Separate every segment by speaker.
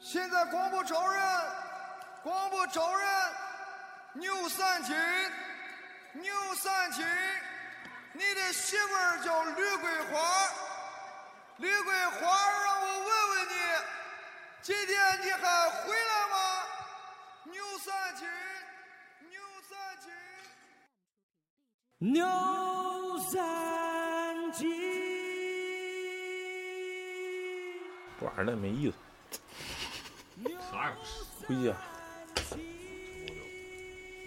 Speaker 1: 现在公布仇人，公布仇人，牛三秦，牛三秦，你的媳妇儿叫吕桂花，吕桂花，让我问问你，今天你还回来吗？牛三秦，牛三秦。
Speaker 2: 牛三金，
Speaker 3: 玩的没意思，
Speaker 4: 啥也不是。
Speaker 3: 回家。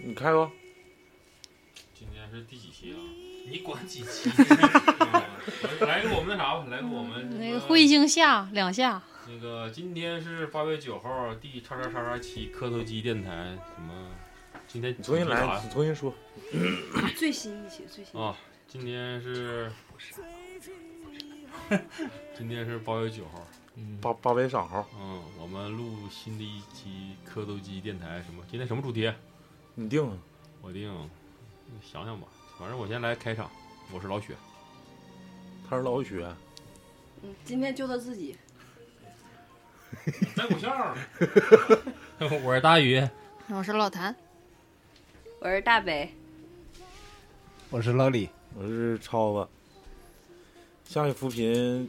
Speaker 3: 你开吧，
Speaker 4: 今天是第几期啊？你管几期？ 来个我们那啥吧，来个我们
Speaker 5: 嗯那个彗星下两下，
Speaker 4: 那个今天是八月九号，第叉叉叉叉期磕头机电台什么？今天
Speaker 3: 你重新
Speaker 4: 啥
Speaker 3: 来，
Speaker 4: 呀
Speaker 3: 你重新说。
Speaker 6: 最新一期，最新一期
Speaker 4: 啊！今天 是，今天是八月九号。嗯
Speaker 3: 八八百赏号，
Speaker 4: 嗯，我们录新的一期磕头机电台什么？今天什么主题？
Speaker 3: 你定啊。
Speaker 4: 我定想想吧，反正我先来开场。我是老雪，
Speaker 3: 他是老雪，
Speaker 6: 嗯，今天就他自己，
Speaker 4: 带我笑儿。 我是大宇，
Speaker 5: 我是老谭，
Speaker 6: 我是大北，
Speaker 7: 我是老李，
Speaker 3: 我是超子。下去扶贫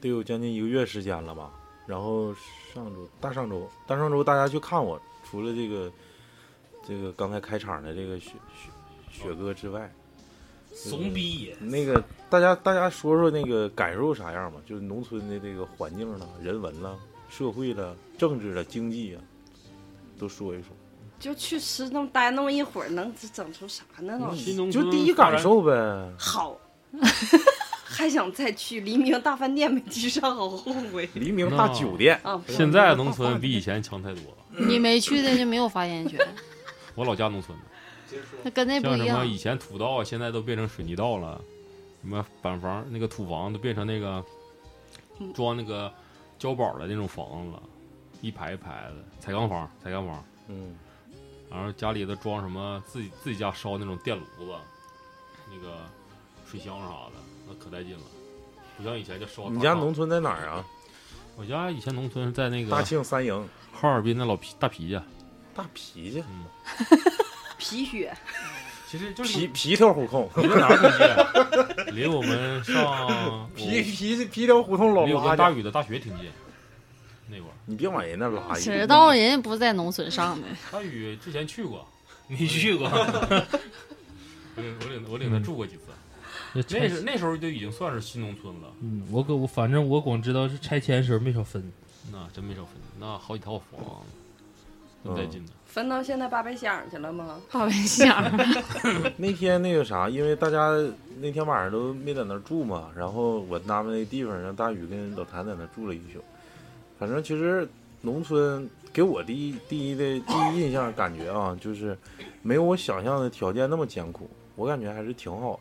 Speaker 3: 得有将近一个月时间了吧？然后上周、大上周、大上周大家去看我，除了这个这个刚才开场的这个雪雪雪哥之外，
Speaker 8: 怂逼，
Speaker 3: 那个大家大家说说那个感受啥样吧？就是农村的这个环境了、人文了、社会了、政治了、经济啊，都说一说。
Speaker 6: 就去吃那么待那么一会儿，能整出啥呢？老师
Speaker 4: 新农
Speaker 3: 就
Speaker 4: 村
Speaker 3: 第一感受呗。
Speaker 6: 好， 还想再去黎明大饭店没去上，好后悔
Speaker 3: 黎明大酒店，
Speaker 4: 哦
Speaker 6: 啊！不
Speaker 4: 现在农村比以前强太多
Speaker 3: 嗯
Speaker 4: 了。
Speaker 5: 你没去的就没有发言 权，
Speaker 4: 我老家农村的，
Speaker 5: 那跟那不
Speaker 4: 像
Speaker 5: 一
Speaker 4: 什么
Speaker 5: 样。
Speaker 4: 以前土道啊，现在都变成水泥道了，什么板房那个土房都变成那个
Speaker 5: 嗯
Speaker 4: 装那个碉堡的那种房子了，一排一排的彩钢房，彩钢房，
Speaker 3: 嗯，
Speaker 4: 然后家里都装什么自己自己家烧那种电炉子，那个水箱啥的，那可带劲了。不像以前就烧。
Speaker 3: 你家农？村在哪儿啊？
Speaker 4: 我家以前农村是在那
Speaker 3: 大
Speaker 4: 个
Speaker 3: 庆三营，
Speaker 4: 哈尔滨的老皮大皮家，
Speaker 3: 大皮去，
Speaker 4: 嗯，
Speaker 6: 皮靴，
Speaker 4: 其实就
Speaker 3: 皮皮条胡同，
Speaker 4: 离哪儿挺近？离我们 上
Speaker 3: 皮皮皮条胡同老
Speaker 4: 离我跟大
Speaker 3: 拉去，
Speaker 4: 宇的大学挺近。那会儿
Speaker 3: 你别往人那拉去。
Speaker 5: 知道人家不在农村上 的，
Speaker 4: 大宇之前去过，
Speaker 8: 没去过。
Speaker 4: 我领我领我领他住过几次。那时那时候就已经算是新农村了，
Speaker 8: 嗯，我可我反正我光知道是拆迁时候没少分，
Speaker 4: 那真没少分，那好几套房，那带 劲的。
Speaker 6: 分到现在八百响去了吗？
Speaker 5: 怕被想。
Speaker 3: 那天那个啥，因为大家那天晚上都没在那儿住嘛，然后我搭们那地方让大宇跟老谭在那儿住了一宿。反正其实农村给我第一第一的第一印象感觉啊，就是没有我想象的条件那么艰苦，我感觉还是挺好。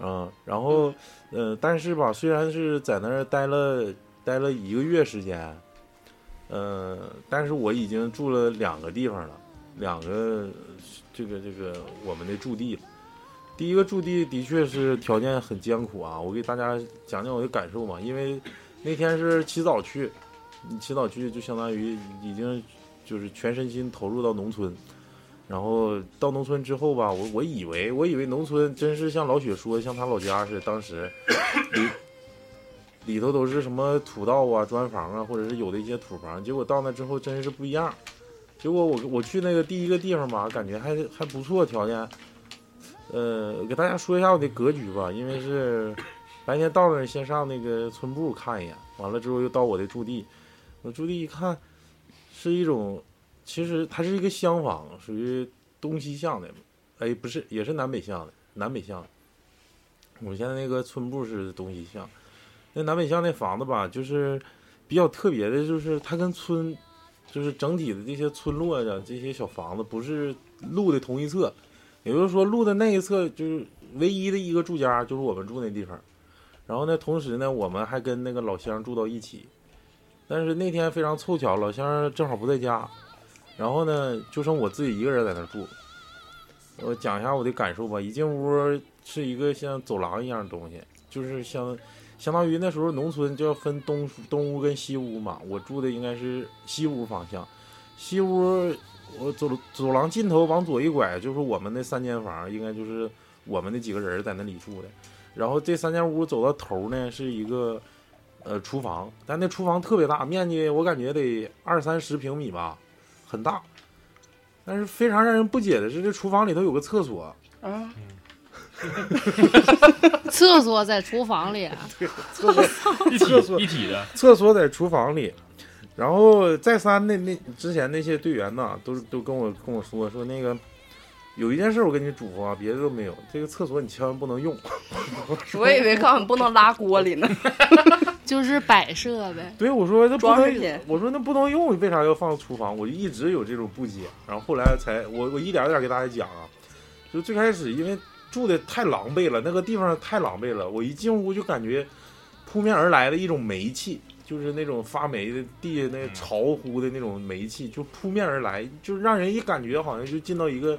Speaker 3: 嗯，然后呃，但是吧，虽然是在那儿待了待了一个月时间，呃，但是我已经住了两个地方了，两个这个这个我们的驻地了。第一个驻地的确是条件很艰苦啊，我给大家讲讲我的感受嘛，因为那天是起早去，你起早去就相当于已经就是全身心投入到农村，然后到农村之后吧，我我以为我以为农村真是像老雪说的，像他老家似的，当时里里头都是什么土道啊、砖房啊，或者是有的一些土房，结果到那之后真是不一样。结果我我去那个第一个地方吧，感觉还还不错，条件。呃，给大家说一下我的格局吧，因为是白天到那儿先上那个村部看一眼，完了之后又到我的驻地。我驻地一看，是一种，其实它是一个厢房，属于东西向的，哎，不是，也是南北向的，南北向的。我现在那个村部是东西向，那南北向那房子吧，就是比较特别的，就是它跟村，就是整体的这些村落呀，这些小房子不是路的同一侧，也就是说路的那一侧就是唯一的一个住家，就是我们住那地方。然后呢，同时呢，我们还跟那个老乡住到一起。但是那天非常凑巧，老乡正好不在家，然后呢，就剩我自己一个人在那儿住。我讲一下我的感受吧。一进屋是一个像走廊一样的东西，就是像相当于那时候农村就要分东东屋跟西屋嘛，我住的应该是西屋方向，西屋我走走廊尽头往左一拐就是我们那三间房，应该就是我们那几个人在那里住的，然后这三间屋走到头呢是一个呃厨房，但那厨房特别大，面积我感觉得二三十平米吧，很大，但是非常让人不解的是这厨房里头有个厕所。
Speaker 6: 啊，
Speaker 5: 厕所在厨房里，啊
Speaker 3: 厕所
Speaker 4: 一
Speaker 3: 厕所
Speaker 4: 体一体的，
Speaker 3: 厕所在厨房里。然后再三那那之前那些队员呐，都都跟我跟我说说那个有一件事我跟你嘱咐啊，别的都没有，这个厕所你千万不能用。
Speaker 6: 我以为告诉你不能拉锅里呢。
Speaker 5: 就是摆设呗。
Speaker 3: 对，我说那不
Speaker 6: 装
Speaker 3: 能
Speaker 6: 饰品，
Speaker 3: 我说那不能用，为啥要放厨房？我就一直有这种不解。然后后来才我我一点点给大家讲啊，就最开始因为住的太狼狈了，那个地方太狼狈了，我一进屋就感觉扑面而来的一种霉气，就是那种发霉的地那
Speaker 8: 嗯
Speaker 3: 个潮乎的那种霉气，就扑面而来，就让人一感觉好像就进到一个。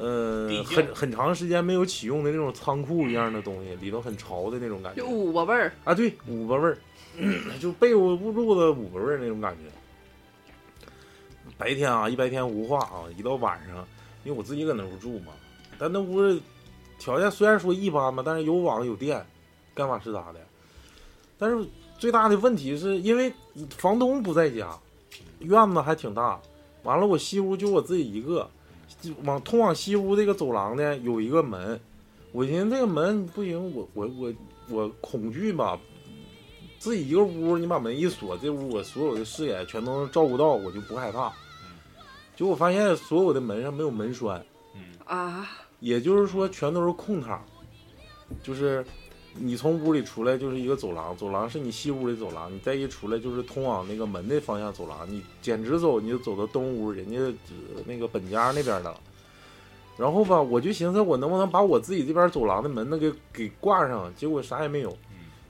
Speaker 3: 呃
Speaker 8: 地，窖
Speaker 3: 很很长时间没有启用的那种仓库一样的东西，里头很潮的那种感觉，
Speaker 6: 就捂巴味儿，
Speaker 3: 啊，对，捂巴味儿， 就被窝捂褥子捂巴味儿那种感觉。白天啊，一白天无话啊，一到晚上，因为我自己搁那屋住嘛，但那屋儿条件虽然说一般吧，但是有网有电，干嘛是咋的。但是最大的问题是因为房东不在家，院子还挺大，完了我西屋就我自己一个，就往通往西屋这个走廊呢有一个门，我寻思这个门不行，我我我我恐惧嘛，自己一个屋，你把门一锁，这屋我所有的视野全都能照顾到，我就不害怕。结果我发现所有的门上没有门栓，
Speaker 6: 啊，
Speaker 3: 也就是说全都是空堂，就是你从屋里出来就是一个走廊，走廊是你西屋的走廊，你再一出来就是通往那个门的方向走廊，你简直走你就走到东屋人家呃那个本家那边的了。然后吧，我就寻思我能不能把我自己这边走廊的门那给给挂上，结果啥也没有，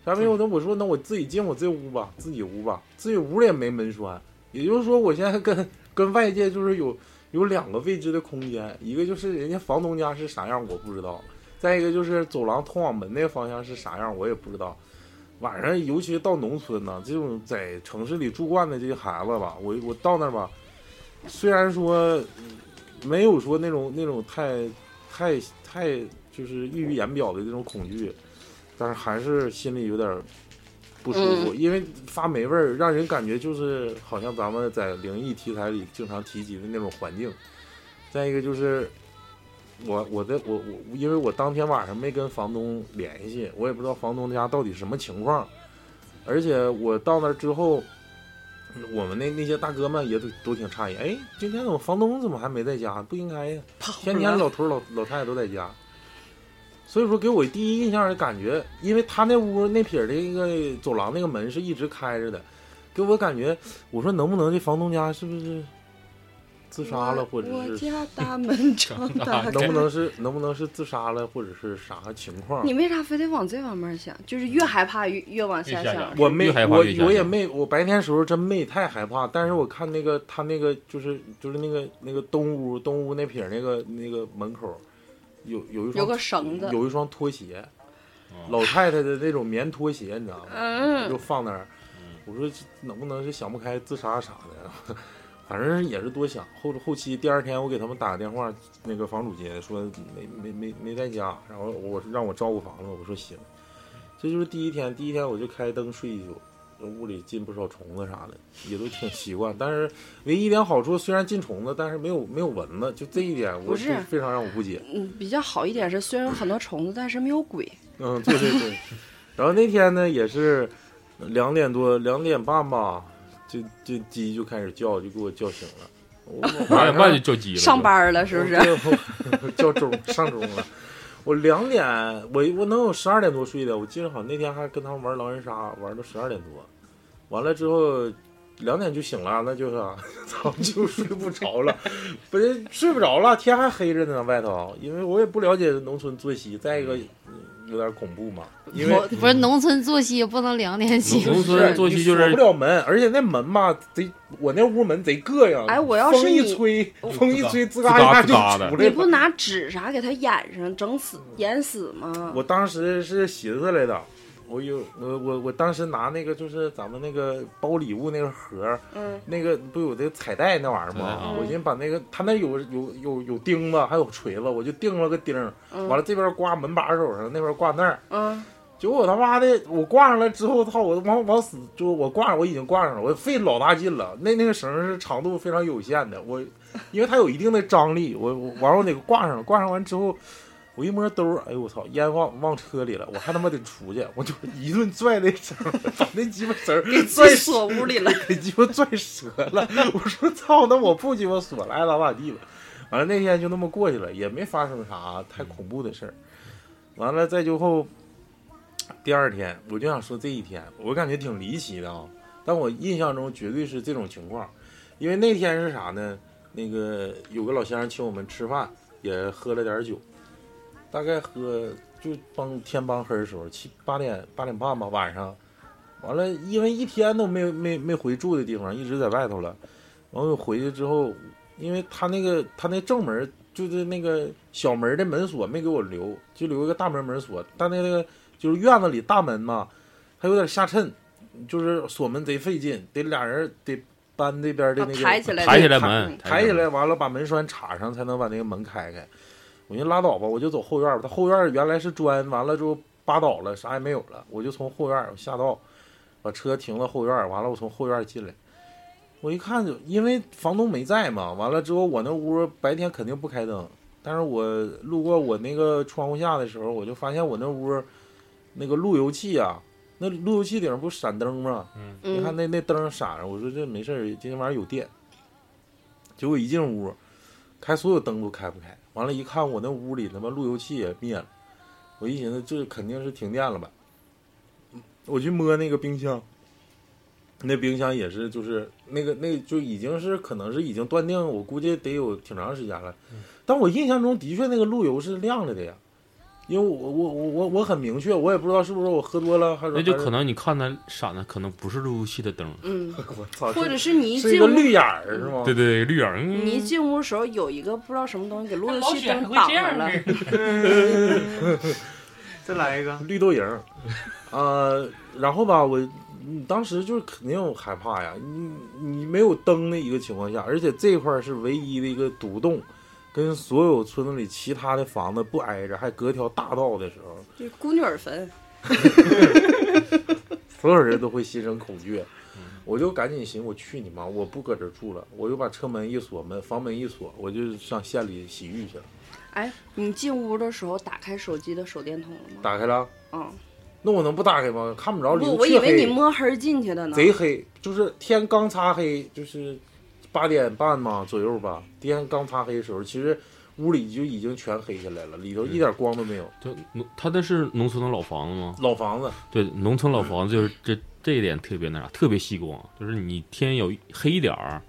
Speaker 3: 啥也没有。那我说那我自己进我这屋吧，自己屋吧，自己屋里也没门栓，也就是说我现在跟跟外界就是有有两个未知的空间，一个就是人家房东家是啥样我不知道，再一个就是走廊通往门那个方向是啥样我也不知道。晚上尤其到农村呢，这种在城市里住惯的这些孩子吧，我我到那儿吧，虽然说没有说那种那种太太太就是溢于言表的这种恐惧，但是还是心里有点儿不舒服，因为发霉味儿，让人感觉就是好像咱们在灵异题材里经常提及的那种环境。再一个就是我我在我我因为我当天晚上没跟房东联系，我也不知道房东家到底什么情况，而且我到那儿之后。我们那那些大哥们也都都挺诧异，哎，今天怎么房东怎么还没在家？不应该呀，天天老头儿老老太太都在家，所以说给我第一印象的感觉，因为他那屋那撇儿的那个走廊那个门是一直开着的，给我感觉，我说能不能这房东家是不是自杀了，或者
Speaker 6: 我
Speaker 3: 是
Speaker 6: 家大门常打 开。
Speaker 3: 能不能是能不能是自杀了，或者是啥情况？啊
Speaker 6: 你为啥非得往这方面想？就是越害怕越越往下
Speaker 4: 越下
Speaker 6: 想。
Speaker 3: 我没
Speaker 4: 越害怕
Speaker 3: 我
Speaker 4: 越吓
Speaker 3: 我也
Speaker 4: 人
Speaker 3: 没我白天时候真没太害怕，但是我看那个他那个就是就是那个那个东屋东屋那撇儿那个那个门口，有有一双
Speaker 6: 有个绳子
Speaker 3: 有一双拖鞋，
Speaker 4: 哦
Speaker 3: 老太太的那种棉拖鞋，你知道吗？
Speaker 6: 嗯
Speaker 3: 就放那儿。我说这能不能是想不开自杀啥的， 反正也是多想。后后期第二天我给他们打个电话，那个房主接说没没没没在家，然后我让我照顾房子，我说行。这就是第一天，第一天我就开灯睡一宿，屋里进不少虫子啥的，也都挺习惯。但是唯一一点好处，虽然进虫子，但是没有没有蚊子，就这一点我
Speaker 6: 不是
Speaker 3: 就非常让我不解。
Speaker 6: 嗯，比较好一点是，虽然有很多虫子，但是没有鬼。
Speaker 3: 嗯，对对对。然后那天呢，也是两点多、两点半吧，这这鸡就开始叫，就给我叫醒了。我
Speaker 4: 两
Speaker 3: 晚
Speaker 4: 点半
Speaker 3: 上
Speaker 4: 就叫鸡了，
Speaker 6: 上班了是不是？
Speaker 3: 是？叫钟上钟了。我两点，我我能有十二点多睡的。我记得好像那天还跟他们玩狼人杀，玩到十二点多，完了之后两点就醒了，那就是啊 早就睡不着了，不是睡不着了，天还黑着呢外头，因为我也不了解农村作息，再一个有点恐怖嘛， 因为
Speaker 5: 我不是农村作息也不能两点起，
Speaker 4: 嗯农
Speaker 3: 是啊
Speaker 4: 村作息就
Speaker 3: 你锁
Speaker 4: 是
Speaker 3: 不了门，而且那门吧贼，我那屋门贼膈应。
Speaker 6: 哎我要是
Speaker 3: 风一
Speaker 6: 你
Speaker 3: 吹，风一吹，吱
Speaker 4: 嘎
Speaker 3: 嘎一下
Speaker 4: 吱
Speaker 3: 就
Speaker 4: 嘎的
Speaker 3: 出来
Speaker 6: 你不
Speaker 3: 了。
Speaker 6: 拿
Speaker 3: 嗯
Speaker 6: 纸啥给它掩上，整死掩死吗？
Speaker 3: 我当时是寻思来的，我有我我我当时拿那个就是咱们那个包礼物那个盒儿，
Speaker 6: 嗯，
Speaker 3: 那个不有那个彩带那玩意儿吗？
Speaker 4: 彩带啊
Speaker 3: 我寻思把那个他那有有有有钉子，还有锤子，我就钉了个钉儿，完了这边挂门把手上，那边挂那儿。
Speaker 6: 嗯，
Speaker 3: 结果我他妈的，我挂上了之后，操，我往往死，就我挂上，我已经挂上了，我费老大劲了。那那个绳儿是长度非常有限的，我因为它有一定的张力，我我完了我得挂上，挂上完之后，我一摸兜儿，哎呦我操，烟忘忘车里了，我还他妈得出去，我就一顿拽那绳儿，把那鸡巴绳儿拽
Speaker 6: 锁屋里了。
Speaker 3: 给鸡巴拽折了。我说操，那我不鸡巴锁了，爱咋咋地吧。完了那天就那么过去了，也没发生啥太恐怖的事儿。完了再就后，第二天我就想说这一天，我感觉挺离奇的啊、但我印象中绝对是这种情况，因为那天是啥呢？那个有个老先生请我们吃饭，也喝了点儿酒，大概喝就帮天帮黑的时候，七八点八点半吧，晚上完了，因为一天都没没没回住的地方，一直在外头了。完了回去之后，因为他那个他那正门就是那个小门的门锁没给我留，就留一个大门门锁。但那个就是院子里大门嘛，它有点下沉，就是锁门贼费劲，得俩人得搬那边的那个、
Speaker 6: 哦抬起来，
Speaker 4: 抬起来门，
Speaker 6: 嗯
Speaker 3: 抬起
Speaker 4: 起
Speaker 3: 来，完了把门栓插上，才能把那个门开开。我寻思拉倒吧，我就走后院吧。他后院原来是砖，完了之后扒倒了，啥也没有了。我就从后院我下道，把车停到后院，完了我从后院进来。我一看就因为房东没在嘛，完了之后我那屋白天肯定不开灯，但是我路过我那个窗户下的时候，我就发现我那屋那个路由器啊，那路由器顶上不是闪灯吗？你看
Speaker 6: 嗯，
Speaker 3: 那那灯儿闪着，我说这没事儿，今天晚上有电。结果一进屋，开所有灯都开不开，完了，一看我那屋里他妈路由器也灭了，我一寻思这肯定是停电了吧，我去摸那个冰箱，那冰箱也是就是那个那就已经是可能是已经断定，我估计得有挺长时间了，
Speaker 4: 嗯
Speaker 3: 但我印象中的确那个路由是亮着的呀。因为我我我我我很明确，我也不知道是不是我喝多了，还是
Speaker 4: 那就
Speaker 3: 还是
Speaker 4: 可能你看它闪的可能不是路由器的灯，
Speaker 6: 嗯，
Speaker 3: 我操，
Speaker 6: 或者是你一
Speaker 3: 是一
Speaker 6: 进
Speaker 3: 个
Speaker 6: 屋，
Speaker 3: 绿眼儿是吗？
Speaker 4: 对对，绿眼儿，嗯
Speaker 6: 你一进屋的时候有一个不知道什么东西给路由
Speaker 8: 老
Speaker 6: 器
Speaker 8: 雪还
Speaker 6: 灯
Speaker 8: 会
Speaker 6: 挡
Speaker 8: 这样
Speaker 6: 了。
Speaker 8: 式儿
Speaker 2: 再来一个，
Speaker 3: 绿豆蝇儿，呃，然后吧，我嗯当时就是肯定害怕呀，你你没有灯的一个情况下，而且这块儿是唯一的一个独栋，跟所有村子里其他的房子不挨着，还隔条大道的时候，
Speaker 6: 就是孤女儿坟，
Speaker 3: 所有人都会心生恐惧。我就赶紧寻，我去你妈！我不搁这儿住了，我就把车门一锁，门房门一锁，我就上县里洗浴去了。
Speaker 6: 哎，你进屋的时候打开手机的手电筒了吗？
Speaker 3: 打开了，
Speaker 6: 嗯，
Speaker 3: 那我能不打开吗？看不着里头
Speaker 6: 不，我
Speaker 3: 黢
Speaker 6: 以为
Speaker 3: 黑
Speaker 6: 你摸黑进去的呢。
Speaker 3: 贼黑，就是天刚擦黑，就是八点半嘛左右吧，天刚擦黑的时候，其实屋里就已经全黑下来了，里头一点光都没有。
Speaker 4: 就农，他那是农村的老房子吗？
Speaker 3: 老房子，
Speaker 4: 对，农村老房子就是这这一点特别那啥，特别吸光，就是你天有黑一点儿，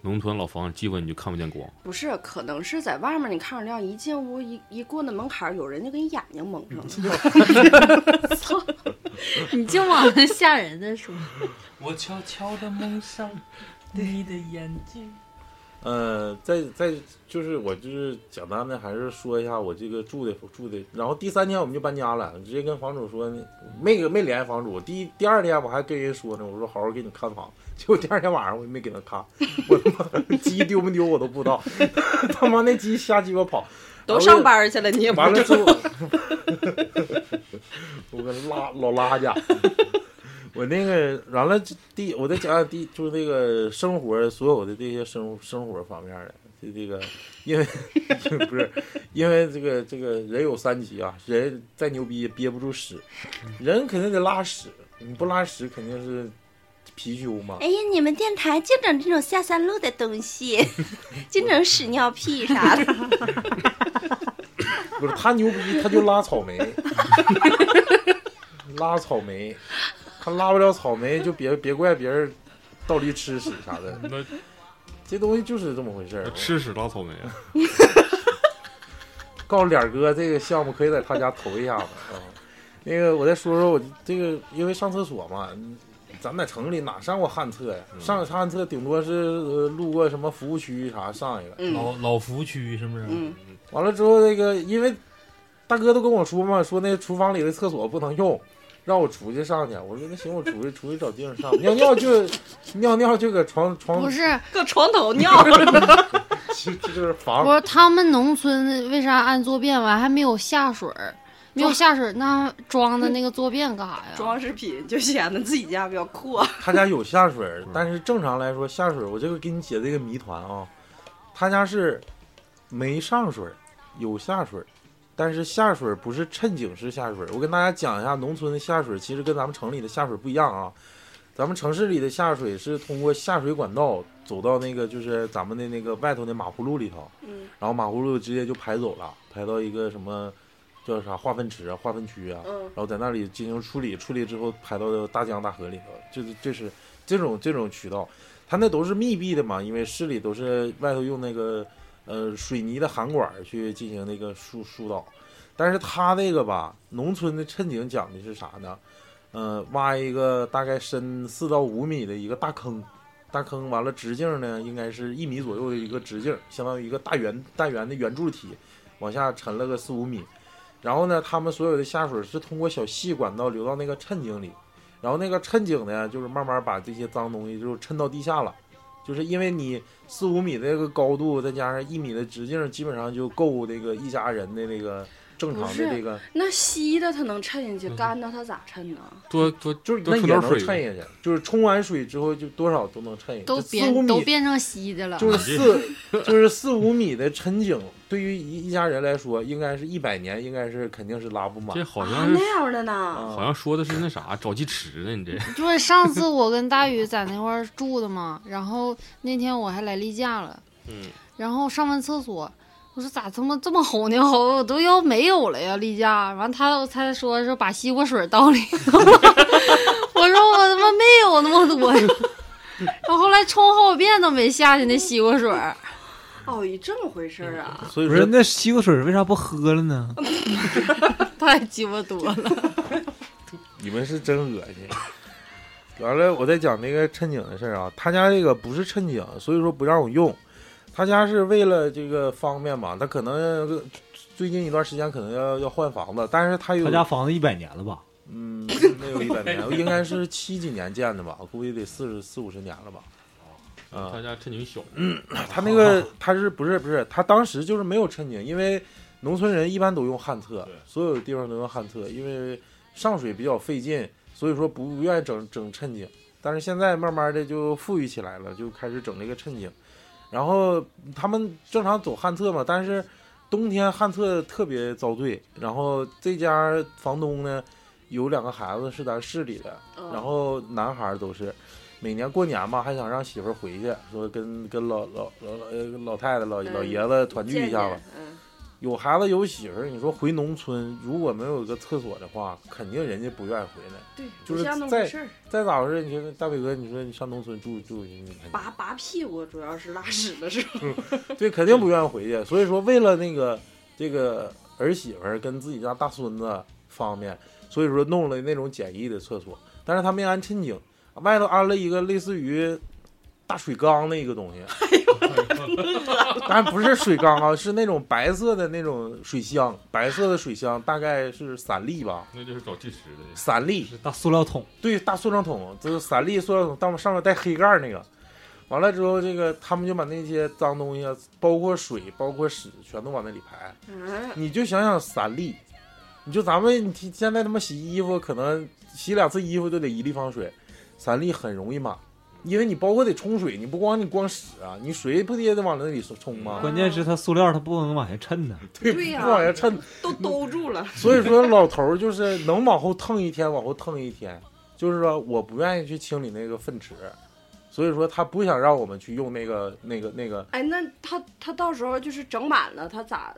Speaker 4: 农村老房子基本你就看不见光。
Speaker 6: 不是，可能是在外面你看着亮，一进屋一一过那门槛儿，有人就给你眼睛蒙上了。
Speaker 3: 嗯
Speaker 5: 你净往那吓人的说，
Speaker 8: 我悄悄的蒙上你的眼睛。
Speaker 3: 呃，再再就是我就是简单的还是说一下我这个住的住的，然后第三天我们就搬家了，直接跟房主说没给没联系房主，第一第二天我还跟人说呢，我说好好给你看房，结果第二天晚上我也没给他看，我他妈 鸡丢没丢我都不知道， 他妈那鸡瞎鸡巴跑，
Speaker 6: 都上班去了，你也不
Speaker 3: 完了
Speaker 6: 知
Speaker 3: 之
Speaker 6: 道。
Speaker 3: 后， 我个拉老拉家，我那个完了第我再讲讲第就是那个生活所有的这些生生活方面的这这个，因为 不是因为这个这个人有三急啊，人再牛逼也憋不住屎，人肯定得拉屎，你不拉屎肯定是貔貅嘛。
Speaker 6: 哎呀，你们电台净整这种下三路的东 西，净整屎尿屁啥的。
Speaker 3: 不是他牛逼，他就拉草莓， 拉草莓，他拉不了草莓就别别怪别人倒立吃屎啥的，
Speaker 4: 那
Speaker 3: 这东西就是这么回事儿。
Speaker 4: 吃屎拉草莓 啊，
Speaker 3: 告诉脸哥，这个项目可以在他家投一下子啊。那个，我再说说我这个，因为上厕所嘛，咱们在城里哪上过旱厕呀？上上旱厕顶多是、呃、路过什么服务区啥上一个，
Speaker 6: 嗯
Speaker 8: 老老服务区是不是？
Speaker 6: 嗯，
Speaker 3: 完了之后，那个因为大哥都跟我说嘛，说那厨房里的厕所不能用，让我出去上去，我说那行，我出去出去找地方上，尿尿就尿尿就搁床床
Speaker 5: 不，是，
Speaker 6: 搁床头尿了，
Speaker 3: 就就是
Speaker 5: 不
Speaker 3: 房，
Speaker 5: 是他们农村为啥按坐便完还没有下水儿？没有下水儿，那装的那个坐便干啥呀？
Speaker 6: 装饰品就显得自己家比较阔。
Speaker 3: 他家有下水儿，但是正常来说下水儿，我这个给你解这个谜团啊，他家是没上水儿，有下水儿，但是下水儿不是趁井式下水儿。我跟大家讲一下，农村的下水儿其实跟咱们城里的下水儿不一样啊。咱们城市里的下水是通过下水管道走到那个就是咱们的那个外头的马葫芦里头，
Speaker 6: 嗯
Speaker 3: 然后马葫芦直接就排走了，排到一个什么叫啥化粪池啊、化粪区啊，
Speaker 6: 嗯
Speaker 3: 然后在那里进行处理，处理之后排到大江大河里头，就是这是这种这种渠道，它那都是密闭的嘛，因为市里都是外头用那个呃水泥的涵管儿去进行那个疏疏导，但是它那个吧，农村的趁井讲的是啥呢？呃，挖一个大概深四到五米的一个大坑，大坑完了直径呢应该是一米左右的一个直径，相当于一个大圆大圆的圆柱体，往下沉了个四五米。然后呢，他们所有的下水是通过小细管道流到那个衬井里，然后那个衬井呢，就是慢慢把这些脏东西就衬到地下了，就是因为你四五米的那个高度，再加上一米的直径，基本上就够那个一家人的那个正常
Speaker 6: 不
Speaker 3: 的
Speaker 6: 是
Speaker 3: 这个，
Speaker 6: 那稀的它能衬进去，
Speaker 4: 嗯
Speaker 6: 干的它咋衬呢？
Speaker 4: 多多
Speaker 3: 就是
Speaker 4: 多
Speaker 3: 那
Speaker 4: 冲
Speaker 3: 也
Speaker 4: 点
Speaker 3: 能
Speaker 4: 水
Speaker 3: 衬下去，就是冲完水之后就多少都能衬下去，
Speaker 5: 都
Speaker 3: 就四五
Speaker 5: 变都
Speaker 3: 米
Speaker 5: 变成稀的了。
Speaker 3: 就是四 就是四五米的沉井，对于一一家人来说，应该是一百年，应该是肯定是拉不满
Speaker 4: 这。好
Speaker 6: 啊，
Speaker 4: 像是
Speaker 6: 那样的呢？
Speaker 3: 啊
Speaker 4: 好像说的是那啥找鸡池呢，你这
Speaker 5: 就是上次我跟大宇在那块儿住的嘛，然后那天我还来例假了，
Speaker 4: 嗯，
Speaker 5: 然后上完厕所，我说咋他妈这么齁呢？齁我都要没有了呀，例假。完他他说说把西瓜水倒里头， 我说我他妈没有那么多呀。然后后来冲好几遍都没下去那西瓜水儿，
Speaker 3: 嗯
Speaker 6: 哦，一这么回事儿啊！
Speaker 3: 所以
Speaker 7: 不
Speaker 3: 说
Speaker 7: 是，那西瓜水为啥不喝了呢？
Speaker 5: 太鸡巴多了。
Speaker 3: 你们是真恶心。完了，我再讲那个衬井的事儿啊，他家这个不是衬井，所以说不让我用。他家是为了这个方便嘛，他可能呃最近一段时间可能要要换房子，但是他有
Speaker 7: 他家房子一百年了吧？
Speaker 3: 嗯，没有一百年，应该是七几年建的吧，我估计得四十四五十年了吧。啊、
Speaker 4: 他家趁井小，
Speaker 3: 他那个他是不是不是他当时就是没有衬井，因为农村人一般都用旱厕
Speaker 4: 对，
Speaker 3: 所有地方都用旱厕，因为上水比较费劲，所以说不不愿意整整衬井。但是现在慢慢的就富裕起来了，就开始整这个衬井。然后他们正常走旱厕嘛，但是冬天旱厕特别遭罪。然后这家房东呢，有两个孩子是咱市里的，
Speaker 6: 嗯
Speaker 3: 然后男孩儿都是，每年过年嘛，还想让媳妇儿回去，说跟跟老老老老呃老太太、老
Speaker 6: 嗯
Speaker 3: 老爷子团聚一下吧
Speaker 6: 见。见。嗯，
Speaker 3: 有孩子有媳妇儿，你说回农村如果没有一个厕所的话，肯定人家不愿意回来。
Speaker 6: 对，
Speaker 3: 就是
Speaker 6: 不像那
Speaker 3: 在
Speaker 6: 回事儿，
Speaker 3: 再咋回事？你说大伟哥，你说你上农村住住去，你
Speaker 6: 拔拔屁股主要是拉屎的时候。
Speaker 3: 对，肯定不愿意回去。所以说，为了那个这个儿媳妇儿跟自己家大孙子方便，所以说弄了那种简易的厕所，但是他没安衬井，外头安了一个类似于大水缸的一个东西。当然不是水缸啊，是那种白色的那种水箱，白色的水箱大概是三粒吧，
Speaker 4: 那就是找鸡池的。
Speaker 3: 三粒，
Speaker 7: 是大塑料桶，
Speaker 3: 对，大塑料桶，就是三粒塑料桶，但上面带黑盖儿那个。完了之后，这个他们就把那些脏东西啊，包括水、包括屎，全都往那里排。
Speaker 6: 嗯，
Speaker 3: 你就想想三粒，你就咱们你现在他妈洗衣服，可能洗两次衣服就得一立方水，三粒很容易满，因为你包括得冲水，你不光你光屎啊，你水不也得往那里冲吗？
Speaker 7: 关键是它塑料，它不能往下衬呢。
Speaker 6: 嗯对呀
Speaker 3: 不往下抻，
Speaker 6: 都兜住 了。
Speaker 3: 所以说老头儿就是能往后腾一天，往后腾一天，就是说我不愿意去清理那个粪池，所以说他不想让我们去用那个那个那个，
Speaker 6: 哎，那他他到时候就是整满了，他咋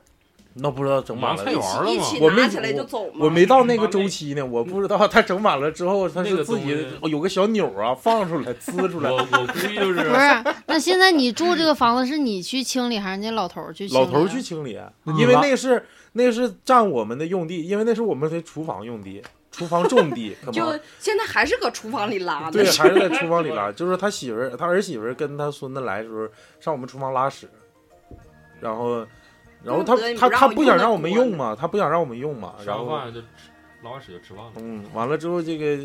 Speaker 3: 那不知道整满了
Speaker 4: 菜。园儿了
Speaker 6: 一
Speaker 4: 吗？
Speaker 6: 起
Speaker 3: 我没
Speaker 6: 拿起来就走吗？
Speaker 3: 我没到那个周期呢，我不知道他整满了之后，他
Speaker 4: 那
Speaker 3: 是
Speaker 4: 个
Speaker 3: 自
Speaker 4: 东
Speaker 3: 己
Speaker 4: 西
Speaker 3: 有个小钮儿啊，放出来呲 出来
Speaker 4: 我。我估计就是
Speaker 5: 不是，那现在你住这个房子是你去清理还是人家老头儿去清理
Speaker 3: 老
Speaker 5: 啊？
Speaker 3: 头儿去清理，
Speaker 7: 嗯
Speaker 3: 因为那是那是占我们的用地，因为那是我们的厨房用地，厨房种地，可能
Speaker 6: 就现在还是搁厨房里拉
Speaker 3: 对
Speaker 6: 呢，，
Speaker 3: 还是在厨房里拉。就是他媳妇儿，他儿媳妇儿跟他孙子来的时候，上我们厨房拉屎，然后，然后他
Speaker 6: 怪不得你不
Speaker 3: 他他
Speaker 6: 让我
Speaker 3: 不想
Speaker 6: 用那
Speaker 3: 让我们
Speaker 6: 锅呢
Speaker 3: 用嘛，他不想让我们用嘛，然
Speaker 4: 上
Speaker 3: 后
Speaker 4: 饭就拉完屎就吃饭了。
Speaker 3: 嗯，完了之后这个，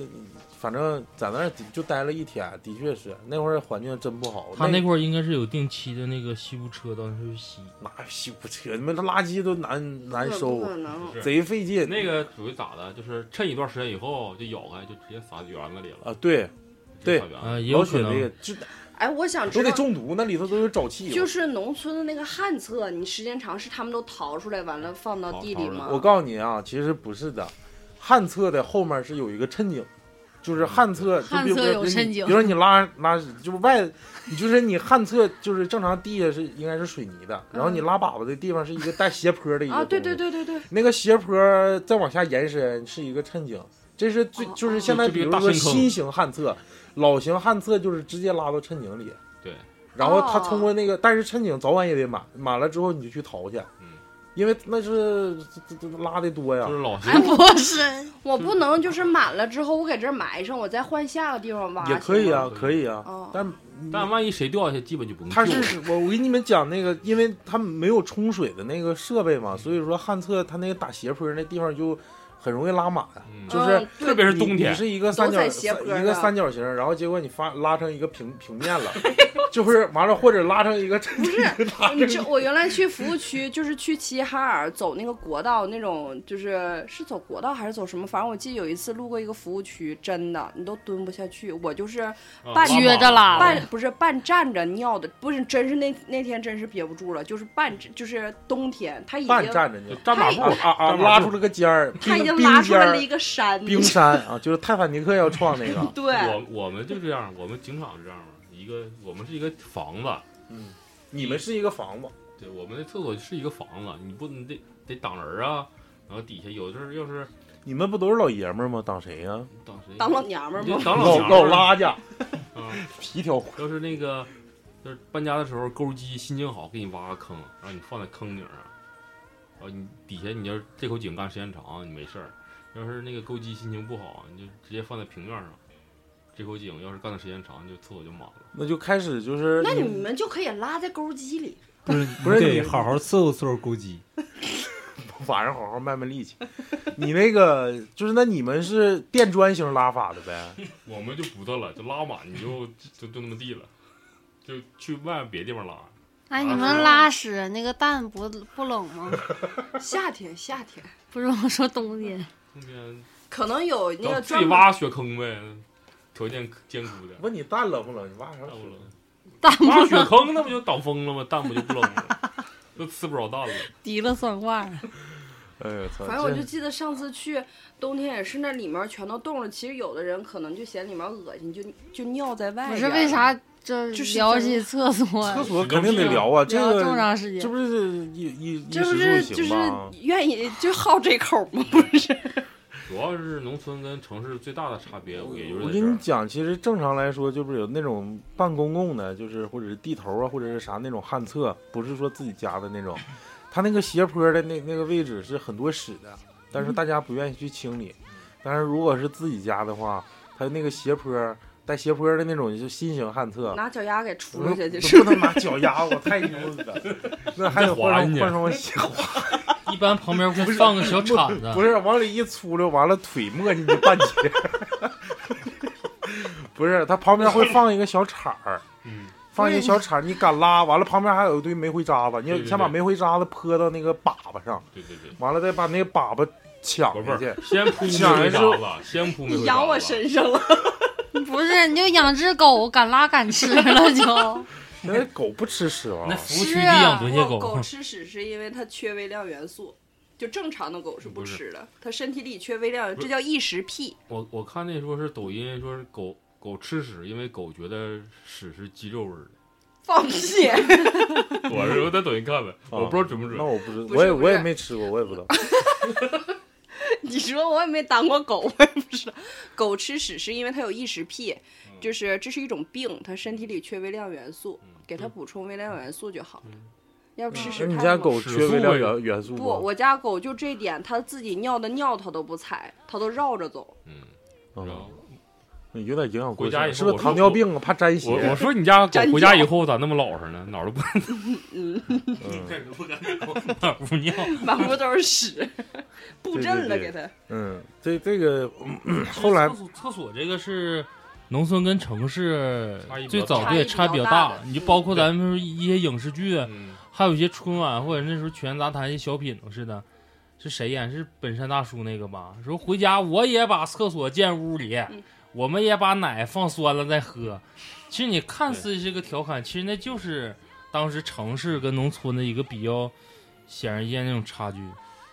Speaker 3: 反正在那儿就待了一天，的确是那会儿环境真不好。
Speaker 2: 他
Speaker 3: 那
Speaker 2: 那块儿应该是有定期的那个吸污车，当时吸。
Speaker 3: 那修车，你们这垃圾都难难收
Speaker 6: 不，可能，
Speaker 4: 是
Speaker 3: 贼费劲。
Speaker 4: 那个属于咋的？就是趁一段时间以后就咬开，就直接撒园子里了。
Speaker 3: 啊，对，对
Speaker 4: 直接撒园子
Speaker 2: 啊，也有
Speaker 3: 老
Speaker 2: 可
Speaker 3: 雪这个
Speaker 2: 能。
Speaker 3: 就
Speaker 6: 哎，我想
Speaker 3: 都
Speaker 6: 知
Speaker 3: 得
Speaker 6: 道，
Speaker 3: 中毒，那里头都有沼气。
Speaker 6: 就是农村的那个旱厕，你时间长是他们都刨出来，完了放
Speaker 3: 哦
Speaker 6: 到地里吗？
Speaker 3: 我告诉你啊，其实不是的，旱厕的后面是有一个衬景，就是旱厕，就
Speaker 5: 旱
Speaker 3: 比如
Speaker 5: 厕
Speaker 3: 比
Speaker 5: 有
Speaker 3: 如你
Speaker 5: 衬景
Speaker 3: 比如说你拉拉，就是外，你就是你旱厕就是正常地下是应该是水泥的，然后你拉粑粑的地方是一个带斜坡的一个
Speaker 6: 嗯啊，对
Speaker 3: 东西，
Speaker 6: 对对对对，
Speaker 3: 那个斜坡再往下延伸是一个衬景，这是最
Speaker 6: 哦
Speaker 3: 就是
Speaker 6: 哦
Speaker 3: 现在
Speaker 4: 就
Speaker 3: 比
Speaker 4: 这
Speaker 3: 如
Speaker 4: 个大
Speaker 3: 说
Speaker 4: 深坑
Speaker 3: 新型旱厕，老型旱厕就是直接拉到衬景里，
Speaker 4: 对，
Speaker 3: 然后他
Speaker 6: 哦
Speaker 3: 通过那个，但是衬景早晚也得满，满了之后你就去淘去。
Speaker 4: 嗯
Speaker 3: 因为那是这这这拉的多呀，
Speaker 4: 就是老师
Speaker 6: 哎，我
Speaker 5: 不是，
Speaker 6: 我不能就是满了之后我给这儿埋上，我再换下个地方挖。
Speaker 3: 也可以啊，
Speaker 4: 行吗
Speaker 3: 可以啊。
Speaker 6: 哦
Speaker 3: 但
Speaker 4: 但万一谁掉下去，基本就不用
Speaker 3: 它
Speaker 4: 救了
Speaker 3: 是我我给你们讲那个，因为它没有冲水的那个设备嘛，所以说旱厕它那个打斜坡那地方就很容易拉满，
Speaker 4: 嗯
Speaker 3: 就是
Speaker 6: 嗯对
Speaker 4: 特别是
Speaker 3: 你
Speaker 4: 冬天
Speaker 3: 你，是一个三角
Speaker 6: 都在斜坡
Speaker 3: 一个
Speaker 6: 的
Speaker 3: 三角形，然后结果你发拉成一个平平面 了，就是完了或者拉成一个不是拉
Speaker 6: 你
Speaker 3: 成
Speaker 6: 知我原来去服务区，就是去齐齐哈尔走那个国道，那种就是是走国道还是走什么，反正我记得有一次路过一个服务区，真的你都蹲不下去，我就是
Speaker 4: 啊
Speaker 6: 半
Speaker 5: 撅着了
Speaker 6: 半、不是半站着尿的，不是真是那那天真是憋不住了，就是半就是冬天，他已
Speaker 3: 半
Speaker 6: 经
Speaker 3: 站着
Speaker 4: 就
Speaker 3: 呢，
Speaker 4: 站马
Speaker 6: 他
Speaker 4: 步
Speaker 3: 啊啊啊，
Speaker 4: 站马
Speaker 3: 拉
Speaker 4: 步
Speaker 3: 出了个尖儿，
Speaker 6: 他已
Speaker 3: 冰
Speaker 6: 经
Speaker 3: 冰
Speaker 6: 拉出
Speaker 3: 尖
Speaker 6: 来
Speaker 3: 儿
Speaker 6: 了一个山，，
Speaker 3: 冰山啊，就是泰坦尼克要撞那个
Speaker 6: 对，
Speaker 4: 我我们就这样，我们警场是这样嘛，一个我们是一个房子，
Speaker 3: 嗯，你们是一个房子，
Speaker 4: 对，我们的厕所是一个房子，你不你得得挡人啊，然后底下有的时候要是
Speaker 3: 你们不都是老爷们儿吗？挡谁呀、
Speaker 4: 挡谁，
Speaker 6: 当老娘们儿
Speaker 4: 你就
Speaker 6: 吗？
Speaker 4: 挡
Speaker 3: 老
Speaker 4: 娘
Speaker 3: 老
Speaker 4: 们儿
Speaker 3: 拉家
Speaker 4: 啊，
Speaker 3: 皮条裤
Speaker 4: 要是那个就是搬家的时候钩机心情好，给你挖个坑，然后你放在坑顶上，然后你底下你要是这口井干时间长你没事儿，要是那个钩机心情不好，你就直接放在平面上，这口井要是干的时间长，就厕所就满了。
Speaker 3: 那就开始就是
Speaker 6: 那你们就可以拉在钩机里，
Speaker 7: 不是
Speaker 3: 不是
Speaker 7: 你
Speaker 3: 你
Speaker 7: 得好好伺候伺候钩鸡，
Speaker 3: 晚上好好卖卖力气。你那个就是那你们是垫砖型拉法的呗？
Speaker 4: 我们就不得了，就拉满，你就就就那么地了， 就去外别地方拉。
Speaker 5: 哎，你们拉屎那个蛋不不冷吗？
Speaker 6: 夏天夏天
Speaker 5: 不是我说冬天，
Speaker 4: 那边
Speaker 6: 可能有那个
Speaker 4: 自己
Speaker 6: 专门
Speaker 4: 挖雪坑呗，条件艰苦点。
Speaker 3: 问你蛋冷不冷？你挖啥
Speaker 4: 蛋不冷？
Speaker 5: 蛋不
Speaker 4: 挖雪
Speaker 5: 冷，
Speaker 4: 坑那不就挡风了吗？蛋不就不冷 了？都吃不着蛋了。
Speaker 5: 提了算卦了。
Speaker 3: 哎呦操！
Speaker 6: 反正我就
Speaker 3: 这
Speaker 6: 记得上次去冬天也是，那里面全都冻了。其实有的人可能就嫌里面恶心，就就尿在外
Speaker 3: 哎
Speaker 5: 不
Speaker 6: 边。
Speaker 5: 是为？啥这
Speaker 6: 这是
Speaker 5: 聊
Speaker 6: 真
Speaker 5: 起厕
Speaker 6: 哎
Speaker 5: 所
Speaker 3: 厕所肯定得聊啊，这
Speaker 5: 聊这么
Speaker 3: 个
Speaker 5: 长时
Speaker 3: 这
Speaker 5: 间？
Speaker 3: 不是一一
Speaker 6: 这
Speaker 3: 一
Speaker 6: 不
Speaker 3: 时
Speaker 6: 是
Speaker 3: 数
Speaker 6: 就
Speaker 3: 行
Speaker 6: 是
Speaker 3: 吗？
Speaker 6: 愿意就好这口吗？不是，
Speaker 4: 主要是农村跟城市最大的差别，也就是
Speaker 3: 我
Speaker 4: 在这
Speaker 3: 跟你
Speaker 4: 儿。
Speaker 3: 讲，其实正常来说，就是有那种半公共的，就是或者是地头啊，或者是啥那种旱厕，不是说自己家的那种，它那个斜坡的那那个位置是很多屎的，但
Speaker 6: 嗯
Speaker 3: 是大家不愿意去清理。但是如果是自己家的话，它那个斜坡带斜坡的那种就是新型旱厕，
Speaker 6: 拿脚丫给杵
Speaker 3: 我
Speaker 6: 出
Speaker 3: 都
Speaker 6: 去就
Speaker 3: 都
Speaker 6: 是。
Speaker 3: 不能拿脚丫，我太牛逼 了，那还得换
Speaker 4: 滑
Speaker 3: 上
Speaker 4: 进去
Speaker 3: 换双鞋，
Speaker 2: 一般旁边会放个小铲
Speaker 4: 啊
Speaker 2: 子
Speaker 3: 不，是往里一粗溜，完了腿没进去半截 儿。不是，它旁边会放一个小铲儿，
Speaker 4: 嗯，
Speaker 3: 放一个小铲儿，你敢拉，完了旁边还有一堆煤灰渣子，你
Speaker 4: 对
Speaker 3: 要
Speaker 4: 对
Speaker 3: 先把
Speaker 4: 对
Speaker 3: 煤灰渣子泼到那个粑粑上，
Speaker 4: 对对对，
Speaker 3: 完了再把那个粑粑抢
Speaker 4: 不
Speaker 3: 回
Speaker 4: 是
Speaker 3: 去。
Speaker 4: 不是，先铺
Speaker 3: 想
Speaker 4: 煤灰
Speaker 3: 着
Speaker 4: 渣子，先铺煤
Speaker 6: 你
Speaker 4: 灰
Speaker 6: 养
Speaker 4: 渣
Speaker 6: 我
Speaker 4: 子。
Speaker 6: 身上了，
Speaker 5: 不是，你就养只狗，敢拉敢吃 了就。
Speaker 3: 因为狗不吃屎啊
Speaker 2: 那，服务区
Speaker 5: 是
Speaker 2: 地
Speaker 5: 啊
Speaker 2: 养多些
Speaker 6: 哦狗
Speaker 2: 狗，
Speaker 6: 吃屎是因为它缺微量元素，就正常的狗是不
Speaker 4: 不是
Speaker 6: 吃的，它身体里缺微量，
Speaker 4: 不是
Speaker 6: 这叫异食癖。
Speaker 4: 我我看那说是抖音说是狗狗吃屎，因为狗觉得屎是鸡肉味儿的。
Speaker 6: 放屁！
Speaker 4: 我是我在抖音看的，我不知道准不
Speaker 3: 那
Speaker 4: 准。
Speaker 3: 我不知，
Speaker 6: 不是
Speaker 3: 我也
Speaker 6: 不是
Speaker 3: 我也没吃过，我也不知道。
Speaker 6: 你说我也没当过狗，我也不知道。狗吃屎是因为它有异食癖，就是这是一种病，它身体里缺微量元素，给它补充微量元素就好了。要不吃屎
Speaker 3: 嗯那
Speaker 6: 太
Speaker 3: 你
Speaker 6: 猛了，
Speaker 3: 家狗
Speaker 4: 屎
Speaker 3: 缺微量
Speaker 4: 素
Speaker 3: 元元素
Speaker 6: 不？
Speaker 3: 吗？
Speaker 6: 我家狗就这一点，它自己尿的尿它都不踩，它都绕着走。
Speaker 4: 嗯，然
Speaker 3: 嗯
Speaker 4: 后
Speaker 3: 嗯有点营养过
Speaker 4: 回家以
Speaker 3: 剩，是不
Speaker 4: 后我
Speaker 3: 是
Speaker 4: 说
Speaker 3: 糖尿病啊？怕沾
Speaker 4: 我我
Speaker 3: 血，
Speaker 4: 说你家狗
Speaker 6: 粘
Speaker 4: 回家
Speaker 6: 脚
Speaker 4: 以后咋那么老实呢？哪儿都不
Speaker 6: 嗯，
Speaker 3: 嗯
Speaker 4: 哪儿不尿。
Speaker 6: 满屋都是屎，布阵
Speaker 3: 对
Speaker 6: 了
Speaker 3: 对对
Speaker 6: 给他。
Speaker 3: 嗯，这这个嗯后来
Speaker 2: 厕所厕所这个是农村跟城市
Speaker 4: 差异比
Speaker 2: 最
Speaker 4: 较大
Speaker 2: 早对
Speaker 6: 差
Speaker 2: 差
Speaker 6: 异比
Speaker 2: 比
Speaker 6: 较
Speaker 2: 较
Speaker 6: 大的
Speaker 2: 大，你就包括咱们一些影视剧，啊
Speaker 4: 嗯
Speaker 2: 还有一些春晚或者那时候全杂谈一些小品似的，是谁演？是本山大叔那个吧？说回家我也把厕所建屋里，
Speaker 6: 嗯
Speaker 2: 我们也把奶放酸了再喝。其实你看似是个调侃，其实那就是当时城市跟农村的一个比较显而易见那种差距。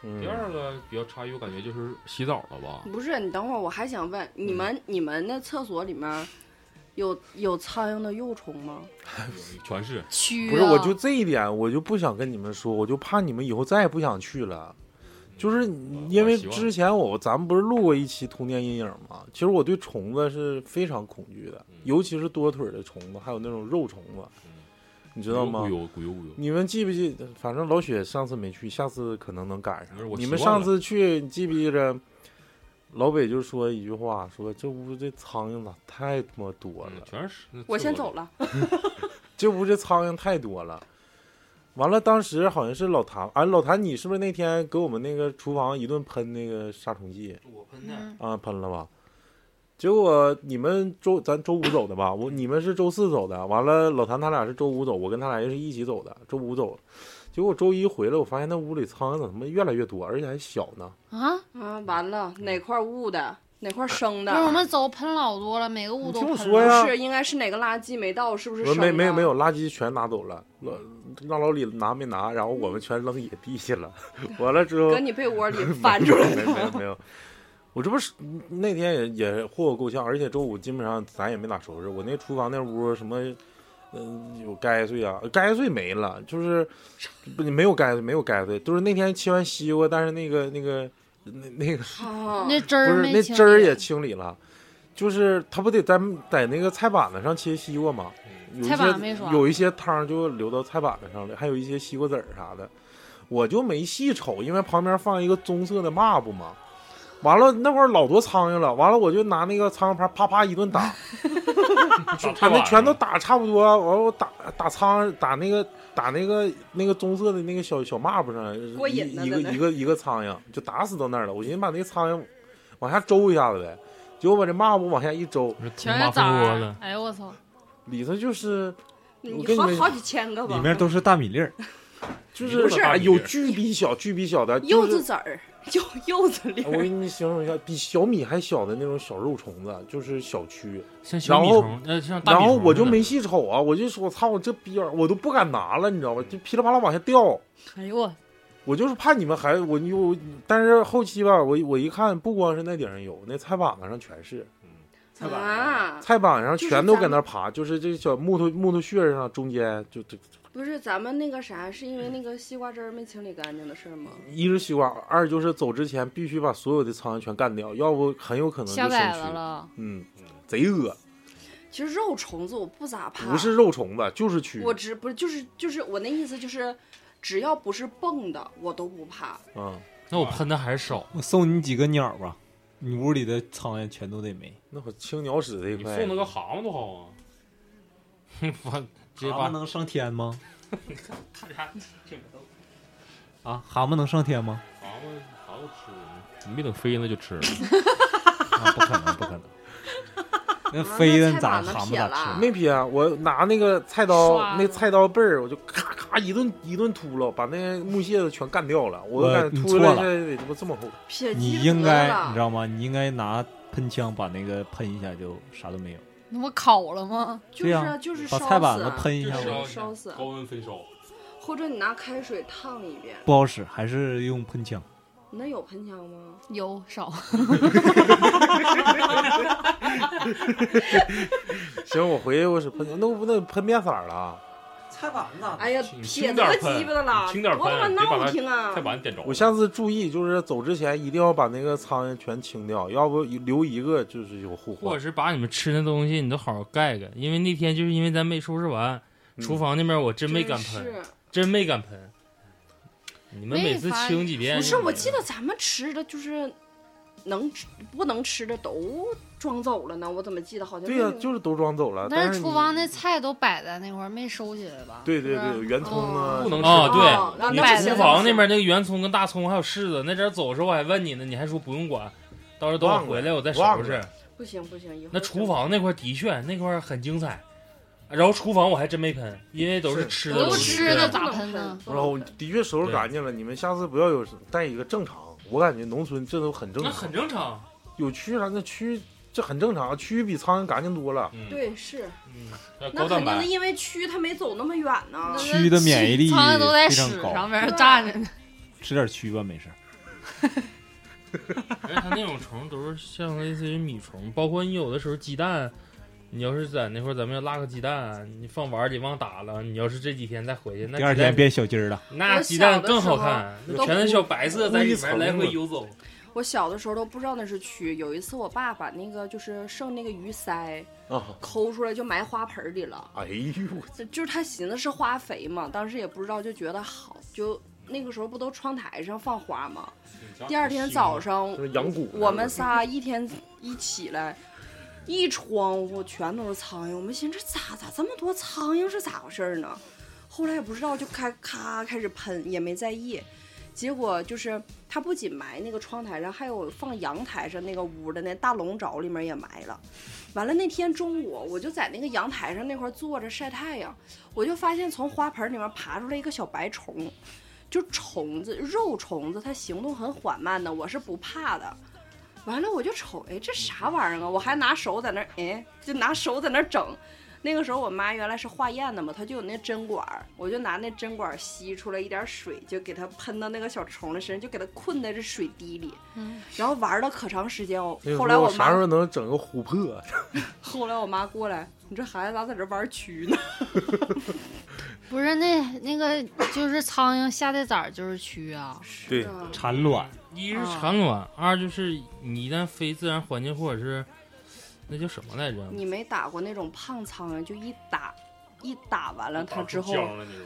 Speaker 3: 嗯
Speaker 4: 第二个比较差异，我感觉就是洗澡了吧？
Speaker 6: 不是，你等会儿，我还想问
Speaker 3: 嗯
Speaker 6: 你们，你们那厕所里面有有苍蝇的幼虫吗？
Speaker 4: 全是
Speaker 5: 蛆、啊。
Speaker 3: 不是，我就这一点，我就不想跟你们说，我就怕你们以后再也不想去了。就是
Speaker 4: 我
Speaker 3: 因为
Speaker 4: 希望
Speaker 3: 之前我咱们不是录过一期童年阴影吗？其实我对虫子是非常恐惧的，
Speaker 4: 嗯
Speaker 3: 尤其是多腿儿的虫子，还有那种肉虫子，你知
Speaker 4: 知
Speaker 3: 道吗？
Speaker 4: 咕悠咕悠咕悠，
Speaker 3: 你们记不记？反正老雪上次没去，下次可能能赶
Speaker 4: 不是
Speaker 3: 上。
Speaker 4: 我
Speaker 3: 你们
Speaker 4: 习惯
Speaker 3: 上次去，你记不记着？老北就说一句话，说这屋这苍蝇咋太他妈多了
Speaker 4: 嗯？全是。那
Speaker 6: 我
Speaker 4: 厕
Speaker 6: 先
Speaker 4: 所
Speaker 6: 走了，
Speaker 3: 这屋这苍蝇太多了。完了，当时好像是老谭，啊，老谭，你是不是那天给我们那个厨房一顿喷那个杀虫剂
Speaker 2: 我喷
Speaker 5: 嗯
Speaker 3: 啊？喷了吧？结果你们周咱周五走的吧？我你们是周四走的，完了老谭他俩是周五走，我跟他俩是一起走的，周五走。结果周一回来，我发现那屋里苍蝇怎么他妈越来越多，而且还小呢。
Speaker 5: 啊，
Speaker 6: 啊，完了，哪块捂的，哪块生
Speaker 5: 不
Speaker 6: 的？
Speaker 5: 是我们走喷老多了，每个屋
Speaker 3: 你
Speaker 5: 都
Speaker 3: 听我
Speaker 5: 喷
Speaker 3: 说
Speaker 5: 了
Speaker 3: 呀
Speaker 6: 不是，应该是哪个垃圾没到，是不是
Speaker 3: 我
Speaker 6: 生的？
Speaker 3: 没没有没有，垃圾全拿走了，老让老李拿没拿，然后我们全扔野地去了。完了之后，
Speaker 6: 搁你被窝里 翻出来
Speaker 3: 没有没有
Speaker 6: 的。
Speaker 3: 没有，我这不是嗯那天也也霍霍够呛，而且周五基本上咱也没咋收拾。我那厨房那屋什么，嗯、有该碎啊，该碎没了，就是不没有该碎，没有该碎，就是那天切完西瓜，但是那个那个那那个
Speaker 6: 啊，
Speaker 5: 那汁
Speaker 3: 不
Speaker 5: 儿
Speaker 3: 是
Speaker 5: 没
Speaker 3: 那
Speaker 5: 清
Speaker 3: 汁儿
Speaker 5: 理
Speaker 3: 也清理了，就是他不得在在那个菜板子上切西瓜吗？有一
Speaker 5: 菜板没
Speaker 3: 些
Speaker 5: 啊刷
Speaker 3: 有一些汤就流到菜板子上了，还有一些西瓜籽儿啥的，我就没细瞅，因为旁边放一个棕色的抹布嘛。完了那会儿老多苍蝇了，完了我就拿那个苍蝇拍啪啪一顿打，把那全都打差不多，完了我打打苍蝇打那个打那个那个棕色的那个小小抹布上，
Speaker 6: 过
Speaker 3: 一
Speaker 6: 瘾呢
Speaker 3: 一个
Speaker 6: 在那
Speaker 3: 一个一个苍蝇就打死到那儿了。我寻思把那苍蝇往下周一下子呗，结果把这抹布往下一周，
Speaker 5: 全
Speaker 2: 马
Speaker 5: 是
Speaker 2: 蜂
Speaker 5: 渣
Speaker 2: 窝
Speaker 5: 儿
Speaker 2: 子。。
Speaker 5: 哎呦我操！
Speaker 3: 里头就是我
Speaker 6: 你
Speaker 3: 跟你
Speaker 6: 好
Speaker 3: 们
Speaker 6: 好几千个吧。
Speaker 7: 里面都是大米粒儿，
Speaker 3: 就是
Speaker 4: 不是
Speaker 3: 啊有巨比小巨比小的，
Speaker 6: 柚
Speaker 3: 就是
Speaker 6: 子籽儿，柚柚子粒
Speaker 3: 啊我
Speaker 6: 儿。
Speaker 3: 给你形容一下，比小米还小的那种小肉虫子，就是小蛆。
Speaker 2: 像小米
Speaker 3: 然后
Speaker 2: 虫，呃，像大
Speaker 3: 然
Speaker 2: 米虫
Speaker 3: 后
Speaker 2: 似的。
Speaker 3: 我就没细瞅啊，我就说，我操，我这逼玩意儿，我都不敢拿了，你知道吧？就噼里啪啦往下掉。
Speaker 5: 哎呦我，
Speaker 3: 我就是怕你们还我我，但是后期吧，我我一看，不光是那顶上有，那菜板子上全是，
Speaker 6: 啊，
Speaker 3: 菜板子上
Speaker 6: 就是
Speaker 3: 全都
Speaker 6: 咱
Speaker 3: 搁
Speaker 6: 们
Speaker 3: 那爬，就是这小木头木头屑上中间就就
Speaker 6: 不是咱们那个啥，是因为那个西瓜汁儿没清理干净的事儿吗？
Speaker 3: 一是西瓜，二就是走之前必须把所有的苍蝇全干掉，要不很有可能就
Speaker 5: 下
Speaker 3: 生
Speaker 5: 崽子
Speaker 3: 蛆。
Speaker 5: 了，
Speaker 3: 嗯，贼恶，
Speaker 6: 啊其实肉虫子我不咋怕，
Speaker 3: 不是肉虫子就是
Speaker 7: 嗯
Speaker 3: 蛆。
Speaker 6: 我只不是就是就是我那意思就是，只要不是蹦的我都不怕。
Speaker 3: 啊，
Speaker 2: 那我喷的还是少。
Speaker 7: 我送你几个鸟吧，你屋里的苍蝇全都得没。
Speaker 3: 那会儿青鸟屎这一
Speaker 4: 你
Speaker 3: 块，
Speaker 4: 送那个蛤蟆多好 啊！
Speaker 2: 我直接
Speaker 7: 蛤蟆
Speaker 2: 把
Speaker 7: 能上 天吗？啊，蛤蟆能上天 吗？
Speaker 4: 蛤蟆蛤蟆吃，你没等飞呢 就吃了。
Speaker 7: 啊，不可能，不可能。那
Speaker 6: 啊
Speaker 7: 飞
Speaker 6: 那
Speaker 7: 的
Speaker 6: 菜
Speaker 7: 咋
Speaker 6: 板子
Speaker 7: 蛤蟆
Speaker 6: 撇
Speaker 7: 咋
Speaker 6: 了
Speaker 7: 吃？
Speaker 3: 没撇，我拿那个菜刀
Speaker 5: 刷，
Speaker 3: 那菜刀背儿，我就咔咔一顿一顿秃噜，把那木屑子全干掉了。我都
Speaker 7: 我
Speaker 3: 感觉
Speaker 7: 你
Speaker 3: 秃噜
Speaker 7: 错
Speaker 3: 来
Speaker 7: 了
Speaker 3: 得他妈这么厚。
Speaker 6: 撇
Speaker 7: 你
Speaker 6: 鸡
Speaker 7: 应
Speaker 6: 得
Speaker 7: 该，
Speaker 6: 了
Speaker 7: 你知道吗？你应该拿喷枪把那个喷一下，就啥都没有。
Speaker 5: 那不烤了吗？
Speaker 6: 就是
Speaker 7: 对
Speaker 6: 啊
Speaker 7: 呀
Speaker 6: 就是
Speaker 7: 把
Speaker 6: 烧死
Speaker 7: 菜板子
Speaker 6: 啊，
Speaker 7: 喷一下
Speaker 6: 就，是啊
Speaker 7: 我
Speaker 6: 我烧死
Speaker 4: 高温焚烧，
Speaker 6: 或者你拿开水烫一遍。
Speaker 7: 不好使，还是用喷枪。
Speaker 6: 你那有喷枪吗？
Speaker 5: 有少，
Speaker 3: 啊行，我回去我是喷，那我不那喷变色儿了。啊
Speaker 7: 菜板子
Speaker 2: 啊
Speaker 6: 哎呀，
Speaker 4: 轻
Speaker 6: 撇
Speaker 4: 轻
Speaker 6: 多
Speaker 4: 点
Speaker 6: 了
Speaker 4: 儿
Speaker 6: 鸡巴的了，
Speaker 4: 喷轻点儿
Speaker 6: 我他妈
Speaker 4: 喷别把
Speaker 6: 闹
Speaker 4: 它
Speaker 6: 挺啊！
Speaker 4: 再把你点着了。
Speaker 3: 我下次注意，就是走之前一定要把那个苍蝇全清掉，要不留一个就是有后
Speaker 2: 或
Speaker 3: 患
Speaker 2: 者。是把你们吃的东西你都好好盖盖，因为那天就是因为咱没收拾完，
Speaker 3: 嗯
Speaker 2: 厨房那边我真没敢
Speaker 6: 真
Speaker 2: 喷，
Speaker 6: 是
Speaker 2: 真没敢喷。你们每次清几遍？
Speaker 6: 不是，我记得咱们吃的就是能吃不能吃的都装走了呢？我怎么记得好像
Speaker 3: 对呀、
Speaker 6: 是
Speaker 3: 就是都装走了。
Speaker 5: 但
Speaker 3: 是
Speaker 5: 厨
Speaker 3: 你
Speaker 5: 房那菜都摆在那块儿，没收起来吧？
Speaker 3: 对对
Speaker 5: 是吧
Speaker 3: 对，圆葱啊，
Speaker 4: 不能吃。
Speaker 2: 啊，
Speaker 6: 哦
Speaker 2: 对，你
Speaker 5: 那摆
Speaker 2: 厨
Speaker 5: 着
Speaker 2: 房那边那个圆葱跟大葱还有柿子，那阵儿走的时候我还问你呢，你还说不用管，到时候等我回来我再收
Speaker 3: 忘
Speaker 2: 拾
Speaker 3: 了。
Speaker 6: 不行不行，以后
Speaker 2: 那
Speaker 6: 整
Speaker 2: 厨房那块儿的确那块儿很精彩，然后厨房我还真没喷，因为都是
Speaker 3: 是
Speaker 2: 吃的
Speaker 5: 都
Speaker 2: 东
Speaker 5: 是
Speaker 2: 西，
Speaker 5: 吃的咋
Speaker 6: 不能
Speaker 5: 喷呢？
Speaker 6: 不
Speaker 3: 然
Speaker 6: 能
Speaker 3: 后
Speaker 6: 喷
Speaker 3: 的确收拾干净了，你们下次不要有带一个正常，我感觉农村这都很正
Speaker 2: 那
Speaker 3: 常，
Speaker 2: 很正常。
Speaker 3: 有蛆啥那蛆这很正常，啊蛆比苍蝇干净多了。
Speaker 2: 嗯，
Speaker 6: 对是，
Speaker 2: 那
Speaker 6: 那
Speaker 2: 高
Speaker 6: 肯定
Speaker 2: 蛋
Speaker 6: 的，
Speaker 2: 白，
Speaker 6: 因为蛆它没走那么远呢。
Speaker 5: 嗯
Speaker 7: 蛆的免疫力
Speaker 5: 苍蝇都在
Speaker 7: 非常
Speaker 5: 屎
Speaker 7: 高
Speaker 5: 上面站着呢。
Speaker 7: 吃点蛆吧，没事儿。
Speaker 2: 而且它那种虫都是像类似于米虫，包括你有的时候鸡蛋，你要是在那块儿咱们要落个鸡蛋，你放碗里忘打了，你要是这几天再回去，那
Speaker 7: 第二
Speaker 2: 鸡蛋
Speaker 7: 天变小鸡儿了，
Speaker 2: 那
Speaker 6: 我
Speaker 2: 鸡
Speaker 6: 小
Speaker 2: 蛋
Speaker 6: 的
Speaker 2: 更
Speaker 6: 时
Speaker 2: 好
Speaker 6: 候
Speaker 2: 看，那
Speaker 6: 都
Speaker 2: 全是
Speaker 6: 不
Speaker 2: 小白色在
Speaker 3: 故意
Speaker 2: 里面
Speaker 3: 藏
Speaker 2: 来
Speaker 3: 嘛
Speaker 2: 回游走。
Speaker 6: 我小的时候都不知道那是蛆，有一次我爸把那个就是剩那个鱼鳃
Speaker 3: 啊，
Speaker 6: 抠出来就埋花盆里了，
Speaker 3: 哎呦，
Speaker 6: 就是他寻思是花肥嘛，当时也不知道就觉得好，就那个时候不都窗台上放花吗？第二天早上
Speaker 3: 这是养蛊。
Speaker 6: 我们仨一天一起来，一窗户全都是苍蝇。我们寻思咋咋这么多苍蝇是咋回事儿呢？后来也不知道，就开咔开始喷，也没在意。结果就是它不仅埋那个窗台上，还有放阳台上那个屋的那大笼罩里面也埋了。完了那天中午，我就在那个阳台上那块儿坐着晒太阳，我就发现从花盆里面爬出来一个小白虫，就虫子肉虫子，它行动很缓慢的，我是不怕的。完了我就瞅，哎，这啥玩意儿啊？我还拿手在那儿，哎，就拿手在那儿整。那个时候我妈原来是化验的嘛，她就有那针管儿，我就拿那针管儿吸出来一点水，就给它喷到那个小虫的身上，就给它困在这水滴里，
Speaker 5: 嗯
Speaker 6: 然后玩了可长时间哦
Speaker 3: 那个时。候
Speaker 6: 后来我
Speaker 3: 哎啥时
Speaker 6: 妈，
Speaker 3: 候能整个琥珀？
Speaker 6: 后来我妈过来，你这孩子咋在这玩蛆呢？
Speaker 5: 不是那那个就是苍蝇下的崽儿就是蛆啊，
Speaker 3: 对
Speaker 6: 啊
Speaker 7: 产卵
Speaker 2: 一是
Speaker 5: 啊
Speaker 2: 产卵，二就是你一旦非自然环境或者是那叫什么来着？
Speaker 6: 你没打过那种胖苍蝇，就一打，一打完
Speaker 7: 哦
Speaker 6: 了它之后，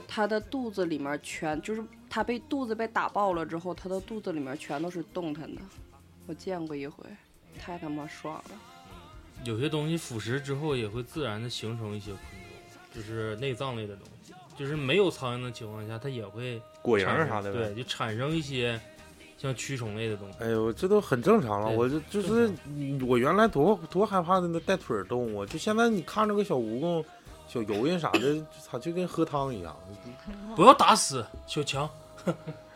Speaker 6: 它的肚子里面全就是它被肚子被打爆了之后，它的肚子里面全都是动弹的。我见过一回，太他妈爽了！
Speaker 2: 有些东西腐蚀之后也会自然的形成一些昆虫，就是内脏类的东西，就是没有苍蝇的情况下，它也会
Speaker 3: 果
Speaker 2: 产
Speaker 3: 蝇
Speaker 2: 生
Speaker 3: 啥的呗。
Speaker 2: 对，就产生一些像蛆虫类的东西。
Speaker 3: 哎呦，这都很正常了。
Speaker 2: 对
Speaker 3: 我就就是你我原来多多害怕的那带腿儿动啊物，就现在你看着个小蜈蚣、小油印啥的，操，就跟喝汤一样，
Speaker 2: 不要打死小强，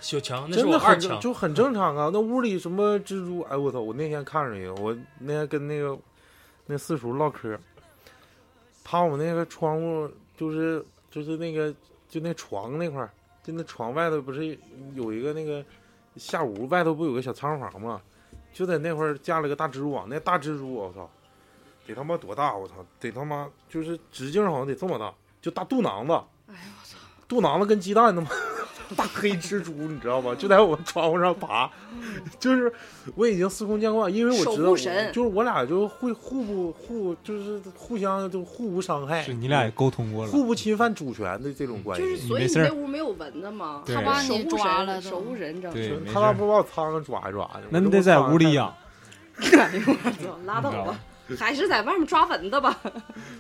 Speaker 2: 小强那是
Speaker 3: 真
Speaker 2: 我
Speaker 3: 的
Speaker 2: 二
Speaker 3: 很
Speaker 2: 强
Speaker 3: 正，，就很正常啊。那屋里什么蜘蛛，哎我操！我那天看着一个，我那天跟那个那四叔唠嗑，他我那个窗户就是就是那个就那床那块儿，就那床外头不是有一个那个下屋，外头不有个小仓房吗？就在那块儿架了个大蜘蛛网，那大蜘蛛我操，得他妈多大？我操，得他妈就是直径好像得这么大，就大肚囊子。
Speaker 6: 哎呦我操！
Speaker 3: 肚囊子跟鸡蛋那么 大黑蜘蛛，你知道吗？就在我们窗户上爬，就是我已经司空见惯，因为我知
Speaker 6: 嗯守
Speaker 3: 道
Speaker 6: 护
Speaker 3: 我，
Speaker 6: 神
Speaker 3: 就是我俩就会互不互，就是互相就互无伤
Speaker 2: 哎
Speaker 3: 害，
Speaker 7: 是你俩也沟通过了，
Speaker 3: 互不侵犯主权的这种关
Speaker 6: 嗯就是
Speaker 3: 系。
Speaker 6: 所以
Speaker 7: 没
Speaker 6: 你
Speaker 7: 事儿
Speaker 6: 那屋没有蚊子吗？
Speaker 7: 对
Speaker 6: 它
Speaker 7: 把
Speaker 5: 你
Speaker 6: 守护
Speaker 5: 抓
Speaker 6: 神
Speaker 5: 了都
Speaker 6: 守护神整
Speaker 7: 对，
Speaker 6: 的。
Speaker 7: 没事
Speaker 3: 他咋
Speaker 7: 儿。
Speaker 3: 不把我苍蝇抓一抓呢？
Speaker 7: 那你得在屋里养，
Speaker 6: 哎呦我操！拉倒吧，还是在外面抓蚊子吧。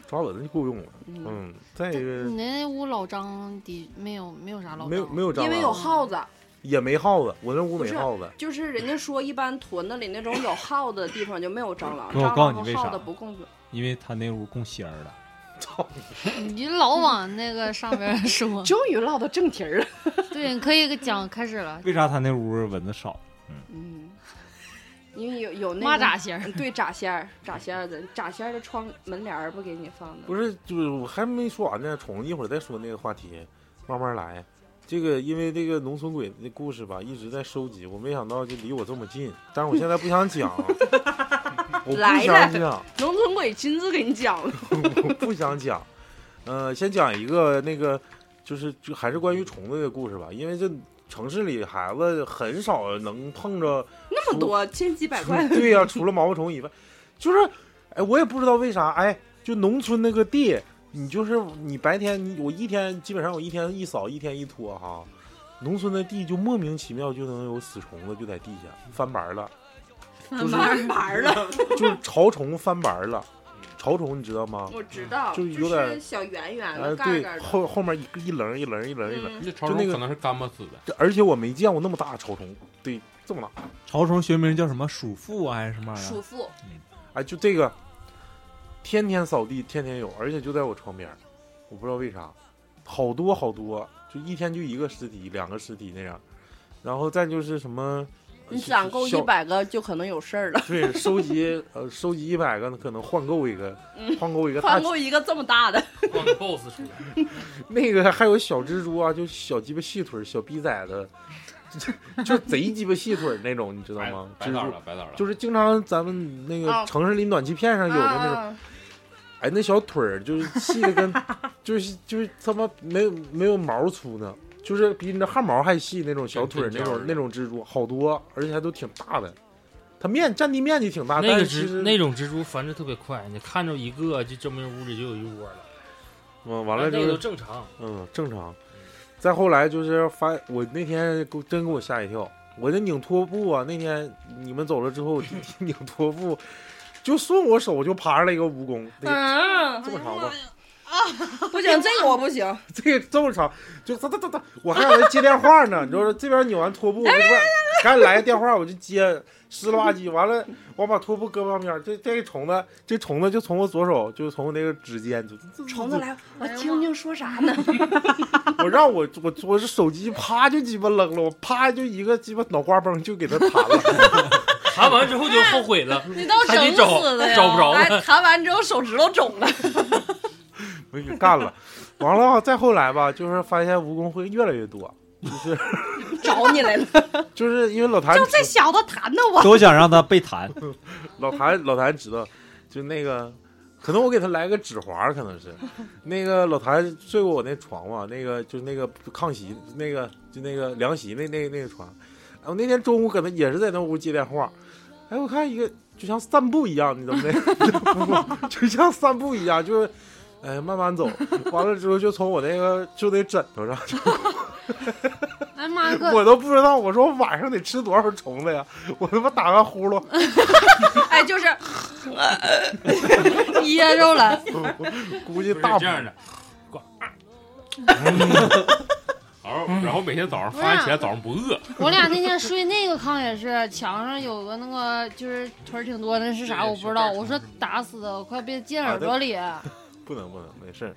Speaker 3: 抓蚊子就够用了。
Speaker 6: 嗯，
Speaker 3: 嗯，再一个
Speaker 5: 你那屋老张的没有没有啥老张，
Speaker 3: 没有没有蟑
Speaker 6: 因为有
Speaker 3: 螂，
Speaker 6: 耗子，
Speaker 3: 也没耗子，我那屋
Speaker 6: 不
Speaker 3: 没
Speaker 6: 是
Speaker 3: 耗子。
Speaker 6: 就是人家说一般屯子里那种有耗子的地方就没有蟑螂，
Speaker 7: 不是我
Speaker 6: 蟑
Speaker 7: 告诉
Speaker 6: 螂
Speaker 7: 你为
Speaker 6: 和耗
Speaker 7: 啥
Speaker 6: 子不共存。。
Speaker 7: 因为他那屋供仙儿了。
Speaker 3: 操，
Speaker 5: 你老往那个上边说
Speaker 6: 终于唠到正题儿了。
Speaker 5: 对，你可以讲开始了。
Speaker 7: 为啥他那屋蚊子少？
Speaker 6: 嗯，因为有有那
Speaker 5: 蚂
Speaker 6: 个
Speaker 5: 蚱仙儿，
Speaker 6: 对，扎线儿，扎线儿的，扎线儿的窗门帘儿不给你放的。
Speaker 3: 不是，就是我还没说完呢，宠一会儿再说那个话题，慢慢来。这个因为这个农村鬼的故事吧，一直在收集，我没想到就离我这么近，但是我现在不想 讲，我不
Speaker 6: 来
Speaker 3: 想
Speaker 6: 的
Speaker 3: 讲，
Speaker 6: 农村鬼亲自给你讲了。
Speaker 3: 我不想讲。呃，先讲一个那个，就是就还是关于虫子的故事吧，因为这城市里孩子很少能碰着
Speaker 6: 那么多千奇百
Speaker 3: 除
Speaker 6: 怪的，
Speaker 3: 对呀、除了毛毛虫以外，就是，哎，我也不知道为啥，哎，就农村那个地，你就是你白天你我一天基本上我一天一扫一天一拖哈，农村的地就莫名其妙就能有死虫子就在地下翻白了，就是
Speaker 6: 翻牌儿了，
Speaker 3: 就是潮虫翻白了， 潮虫你知道吗？
Speaker 6: 嗯我知道，
Speaker 3: 就
Speaker 6: 就是
Speaker 3: 有点
Speaker 6: 是小圆圆
Speaker 3: 哎，
Speaker 6: 的盖
Speaker 3: 对
Speaker 6: 盖，的，
Speaker 3: 后后面一个一棱一棱一棱一棱，
Speaker 6: 嗯
Speaker 4: 这潮
Speaker 3: 就那
Speaker 4: 虫
Speaker 3: 个
Speaker 4: 可能是干巴死的，
Speaker 3: 这而且我没见过那么大的潮虫，对，这么大。
Speaker 7: 潮虫学名叫什么？鼠妇啊，还是什么玩意
Speaker 6: 鼠
Speaker 7: 儿？
Speaker 6: 妇，
Speaker 3: 哎，就这个，天天扫地，天天有，而且就在我床边儿，我不知道为啥，好多好多，就一天就一个尸体，两个尸体那样。然后再就是什么，呃
Speaker 6: 你攒够一
Speaker 3: 小，
Speaker 6: 百个就可能有事儿了，
Speaker 3: 对，收集呃收集一百个，可能换购一个，换购一个大
Speaker 6: 嗯 换够一个这么大的，
Speaker 2: 放个 BOSS 出来，
Speaker 3: 那个还有小蜘蛛啊，就小鸡巴细腿儿、小逼崽子，就就贼鸡巴细腿儿那种，你知道
Speaker 4: 白
Speaker 3: 吗？
Speaker 4: 白
Speaker 3: 蜘
Speaker 4: 色
Speaker 3: 蛛
Speaker 4: 了，白色了，
Speaker 3: 就是经常咱们那个
Speaker 6: 啊
Speaker 3: 城市里暖气片上有的那种，
Speaker 6: 啊
Speaker 3: 哎，那小腿儿就是细的跟，就是就是他妈没有没有毛粗呢，就是比你的汗毛还细那种小腿儿
Speaker 4: 跟
Speaker 3: 那
Speaker 4: 针
Speaker 3: 种
Speaker 4: 尖儿
Speaker 3: 那种蜘蛛好多，而且还都挺大的，它面占地面积挺大，
Speaker 2: 那
Speaker 3: 但
Speaker 2: 个
Speaker 3: 是其
Speaker 2: 蜘
Speaker 3: 实
Speaker 2: 那种蜘蛛繁殖特别快，你看着一个就证明屋里就有一窝了，
Speaker 3: 嗯完了
Speaker 2: 这
Speaker 3: 就
Speaker 2: 个都
Speaker 3: 是
Speaker 2: 正常。
Speaker 3: 嗯正常，再后来就是发我那天给我真给我吓一跳，我这拧拖布啊，那天你们走了之后 拧拖布，就顺我手就爬上来一个蜈蚣，得
Speaker 6: 嗯，
Speaker 3: 这么长吧。
Speaker 6: 不行，这个我不 行，
Speaker 3: 这个这么长，就哒哒哒哒，我还想他接电话呢，你知道这边拧完拖布，我这边赶紧来个电话，我就接，湿了吧唧，完了我把拖布搁旁边，这这虫子，这虫子就从我左手，就从我那个指尖，就
Speaker 6: 虫子，来，我听听说啥呢？
Speaker 3: 我让我我我这手机啪就鸡巴扔了，我啪就一个鸡巴脑瓜崩就给它弹了，
Speaker 2: 弹完之后就后悔了，
Speaker 5: 你倒
Speaker 2: 还
Speaker 5: 整
Speaker 2: 得找
Speaker 5: 死的呀！
Speaker 2: 找不着了
Speaker 6: 哎，弹完之后手指头肿了，
Speaker 3: 我给干了，完了再后来吧，就是发现蜈蚣会越来越多，
Speaker 6: 找你来了，
Speaker 3: 就是因为老谭
Speaker 6: 就这小子弹的我，
Speaker 7: 都想让他被 弹。
Speaker 3: 老谭老谭知道，就那个，可能我给他来个指滑，可能是，那个老谭睡过我那床嘛，那个就是那个炕席，那个就那个凉席那那那个床，啊我那天中午可能也是在那屋接电话，哎，我看一个就像散步一样，你懂没？就像散步一样，就是。哎，慢慢走，完了之后就从我那个就那枕头上，
Speaker 5: 哎妈个，
Speaker 3: 我都不知道，我说我晚上得吃多少虫子呀？我他妈打完呼噜，
Speaker 6: 哎，就是
Speaker 5: 噎着了，
Speaker 3: 估计
Speaker 2: 不是
Speaker 3: 大
Speaker 2: 这样的。
Speaker 4: 然
Speaker 3: 啊
Speaker 4: 后 然后每天早上发现起来早上不饿，
Speaker 5: 我俩那天睡那个炕也是，墙上有个那个就是腿儿挺多，那是啥我不知道。我说打死他，我快别进耳朵里。
Speaker 3: 不能不能，没事儿。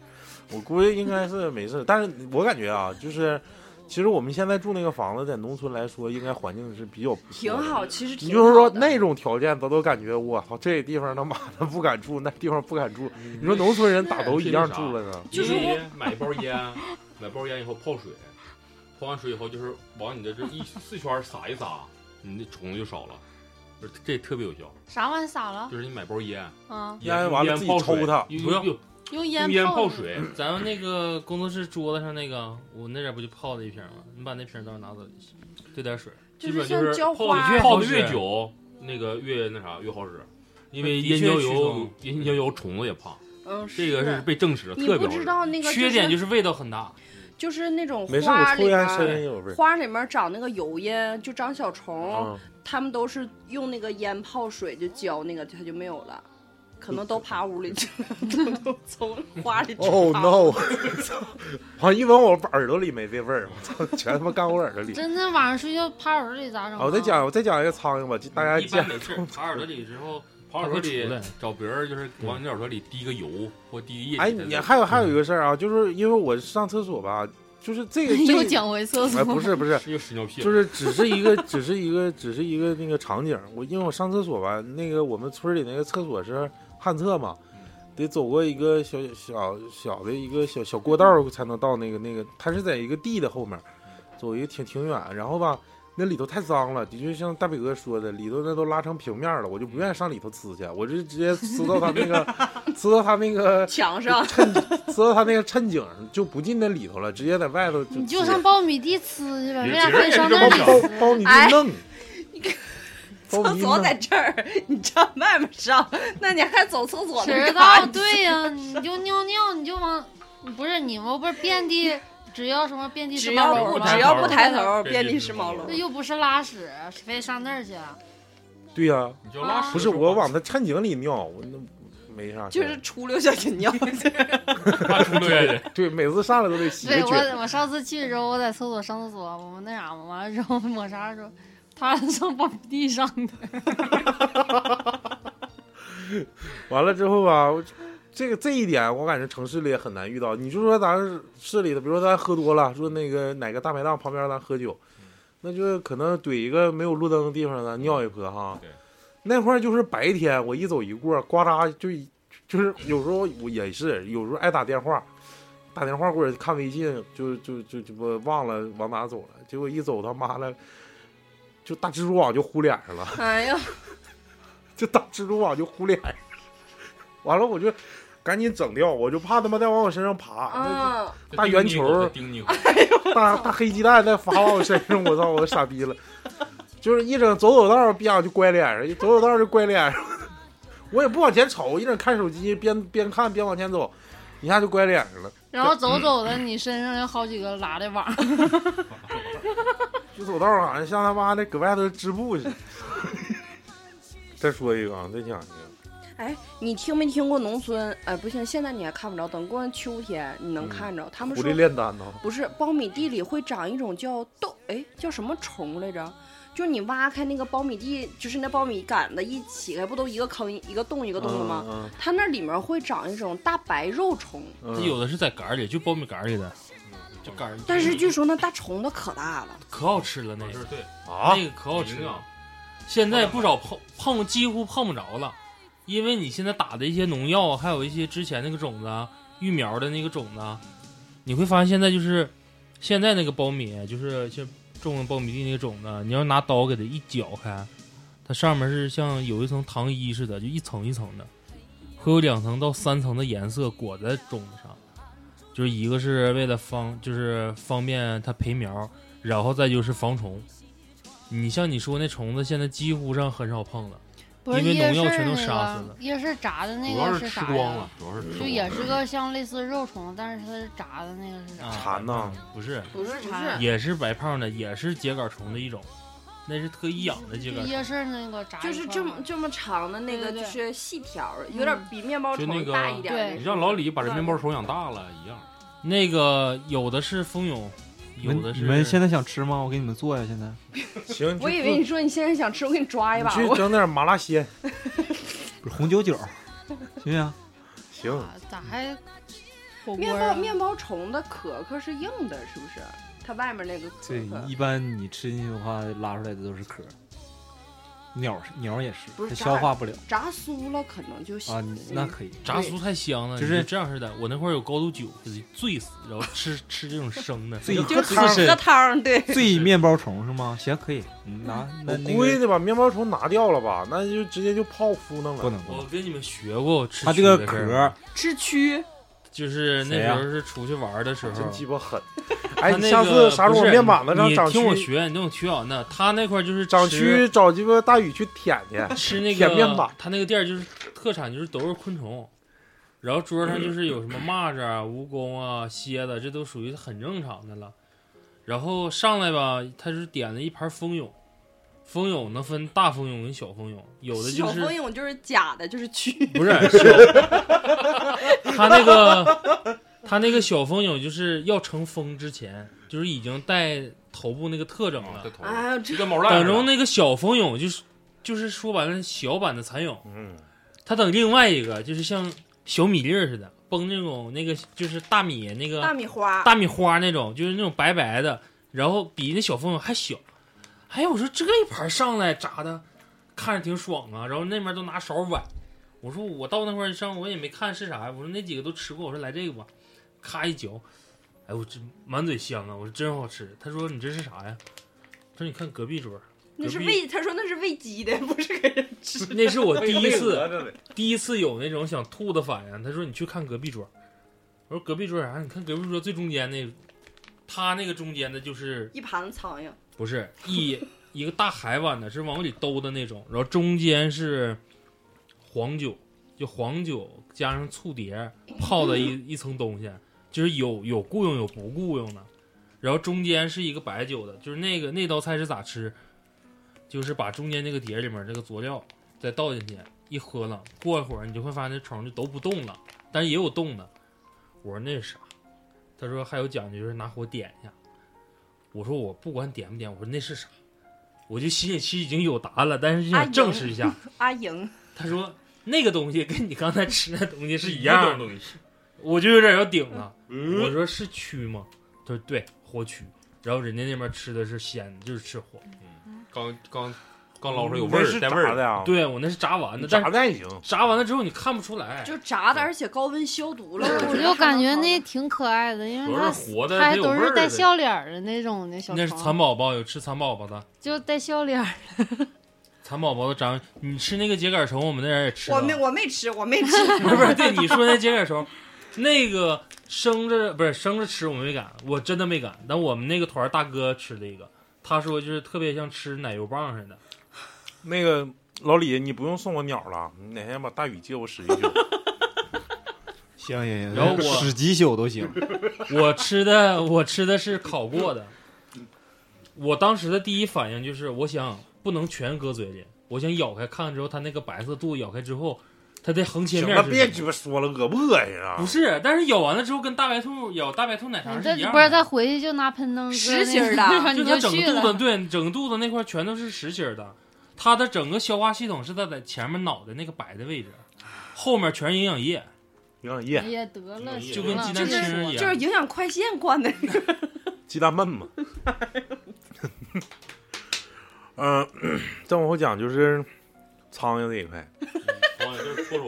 Speaker 3: 我估计应该是没事儿，但是我感觉啊，就是其实我们现在住那个房子，在农村来说，应该环境是比较不错
Speaker 6: 挺
Speaker 3: 的。
Speaker 6: 好，其实
Speaker 3: 你
Speaker 6: 挺
Speaker 3: 就是说
Speaker 6: 好的
Speaker 3: 那种条件，咱都感觉我操，这地方他妈的不敢住，那地方不敢
Speaker 4: 嗯
Speaker 3: 住。你说农村人咋都一样住了呢？
Speaker 6: 就是
Speaker 4: 你买一包烟，买包烟以后泡水，泡完水以后就是往你的这一四圈撒一撒，你的虫子就少了。不是这特别有效，
Speaker 5: 啥玩意撒了？
Speaker 4: 就是你买包烟，
Speaker 5: 啊，
Speaker 3: 烟完了自己
Speaker 4: 泡水
Speaker 3: 抽它
Speaker 4: 用
Speaker 2: 不要
Speaker 4: 用
Speaker 5: 用
Speaker 4: 用
Speaker 5: 烟
Speaker 4: 烟
Speaker 5: 泡
Speaker 4: 泡
Speaker 5: 着。
Speaker 4: 水，
Speaker 6: 嗯
Speaker 2: 咱们那个工作室桌子上那个，我那点不就泡了一瓶吗？你把那瓶到时候拿走，兑点水。
Speaker 6: 就
Speaker 2: 基
Speaker 6: 是
Speaker 2: 本
Speaker 6: 像
Speaker 2: 就是
Speaker 6: 浇
Speaker 2: 泡
Speaker 6: 花儿，
Speaker 2: 的
Speaker 4: 泡的
Speaker 2: 是
Speaker 4: 越久，那个越那啥越好使，因为
Speaker 2: 的
Speaker 4: 烟
Speaker 2: 确
Speaker 4: 椒
Speaker 2: 驱
Speaker 4: 油
Speaker 2: 虫
Speaker 4: 烟椒油虫子也怕，
Speaker 6: 嗯，
Speaker 4: 这个是
Speaker 6: 的
Speaker 4: 被证实的，
Speaker 6: 你
Speaker 4: 特别
Speaker 6: 不
Speaker 4: 好
Speaker 6: 知
Speaker 4: 使。
Speaker 6: 道那个
Speaker 2: 缺点
Speaker 6: 就
Speaker 2: 就是是味道很大，
Speaker 6: 就是那种
Speaker 3: 没事，
Speaker 6: 花
Speaker 3: 我
Speaker 6: 儿
Speaker 3: 抽
Speaker 6: 里面
Speaker 3: 烟
Speaker 6: 儿
Speaker 3: 身上也有味儿。
Speaker 6: 花里面长那个油烟，就长小虫，
Speaker 3: 嗯，
Speaker 6: 他们都是用那个烟泡水就浇那个，它就没有了。可能都爬屋里 去了，都都从花里
Speaker 3: 哦、
Speaker 6: 爬
Speaker 3: no！好， 一闻我耳朵里没这味儿，我操，全他妈干我耳朵里。
Speaker 5: 真的晚上睡觉趴耳朵里咋整啊？
Speaker 3: 啊，我再讲，我再讲一个苍蝇吧，就大家
Speaker 2: 一般
Speaker 3: 见
Speaker 2: 没 事。爬耳朵里之后，
Speaker 4: 跑耳朵
Speaker 2: 它会出
Speaker 4: 里
Speaker 2: 来
Speaker 4: 找别人，就是往你耳朵里滴个油或滴个液体。
Speaker 3: 哎，你还有还有一个事儿啊，就是因为我上厕所吧，就是这 个这
Speaker 5: 又
Speaker 3: 个，
Speaker 5: 讲回厕所
Speaker 3: 哎，。不是不是，
Speaker 4: 是又屎尿屁了，
Speaker 3: 就是只是一个，只是一个，只是一个那个场景。我因为我上厕所吧，那个我们村里那个厕所是旱厕嘛，得走过一个小小小的一个小小过道儿才能到那个那个，它是在一个地的后面，走一个挺挺远。然后吧，那里头太脏了，的确像大北哥说的，里头那都拉成平面了，我就不愿意上里头呲去，我就直接呲到他那个，呲到他那个
Speaker 6: 墙上，
Speaker 3: 呲到他那个衬景儿，就不进那里头了，直接在外头就
Speaker 5: 你就
Speaker 3: 呲
Speaker 5: 上苞米地呲去呗，
Speaker 4: 也
Speaker 5: 为啥非上那
Speaker 3: 包
Speaker 5: 里
Speaker 3: 包包
Speaker 5: 呲？
Speaker 3: 你
Speaker 6: 哎
Speaker 3: 就弄，包你
Speaker 6: 厕所
Speaker 3: 弄
Speaker 6: 在这儿，你站外面上，那你还走厕所
Speaker 5: 谁
Speaker 6: 那
Speaker 5: 知
Speaker 6: 干
Speaker 5: 道？
Speaker 6: 啥？
Speaker 5: 啊对呀、你就尿尿，你就往，不是你们不是遍地，只要什么遍地是
Speaker 6: 只
Speaker 5: 猫
Speaker 6: 要
Speaker 5: 篓
Speaker 6: 不
Speaker 5: 吗
Speaker 6: 只要不抬
Speaker 5: 对
Speaker 6: 头，
Speaker 4: 对
Speaker 6: 遍
Speaker 4: 对
Speaker 6: 地
Speaker 4: 对
Speaker 6: 是
Speaker 4: 对
Speaker 6: 毛
Speaker 4: 对
Speaker 5: 那啊
Speaker 6: 绒。
Speaker 5: 又不是拉屎，非上那儿去？
Speaker 3: 对呀、
Speaker 2: 你就拉屎
Speaker 3: 不是我往他餐井里尿，我那没啥事
Speaker 6: 就
Speaker 3: 儿。
Speaker 6: 是出溜小紧尿，
Speaker 2: 拉出溜下去，
Speaker 3: 对，每次上来都得洗
Speaker 5: 对
Speaker 3: 个卷。
Speaker 5: 我，我上次去的时候，我在厕所上厕所，我们那啥嘛，完了之后抹啥时候，他上宝地上的，
Speaker 3: 完了之后吧，我这个这一点我感觉城市里也很难遇到。你就说咱市里的，比如说咱喝多了，说那个哪个大排档旁边咱喝酒，那就可能怼一个没有路灯的地方咱尿一泼哈。
Speaker 4: 对
Speaker 3: 那块儿就是白天我一走一过，呱嗒就一就是有时候我也是，有时候爱打电话，打电话或者看微信，就就就就我忘了往哪走了，结果一走他妈了，就大蜘蛛网就糊脸上了。
Speaker 6: 哎呀，
Speaker 3: 就打蜘蛛网就糊脸，完了我就赶紧整掉，我就怕他妈再往我身上爬，
Speaker 6: 啊，
Speaker 3: 大圆球
Speaker 2: 就叮你一口就
Speaker 3: 那大 大黑鸡蛋再发往我身上，我操，我傻逼了，就是一整走走道儿，啪就乖脸上，一走走道儿就乖脸上，我也不往前瞅，一整看手机，边边看边往前走，一下就乖脸上了，
Speaker 5: 然后走走的，你身上有好几个拉的网。
Speaker 3: 就走道儿好像像他妈的搁外头织布似的。 再说一个啊，再讲一个，
Speaker 6: 哎，你听没听过农村？哎，不行，现在你还看不着，等过完秋天你能看着。他们
Speaker 3: 狐
Speaker 6: 说
Speaker 3: 狸炼丹呢，
Speaker 6: 不是苞米地里会长一种叫豆，哎，叫什么虫来着？就是你挖开那个苞米地，就是那苞米杆子一起开，不都一个坑一个洞一个洞的吗？
Speaker 3: 嗯？
Speaker 6: 它那里面会长一种大白肉虫，
Speaker 3: 嗯
Speaker 2: 这有的是在杆儿 里，就苞米杆儿里的，嗯就杆儿。
Speaker 6: 但是据说那大虫子可大了，
Speaker 2: 可好吃了那个，
Speaker 4: 对，
Speaker 3: 啊，
Speaker 2: 那个可好吃
Speaker 4: 营
Speaker 2: 了
Speaker 4: 养。
Speaker 2: 现在不少碰碰几乎碰不着了，因为你现在打的一些农药，啊还有一些之前那个种子啊育苗的那个种子啊，你会发现现在就是现在那个苞米，就是像种的苞米地那个种子，啊你要拿刀给它一绞开，它上面是像有一层糖衣似的，就一层一层的，会有两层到三层的颜色裹在种子上。就是一个是为了方，就是方便它培苗，然后再就是防虫。你像你说那虫子，现在几乎上很少碰了。
Speaker 5: 不是
Speaker 2: 因为
Speaker 5: 夜
Speaker 2: 农
Speaker 5: 市
Speaker 2: 药全都
Speaker 5: 那
Speaker 2: 杀死
Speaker 5: 个
Speaker 2: 了
Speaker 5: 夜市炸的那
Speaker 4: 主要是
Speaker 5: 个
Speaker 4: 吃
Speaker 5: 啥
Speaker 4: 光
Speaker 5: 呀
Speaker 4: 了？，主要是吃
Speaker 5: 就
Speaker 4: 光
Speaker 5: 也
Speaker 4: 了。
Speaker 5: 是个像类似肉虫，但是它是炸的那个是
Speaker 2: 啊
Speaker 5: 啥？
Speaker 3: 馋呐
Speaker 2: 嗯不是，
Speaker 6: 不是
Speaker 5: 不是
Speaker 2: 也是白胖的，也是秸秆虫的一种，那是特意养的秸
Speaker 5: 就
Speaker 2: 秆
Speaker 5: 夜
Speaker 2: 虫。
Speaker 5: 市那个炸一块
Speaker 6: 就
Speaker 5: 儿，
Speaker 6: 是这么这么长的那
Speaker 5: 对
Speaker 6: 个，
Speaker 5: 对
Speaker 6: 就
Speaker 5: 对
Speaker 6: 是细条儿，有点比面包
Speaker 4: 就那
Speaker 6: 虫
Speaker 4: 个
Speaker 6: 大一点儿的
Speaker 5: 对
Speaker 4: 你让老李把这面包虫养大了一样，
Speaker 3: 啊
Speaker 2: 那个有的是蜂蛹，
Speaker 7: 你
Speaker 2: 有
Speaker 7: 们
Speaker 2: 的是
Speaker 7: 你们现在想吃吗？我给你们做呀，现在
Speaker 3: 行，你去
Speaker 6: 我以为你说你现在想吃，我给你抓一
Speaker 3: 你
Speaker 6: 把。
Speaker 3: 去
Speaker 6: 我
Speaker 3: 整点麻辣鲜，
Speaker 7: 不是红酒酒， 行不行？
Speaker 3: 行。
Speaker 5: 咋啊咋还火锅
Speaker 6: 面
Speaker 5: 儿
Speaker 6: 包
Speaker 5: 啊？
Speaker 6: 面包虫的壳壳是硬的，是不是？它外面那个壳
Speaker 7: 对，
Speaker 6: 壳
Speaker 7: 一般你吃进去的话，拉出来的都是壳儿。鸟是鸟也是，
Speaker 6: 不是
Speaker 7: 它
Speaker 6: 炸
Speaker 7: 消化不了
Speaker 6: 炸酥了可能就行
Speaker 7: 啊。你那可以，
Speaker 2: 炸酥太香了，
Speaker 7: 就
Speaker 2: 就是是这样似的。我那块儿有高度酒，就是醉死，然后吃吃这种生的。
Speaker 7: 最
Speaker 6: 就是是喝喝
Speaker 7: 是
Speaker 6: 汤儿，对，
Speaker 7: 最面包虫是吗？行，可以，嗯 拿那
Speaker 3: 我
Speaker 7: 那
Speaker 3: 估计
Speaker 7: 个
Speaker 3: 得把面包虫拿掉了吧，那就直接就泡芙弄
Speaker 7: 不
Speaker 3: 了。
Speaker 7: 能不
Speaker 2: 我
Speaker 7: 能，
Speaker 2: 跟你们学过吃
Speaker 7: 它这
Speaker 2: 蛆
Speaker 7: 个
Speaker 2: 的事
Speaker 7: 壳
Speaker 2: 儿
Speaker 7: 儿啊
Speaker 6: 吃蛆。
Speaker 2: 就是那
Speaker 7: 谁
Speaker 2: 时
Speaker 7: 呀
Speaker 2: 候是出去玩的时候，
Speaker 3: 真鸡巴 狠！
Speaker 2: 他
Speaker 3: 哎，
Speaker 2: 啊那
Speaker 3: 你下
Speaker 2: 个
Speaker 3: 次啥时候
Speaker 2: 不
Speaker 3: 我
Speaker 2: 是
Speaker 3: 面板子上
Speaker 2: 你
Speaker 3: 长
Speaker 2: 听我
Speaker 3: 蛆，
Speaker 2: 学，你听我学好呢。他那块儿就是
Speaker 3: 长
Speaker 2: 吃
Speaker 3: 蛆找鸡巴大宇去舔 去。
Speaker 2: 吃那个
Speaker 3: 舔面吧
Speaker 2: 他那个店儿就是特产就是都是昆虫，然后桌上就是有什么蚂蚱啊、蜈蚣啊、蝎子，这都属于很正常的了。然后上来吧，他是点了一盘蜂蛹，蜂蛹能分大蜂蛹跟小蜂蛹，有的就
Speaker 6: 小蜂
Speaker 2: 是
Speaker 6: 蛹就是假的，就是蛆。
Speaker 2: 不是小， 他那个他那个小蜂蛹就是要成蜂之前，就是已经带头部那个特征
Speaker 3: 哦
Speaker 4: 啊
Speaker 2: 了
Speaker 4: 这。头
Speaker 6: 哎呦，
Speaker 4: 就
Speaker 6: 这
Speaker 4: 跟毛烂
Speaker 2: 等
Speaker 4: 似
Speaker 2: 着
Speaker 4: 的。
Speaker 2: 那个小蜂蛹就是就是说白了小版的蚕蛹。
Speaker 3: 嗯，
Speaker 2: 他等另外一个就是像小米粒儿似的，崩那种那个就是大米那个
Speaker 6: 大米花，
Speaker 2: 大米花那种，就是那种白白的，然后比那小蜂蛹还小。哎呀，我说这一盘上来炸的，看着挺爽啊。然后那边都拿勺崴，我说我到那块儿上我也没看是啥呀。我说那几个都吃过，我说来这个吧，咔一嚼，哎我这满嘴香啊，我说真好吃。他说你这是啥呀？他说你看隔壁桌，
Speaker 6: 那是
Speaker 2: 隔壁
Speaker 6: 喂，他说那是喂鸡的，不是给人吃。
Speaker 2: 那是哎我第一次。
Speaker 3: 这
Speaker 2: 第一次有那种想吐的反应，他说你去看隔壁桌，我说隔壁桌啥、啊你看隔壁桌最中间那，他那个中间的就是
Speaker 6: 一盘子苍蝇，
Speaker 2: 不是一 一个大海碗的，是往里兜的那种，然后中间是黄酒，就黄酒加上醋碟泡的一一层东西，就是有有雇佣有不雇佣的，然后中间是一个白酒的，就是那个那道菜是咋吃？就是把中间那个碟里面这个佐料再倒进去，一喝了，过一会儿你就会发现这虫就都不动了，但是也有动的。我说那是啥？他说还有讲究就是拿火点一下。我说我不管点不点，我说那是啥？我就心里其实已经有答案了，但是就
Speaker 6: 阿
Speaker 2: 想
Speaker 6: 莹
Speaker 2: 证实一下。
Speaker 6: 阿莹，
Speaker 2: 他说那个东西跟你刚才吃那东西是一
Speaker 4: 一
Speaker 2: 样的
Speaker 4: 样。东嗯西。
Speaker 2: 我就有点要顶了。我说是蛆吗？他说对，活蛆。然后人家那边吃的是鲜的，就是吃活。
Speaker 4: 哦刚刚刚捞出来有
Speaker 3: 你
Speaker 4: 味
Speaker 3: 嗯那
Speaker 4: 儿，
Speaker 3: 是
Speaker 4: 带
Speaker 3: 炸
Speaker 4: 味儿
Speaker 3: 的。呀，
Speaker 2: 对我那是炸完的，但
Speaker 3: 炸
Speaker 2: 是
Speaker 3: 的也行。
Speaker 2: 炸完了之后你看不出来，
Speaker 6: 就炸的，而且高温消毒了，
Speaker 5: 我
Speaker 6: 觉
Speaker 5: 就
Speaker 6: 得
Speaker 5: 感觉
Speaker 6: 上
Speaker 5: 那
Speaker 6: 当
Speaker 5: 挺可爱的，因
Speaker 4: 主
Speaker 5: 为
Speaker 4: 要
Speaker 5: 它
Speaker 4: 是活的，
Speaker 5: 它还
Speaker 4: 有
Speaker 5: 都
Speaker 4: 味
Speaker 5: 是
Speaker 4: 儿
Speaker 5: 带
Speaker 4: 的。
Speaker 5: 笑脸儿的那种的小
Speaker 2: 那是蚕
Speaker 5: 虫，
Speaker 2: 宝宝，有吃蚕宝宝的，
Speaker 5: 就带笑脸儿。
Speaker 2: 蚕宝宝的长，你吃那个秸秆虫，我们那人也吃了。
Speaker 6: 我没我没吃，我没吃，
Speaker 2: 不是啊不是，对你说那秸秆虫，那个生着不是生着吃我没敢，我真的没敢。但我们那个团儿大哥吃了一个，他说就是特别像吃奶油棒似的。
Speaker 3: 那个老李，你不用送我鸟了，你哪天把大宇借我使一 宿。
Speaker 7: 行行行，
Speaker 2: 然后我
Speaker 7: 使几宿都 行。
Speaker 2: 我吃的 我吃的是烤过的，我当时的第一反应就是我想不能全搁嘴里，我想咬开看看之后，它那个白色肚子咬开之后，它的横切
Speaker 3: 行
Speaker 2: 面
Speaker 3: 了，
Speaker 2: 是
Speaker 3: 别
Speaker 2: 什
Speaker 3: 鸡
Speaker 2: 么
Speaker 3: 巴说了，恶不恶心啊？
Speaker 2: 不是，但是咬完了之后跟大白兔咬大白兔奶
Speaker 5: 你
Speaker 2: 糖
Speaker 5: 嗯这
Speaker 2: 一样
Speaker 5: 不是他
Speaker 2: 的，
Speaker 5: 回去就拿喷灯
Speaker 6: 实
Speaker 5: 搁那
Speaker 6: 心儿的
Speaker 5: 地方
Speaker 2: 就
Speaker 5: 你
Speaker 2: 它
Speaker 5: 就
Speaker 2: 整
Speaker 5: 去
Speaker 2: 个肚
Speaker 5: 了
Speaker 2: 子，。对，整个肚子那块全都是实心儿的，它的整个消化系统是在在前面脑袋那个白的位置，后面全是营养液，
Speaker 3: 营养液、
Speaker 5: 也得了，
Speaker 3: 就
Speaker 5: 行
Speaker 2: 就跟
Speaker 5: 了
Speaker 2: 鸡蛋清儿一
Speaker 6: 就是
Speaker 2: 样。
Speaker 6: 营养快线灌的。
Speaker 3: 鸡蛋焖嘛。 嗯，再往后讲就是苍蝇这一块，
Speaker 4: 嗯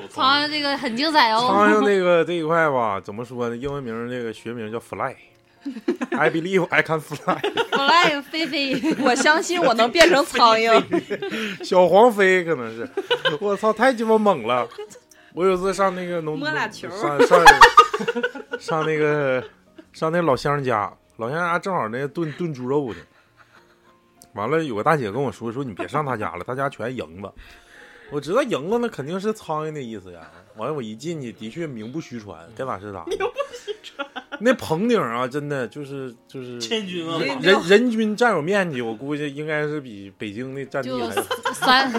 Speaker 5: 苍蝇这个很精彩哦，
Speaker 3: 苍蝇这个这一块吧，怎么说呢？英文名这个学名叫 fly。I believe I can fly。
Speaker 5: 不赖菲 菲，
Speaker 6: 我相信我能变成苍蝇，
Speaker 3: 小黄飞可能是， 我操，太鸡巴猛了！我有次上那个农
Speaker 6: 摸俩球
Speaker 3: 上上上那个上那老乡家，老乡家正好那炖炖猪肉呢。完了，有个大姐跟我说说你别上他家了，他家全蝇子。我知道蝇子那肯定是苍蝇的意思呀。完了，我一进去的确名不虚传，该咋是咋。名不虚传。那棚顶啊，真的就是就是
Speaker 2: 千军万马，
Speaker 3: 人人均占有面积，我估计应该是比北京的占地
Speaker 5: 就
Speaker 3: 还要。
Speaker 5: 三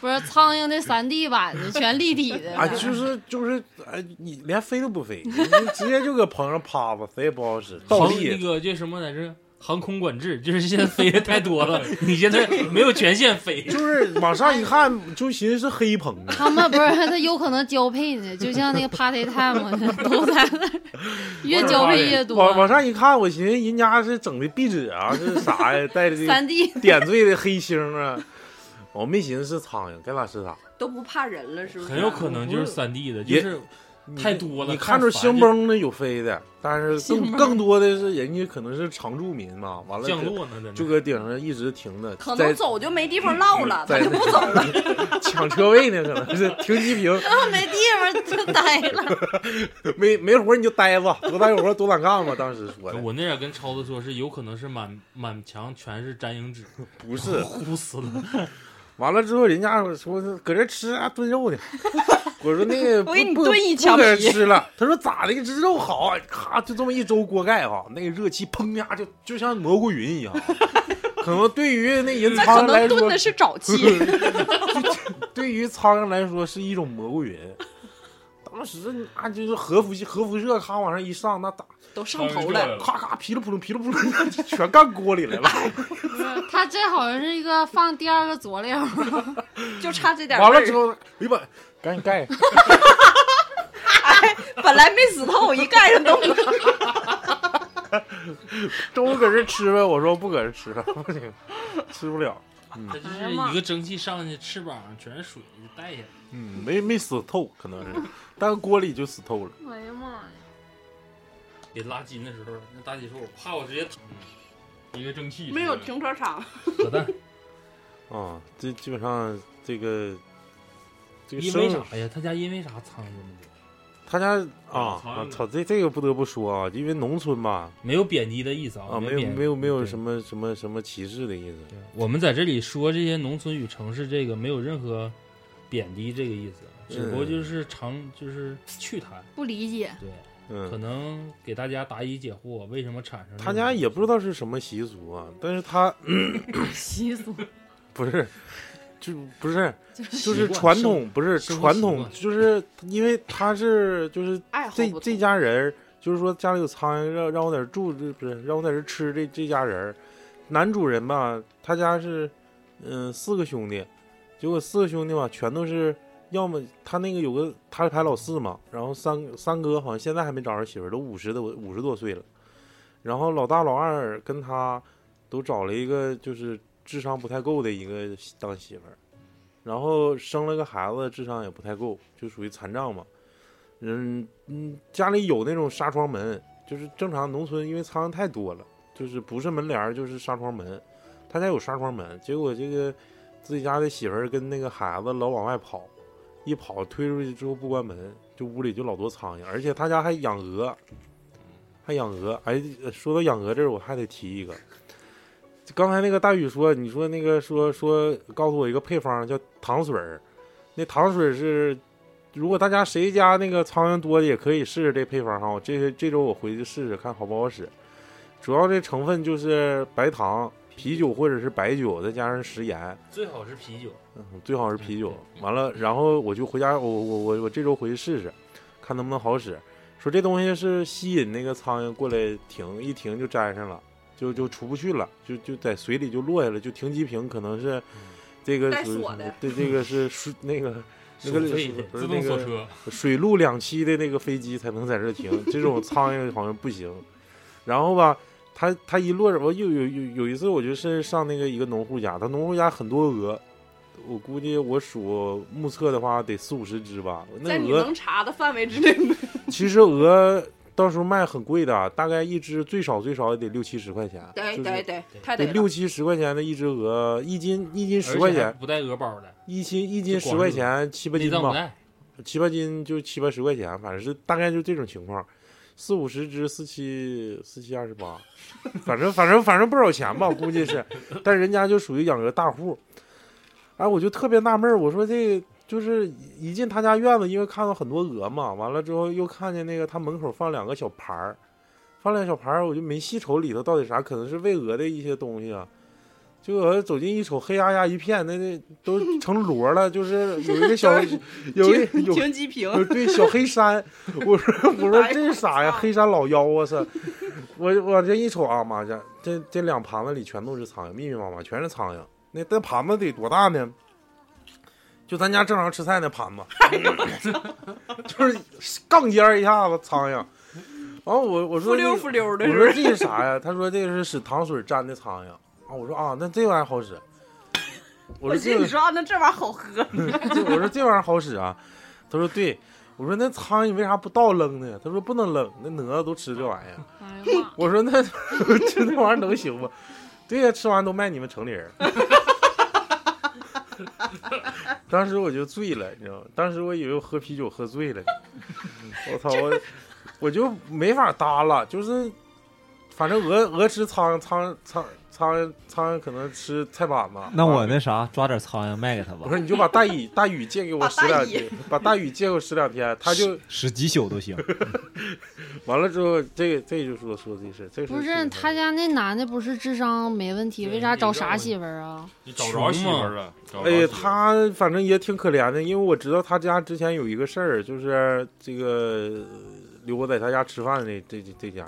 Speaker 5: 不是苍蝇那三 D 版的，全立体 的
Speaker 3: 啊，就是就是，哎，你连飞都不飞，你直接就搁棚上趴着，谁也不好使，倒
Speaker 2: 航那
Speaker 3: 立。
Speaker 2: 个叫什么来着？航空管制，就是现在飞的太 多了，你现在没有权限飞。
Speaker 3: 就是往上一看，就寻思是黑棚啊。
Speaker 5: 他们不是，他有可能交配 呢，就像那个 Party Time 似的都在那儿， 越交配越
Speaker 3: 往往
Speaker 5: 多。
Speaker 3: 上一看，我寻思人家是整的壁纸啊，是啥呀？带着 这个
Speaker 5: 三 D
Speaker 3: 点缀的黑星啊，我没寻思是苍蝇，该咋是咋。
Speaker 6: 都不怕人了，是不是？
Speaker 2: 很有可能就是三 D 的，就
Speaker 3: 也
Speaker 2: 是
Speaker 3: 你
Speaker 2: 嗯太多了
Speaker 3: 你
Speaker 2: 看
Speaker 3: 看着
Speaker 2: 烦
Speaker 3: 兴
Speaker 2: 就
Speaker 3: 崩的有飞的，但是更更多的是人家可能是常住民嘛，完了
Speaker 2: 降
Speaker 3: 就
Speaker 2: 落呢，在那
Speaker 3: 就搁顶上一直停着，
Speaker 6: 可
Speaker 3: 在
Speaker 6: 能走就没地方落了，他
Speaker 3: 在
Speaker 6: 就不走了，
Speaker 3: 抢车位呢，可能是停机坪，
Speaker 5: 没地方就呆了，
Speaker 3: 没没活儿你就呆着，多待会儿多胆干吧。当时说的
Speaker 2: 我那点跟超子说是有可能是满满墙全是粘蝇纸，
Speaker 3: 不是，
Speaker 2: 呼死 了。
Speaker 3: 完了之后人家说是搁这吃啊炖肉呢， 我说那个
Speaker 6: 我给你
Speaker 3: 不不
Speaker 6: 炖一
Speaker 3: 不
Speaker 6: 墙
Speaker 3: 搁这
Speaker 6: 皮
Speaker 3: 吃了，他说咋的，这肉好，啊咔就这么一周锅盖哈，那个热气砰呀就就像蘑菇云一样，可能对于那人
Speaker 6: 他可
Speaker 3: 苍蝇
Speaker 6: 能
Speaker 3: 来
Speaker 6: 炖
Speaker 3: 说
Speaker 6: 的，是沼气。
Speaker 3: 对于苍蝇来说是一种蘑菇云。当时那就是核辐射，核辐射咔往上一上，那打
Speaker 6: 都上头了，
Speaker 3: 咔咔噼里扑棱噼里扑棱，全干锅里来了。
Speaker 2: 哎
Speaker 5: 他这好像是一个放第二个佐料，
Speaker 6: 就差这点
Speaker 3: 完
Speaker 6: 味
Speaker 3: 了之
Speaker 6: 儿。
Speaker 3: 后，哎呀妈，赶紧盖！
Speaker 6: 本来没死透，一盖上都没有。
Speaker 3: 中午搁这吃呗，我说不搁这吃了，不行， 吃不了。
Speaker 2: 它就是一个蒸汽上去，翅膀上全是水就带下来。
Speaker 3: 嗯，没没死透，可能是，但锅里就死透了。
Speaker 5: 哎呀妈呀！
Speaker 2: 给拉筋的时候，那大姐说我怕我直接疼，
Speaker 4: 一个蒸汽
Speaker 6: 没有停车场，
Speaker 2: 扯淡，
Speaker 3: 啊、这基本上这个这个
Speaker 2: 因为
Speaker 3: 生
Speaker 2: 啥呀？他家因为啥苍蝇那么多？
Speaker 3: 他家啊
Speaker 4: 啊，
Speaker 3: 啊操，这这个不得不说啊，因为农村嘛，
Speaker 2: 没有贬低的意思啊，
Speaker 3: 啊，没
Speaker 2: 有
Speaker 3: 有
Speaker 2: 贬
Speaker 3: 没有没有
Speaker 2: 对
Speaker 3: 什么什么什么歧视的意思。
Speaker 2: 对我们在这里说这些农村与城市，这个没有任何贬低这个意思，只
Speaker 3: 嗯
Speaker 2: 不过就是常就是趣谈。
Speaker 5: 不理解，
Speaker 2: 对，可
Speaker 3: 嗯，
Speaker 2: 能给大家答疑解惑，为什么产生这
Speaker 3: 他
Speaker 2: 种
Speaker 3: 家也不知道是什么习俗啊，但是他
Speaker 5: 习俗
Speaker 3: 不是，就不是，就
Speaker 2: 习
Speaker 3: 是
Speaker 2: 惯
Speaker 3: 传
Speaker 2: 生
Speaker 3: 统，不是
Speaker 2: 生活
Speaker 3: 传
Speaker 2: 习
Speaker 3: 统
Speaker 2: 惯，
Speaker 3: 就是因为他是就是
Speaker 6: 爱好
Speaker 3: 这
Speaker 6: 不
Speaker 3: 这
Speaker 6: 同。
Speaker 3: 家人儿，就是说家里有苍蝇，让让我在这儿住，这不是让我在这儿吃这这家人儿，男主人吧，他家是嗯、四个兄弟，结果四个兄弟吧全都是要么他那个有个他是排老四嘛，然后三三哥好像现在还没找着媳妇儿，都五十多五十多岁了，然后老大老二跟他都找了一个就是智商不太够的一个当媳妇儿。然后生了个孩子，智商也不太够，就属于残障嘛。嗯嗯，家里有那种纱窗门，就是正常农村，因为苍蝇太多了，就是不是门帘儿就是纱窗门。他家有纱窗门，结果这个自己家的媳妇儿跟那个孩子老往外跑，一跑推出去之后不关门，就屋里就老多苍蝇，而且他家还养鹅，还养鹅。哎，说到养鹅这儿，我还得提一个。刚才那个大宇说，你说那个说说告诉我一个配方叫糖水儿，那糖水儿是如果大家谁家那个苍蝇多的，也可以试试这配方哈。我这这周我回去试试看好不好使。主要这成分就是白糖、啤酒或者是白酒，再加上食盐，
Speaker 2: 最好是啤酒，
Speaker 3: 嗯，最好是啤酒
Speaker 2: 嗯。
Speaker 3: 完了，然后我就回家，我我我我这周回去试试，看能不能好使。说这东西是吸引那个苍蝇过来停，一停就粘上了，就就出不去了，就就在水里就落下了，就停机坪，可能是
Speaker 2: 嗯
Speaker 3: 这个
Speaker 6: 带
Speaker 3: 属于
Speaker 6: 锁的
Speaker 3: 对这个是水那个那个
Speaker 2: 收费的
Speaker 3: 不是
Speaker 4: 自
Speaker 3: 那
Speaker 4: 动锁
Speaker 3: 个
Speaker 4: 车，
Speaker 3: 水陆两栖的那个飞机才能在这儿 停，这种苍蝇好像不行。然后吧，他他一落着，我有有有有一次，我就是上那个一个农户家，他农户家很多鹅，我估计我数目测的话得四五十只吧。那
Speaker 6: 在你
Speaker 3: 鹅
Speaker 6: 能查的范围之内，
Speaker 3: 其实鹅到时候卖很贵的，大概一只最少最少也得六七十块钱，
Speaker 6: 对
Speaker 3: 就是
Speaker 6: 对对，太
Speaker 3: 得
Speaker 6: 了
Speaker 3: 六七十块钱的一只鹅，一斤一斤十块
Speaker 2: 而且还
Speaker 3: 钱，
Speaker 2: 不带鹅包的，
Speaker 3: 一斤一斤
Speaker 2: 就
Speaker 3: 十
Speaker 2: 光
Speaker 3: 块
Speaker 2: 是
Speaker 3: 钱，七八
Speaker 2: 内
Speaker 3: 斤
Speaker 2: 脏不
Speaker 3: 吧。
Speaker 2: 带，
Speaker 3: 七八斤就七八十块钱，反正是大概就这种情况，四五十只四七四七二十八，反正反正反正不少钱吧，估计是，但人家就属于养鹅大户，哎，我就特别纳闷儿，我说这就是一进他家院子，因为看到很多鹅嘛，完了之后又看见那个他门口放两个小盘儿，放两个小盘儿，我就没细瞅里头到底啥，可能是喂鹅的一些东西啊。结果走近一瞅，黑压压一片，那那都成摞了，就是有一个小有一有
Speaker 6: 停机 坪，
Speaker 3: 有对小黑山，我说我说
Speaker 6: 哎
Speaker 3: 这是啥呀？黑山老妖，我操！ 我我这一瞅啊，妈家这这两盘子里全都是苍蝇，密密麻麻全是苍蝇。那那盘子得多大呢？就咱家正常吃菜那盘子， 就是杠尖儿一下子苍蝇。完、我我
Speaker 6: 浮
Speaker 3: 说
Speaker 6: 溜
Speaker 3: 这
Speaker 6: 浮溜的
Speaker 3: 我
Speaker 6: 是
Speaker 3: 说
Speaker 6: 不是？
Speaker 3: 这是啥呀？他说这是使糖水沾的苍蝇啊。我说啊，那这玩意儿好使。我
Speaker 6: 我
Speaker 3: 说
Speaker 6: 寻
Speaker 3: 这
Speaker 6: 思
Speaker 3: 个
Speaker 6: 你说啊，那这玩意儿好喝，
Speaker 3: 这我说这玩意儿好使啊，他说对，我说那苍蝇为啥不倒扔呢？他说不能扔，那哪吒都吃这玩意儿。
Speaker 5: 哎呀妈！
Speaker 3: 我说那 吃那玩意儿能行吗？对呀、吃完都卖你们城里人。 当时我就醉了，你知道吗？当时我以为我喝啤酒喝醉了，我操我我就没法搭了，就是反正鹅鹅吃苍蝇，苍蝇苍苍蝇苍蝇可能吃菜板子。
Speaker 7: 那我那啥，抓点苍蝇卖给他吧
Speaker 3: 我，说你就把大 宇大宇借给我
Speaker 6: 把
Speaker 3: 使
Speaker 6: 大
Speaker 3: 两
Speaker 6: 宇
Speaker 3: 天，把大宇借给我使两天，他 就
Speaker 7: 使几宿都 行。
Speaker 3: 完了之后，这这就说说这事，这
Speaker 5: 不是他家那男的，不是智商没问题，
Speaker 2: 对
Speaker 5: 为啥找
Speaker 2: 你知道
Speaker 5: 啥
Speaker 2: 吗
Speaker 5: 媳妇儿啊？
Speaker 4: 你找着媳妇儿了，找着媳
Speaker 3: 哎，
Speaker 4: 妇儿
Speaker 3: 他反正也挺可怜的，因为我知道他家之前有一个事儿，就是这个刘波在他家吃饭的这这这家，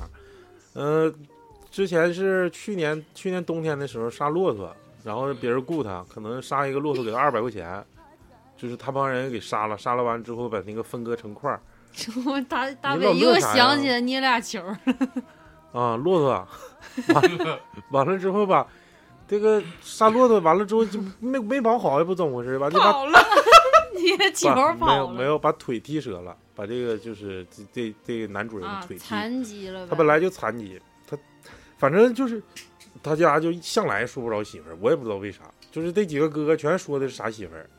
Speaker 3: 嗯、之前是去年去年冬天的时候杀骆驼，然后别人雇他，可能杀一个骆驼给他二百块钱，就是他帮人给杀了，杀了完之后把那个分割成块儿
Speaker 5: 我 大大
Speaker 3: 你
Speaker 5: 北
Speaker 3: 老
Speaker 5: 又
Speaker 3: 乐啥呀
Speaker 5: 想起来捏俩球儿，
Speaker 3: 啊，骆驼，完完了之后吧，这个杀骆驼完了之后就没没绑好，也不怎么回事吧，就把
Speaker 6: 跑了，
Speaker 5: 捏球
Speaker 3: 把没
Speaker 5: 儿
Speaker 3: 有
Speaker 5: 哦跑
Speaker 3: 没
Speaker 5: 了
Speaker 3: 有把腿踢折了，把这个就是这这这个男主人
Speaker 5: 啊
Speaker 3: 的腿，踢，
Speaker 5: 残疾了呗。
Speaker 3: 他本来就残疾，他反正就是他家就向来说不着媳妇儿，我也不知道为啥，就是这几个哥哥全说的是啥媳妇儿，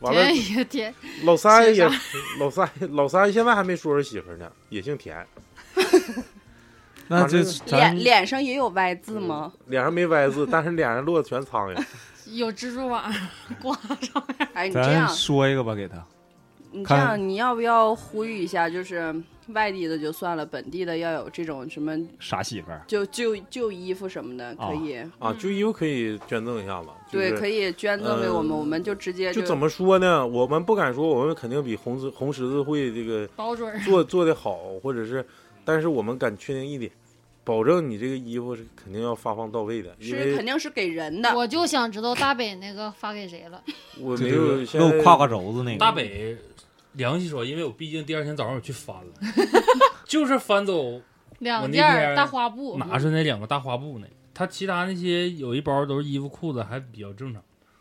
Speaker 3: 完了
Speaker 5: 田也田，
Speaker 3: 老三
Speaker 5: 哎是
Speaker 3: 也
Speaker 5: 啥
Speaker 3: 老三老三现在还没说着媳妇儿呢，也姓田，
Speaker 7: 那就
Speaker 3: 反正
Speaker 7: 咱
Speaker 6: 脸脸上也有 Y 字吗？
Speaker 3: 嗯脸上没歪字，但是脸上落的全苍蝇，
Speaker 5: 有蜘蛛网 挂上面。
Speaker 6: 哎，你这
Speaker 7: 咱
Speaker 6: 样，
Speaker 7: 说一个吧，给他。
Speaker 6: 你这
Speaker 7: 看
Speaker 6: 样，你要不要呼吁一下？就是外地的就算了，本地的要有这种什么
Speaker 7: 傻媳妇儿，
Speaker 6: 就就就衣服什么的，
Speaker 7: 啊
Speaker 6: 可以，
Speaker 3: 啊，就衣服可以捐赠一下子，
Speaker 6: 嗯对，
Speaker 3: 就是
Speaker 6: 可以捐赠给我们，
Speaker 3: 嗯
Speaker 6: 我们就直接
Speaker 3: 就怎么说呢？我们不敢说，我们肯定比红十红十字会这个
Speaker 5: 包准儿
Speaker 3: 做做的好，或者是，但是我们敢确定一点，保证你这个衣服是肯定要发放到位的，因
Speaker 6: 是肯
Speaker 3: 为
Speaker 6: 定是给人的，
Speaker 5: 我就想知道大北那个发给谁了。
Speaker 3: 我
Speaker 7: 就
Speaker 3: 没
Speaker 7: 是
Speaker 3: 有现在
Speaker 7: 露胯胯轴子那个。
Speaker 2: 大北良心说，因为我毕竟第二天早上我去翻了， 就是翻走我
Speaker 5: 两
Speaker 2: 那
Speaker 5: 件儿
Speaker 2: 天
Speaker 5: 大花布，
Speaker 2: 拿出那两个大花布呢。他其他那些有一包都是衣服裤子，还比较正常，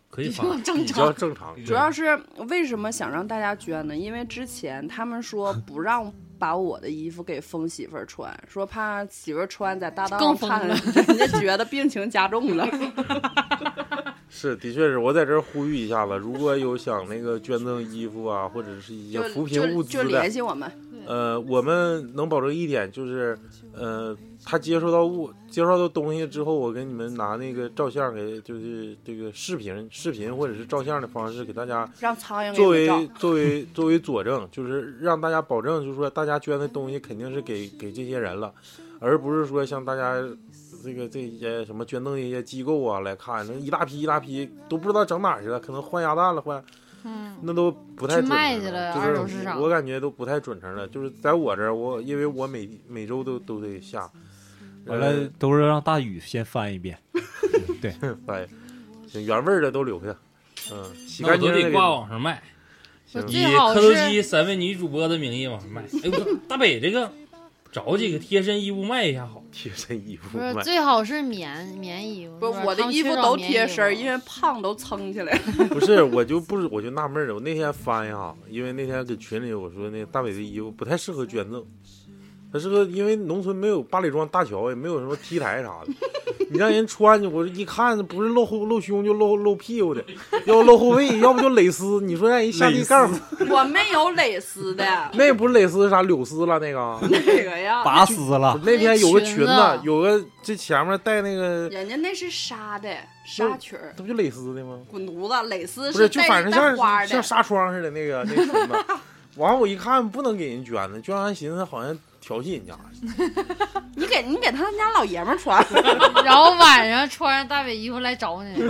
Speaker 2: 可以
Speaker 5: 比
Speaker 2: 发。
Speaker 5: 较嗯 正
Speaker 3: 比较
Speaker 5: 常。
Speaker 3: 正常，
Speaker 6: 主要是为什么想让大家捐呢？因为之前他 们说不让把我的衣服给疯媳妇儿穿，说怕媳妇儿穿在大道上
Speaker 5: 更疯
Speaker 6: 看
Speaker 5: 了，
Speaker 6: 人家觉得病情加重了。
Speaker 3: 是的确是我在这儿呼吁一下子，如果有想那个捐赠衣服啊，或者是一些
Speaker 6: 就
Speaker 3: 扶贫
Speaker 6: 就
Speaker 3: 物资
Speaker 6: 就
Speaker 3: 的
Speaker 6: 联，系我们，
Speaker 3: 呃，我们能保证一点就是，呃，他接收到物接收到东西之后，我给你们拿那个照相给，就是这个视频、视频或者是照相的方式给大家
Speaker 6: 让苍蝇给
Speaker 3: 作
Speaker 6: 我
Speaker 3: 为嗯
Speaker 6: 照。
Speaker 3: 作为作为佐证，就是让大家保证，就是说大家捐的东西肯定是给给这些人了，而不是说像大家这个这些什么捐赠的一些机构啊来看，那一大批一大批都不知道整哪儿去了，可能换鸭蛋了，换
Speaker 5: 嗯，
Speaker 3: 那都不太
Speaker 5: 去
Speaker 3: 准
Speaker 5: 卖
Speaker 3: 成
Speaker 5: 去
Speaker 3: 了
Speaker 5: 了二手
Speaker 3: 就是
Speaker 5: 市场
Speaker 3: 我感觉都不太准成了。就是在我这儿，我因为我每每周都都得下，
Speaker 7: 呃完了都是让大宇先翻一 遍，
Speaker 3: 呃，哎，行原味儿的都留下，嗯，洗
Speaker 2: 那我
Speaker 3: 干
Speaker 2: 都
Speaker 3: 净的
Speaker 2: 得
Speaker 3: 给
Speaker 2: 挂
Speaker 3: 你
Speaker 2: 网上卖，
Speaker 5: 我
Speaker 3: 行
Speaker 2: 以
Speaker 5: 最好
Speaker 2: 磕头
Speaker 5: 是
Speaker 2: 机三位女主播的名义往上卖。哎呦，大北这个找几个贴身衣物卖一下好。
Speaker 3: 贴身衣服
Speaker 5: 不是
Speaker 3: 卖。
Speaker 5: 最好是棉棉衣服？
Speaker 6: 不
Speaker 5: 是
Speaker 6: 是
Speaker 5: 吧
Speaker 6: 我的
Speaker 5: 他们
Speaker 6: 衣
Speaker 5: 缺
Speaker 6: 服
Speaker 5: 少
Speaker 6: 都
Speaker 5: 棉
Speaker 6: 贴
Speaker 5: 衣
Speaker 6: 身儿，
Speaker 5: 服
Speaker 6: 因为胖都撑起来了。
Speaker 3: 不是，我就不是，我就纳闷了。我那天翻呀，因为那天搁群里我说那大北的衣服不太适合捐赠，它适合因为农村没有八里庄大桥，也没有什么 T 台啥的，你让人穿去，我一看不是露后露胸就露露屁股的，要露后背，要不就蕾丝。你说让人下地干活，
Speaker 6: 我没有蕾丝的
Speaker 3: 那不是蕾丝啥柳丝了那个。
Speaker 6: 那个呀，
Speaker 7: 拔丝了。
Speaker 3: 那天有个
Speaker 5: 啊裙
Speaker 3: 裙
Speaker 5: 子
Speaker 3: 子，有个这前面带那个，
Speaker 6: 人家那是纱的纱裙儿，
Speaker 3: 这不就蕾丝的吗？
Speaker 6: 滚犊子，蕾丝
Speaker 3: 不是，就
Speaker 6: 带
Speaker 3: 反正
Speaker 6: 带
Speaker 3: 像
Speaker 6: 花儿的
Speaker 3: 像，纱窗似的那个那裙 子。完，我一看不能给人捐的，捐完寻思好像调戏人家，
Speaker 6: 你给你给他们家老爷们儿 穿。
Speaker 5: 然后晚上穿上大北衣服来找 你，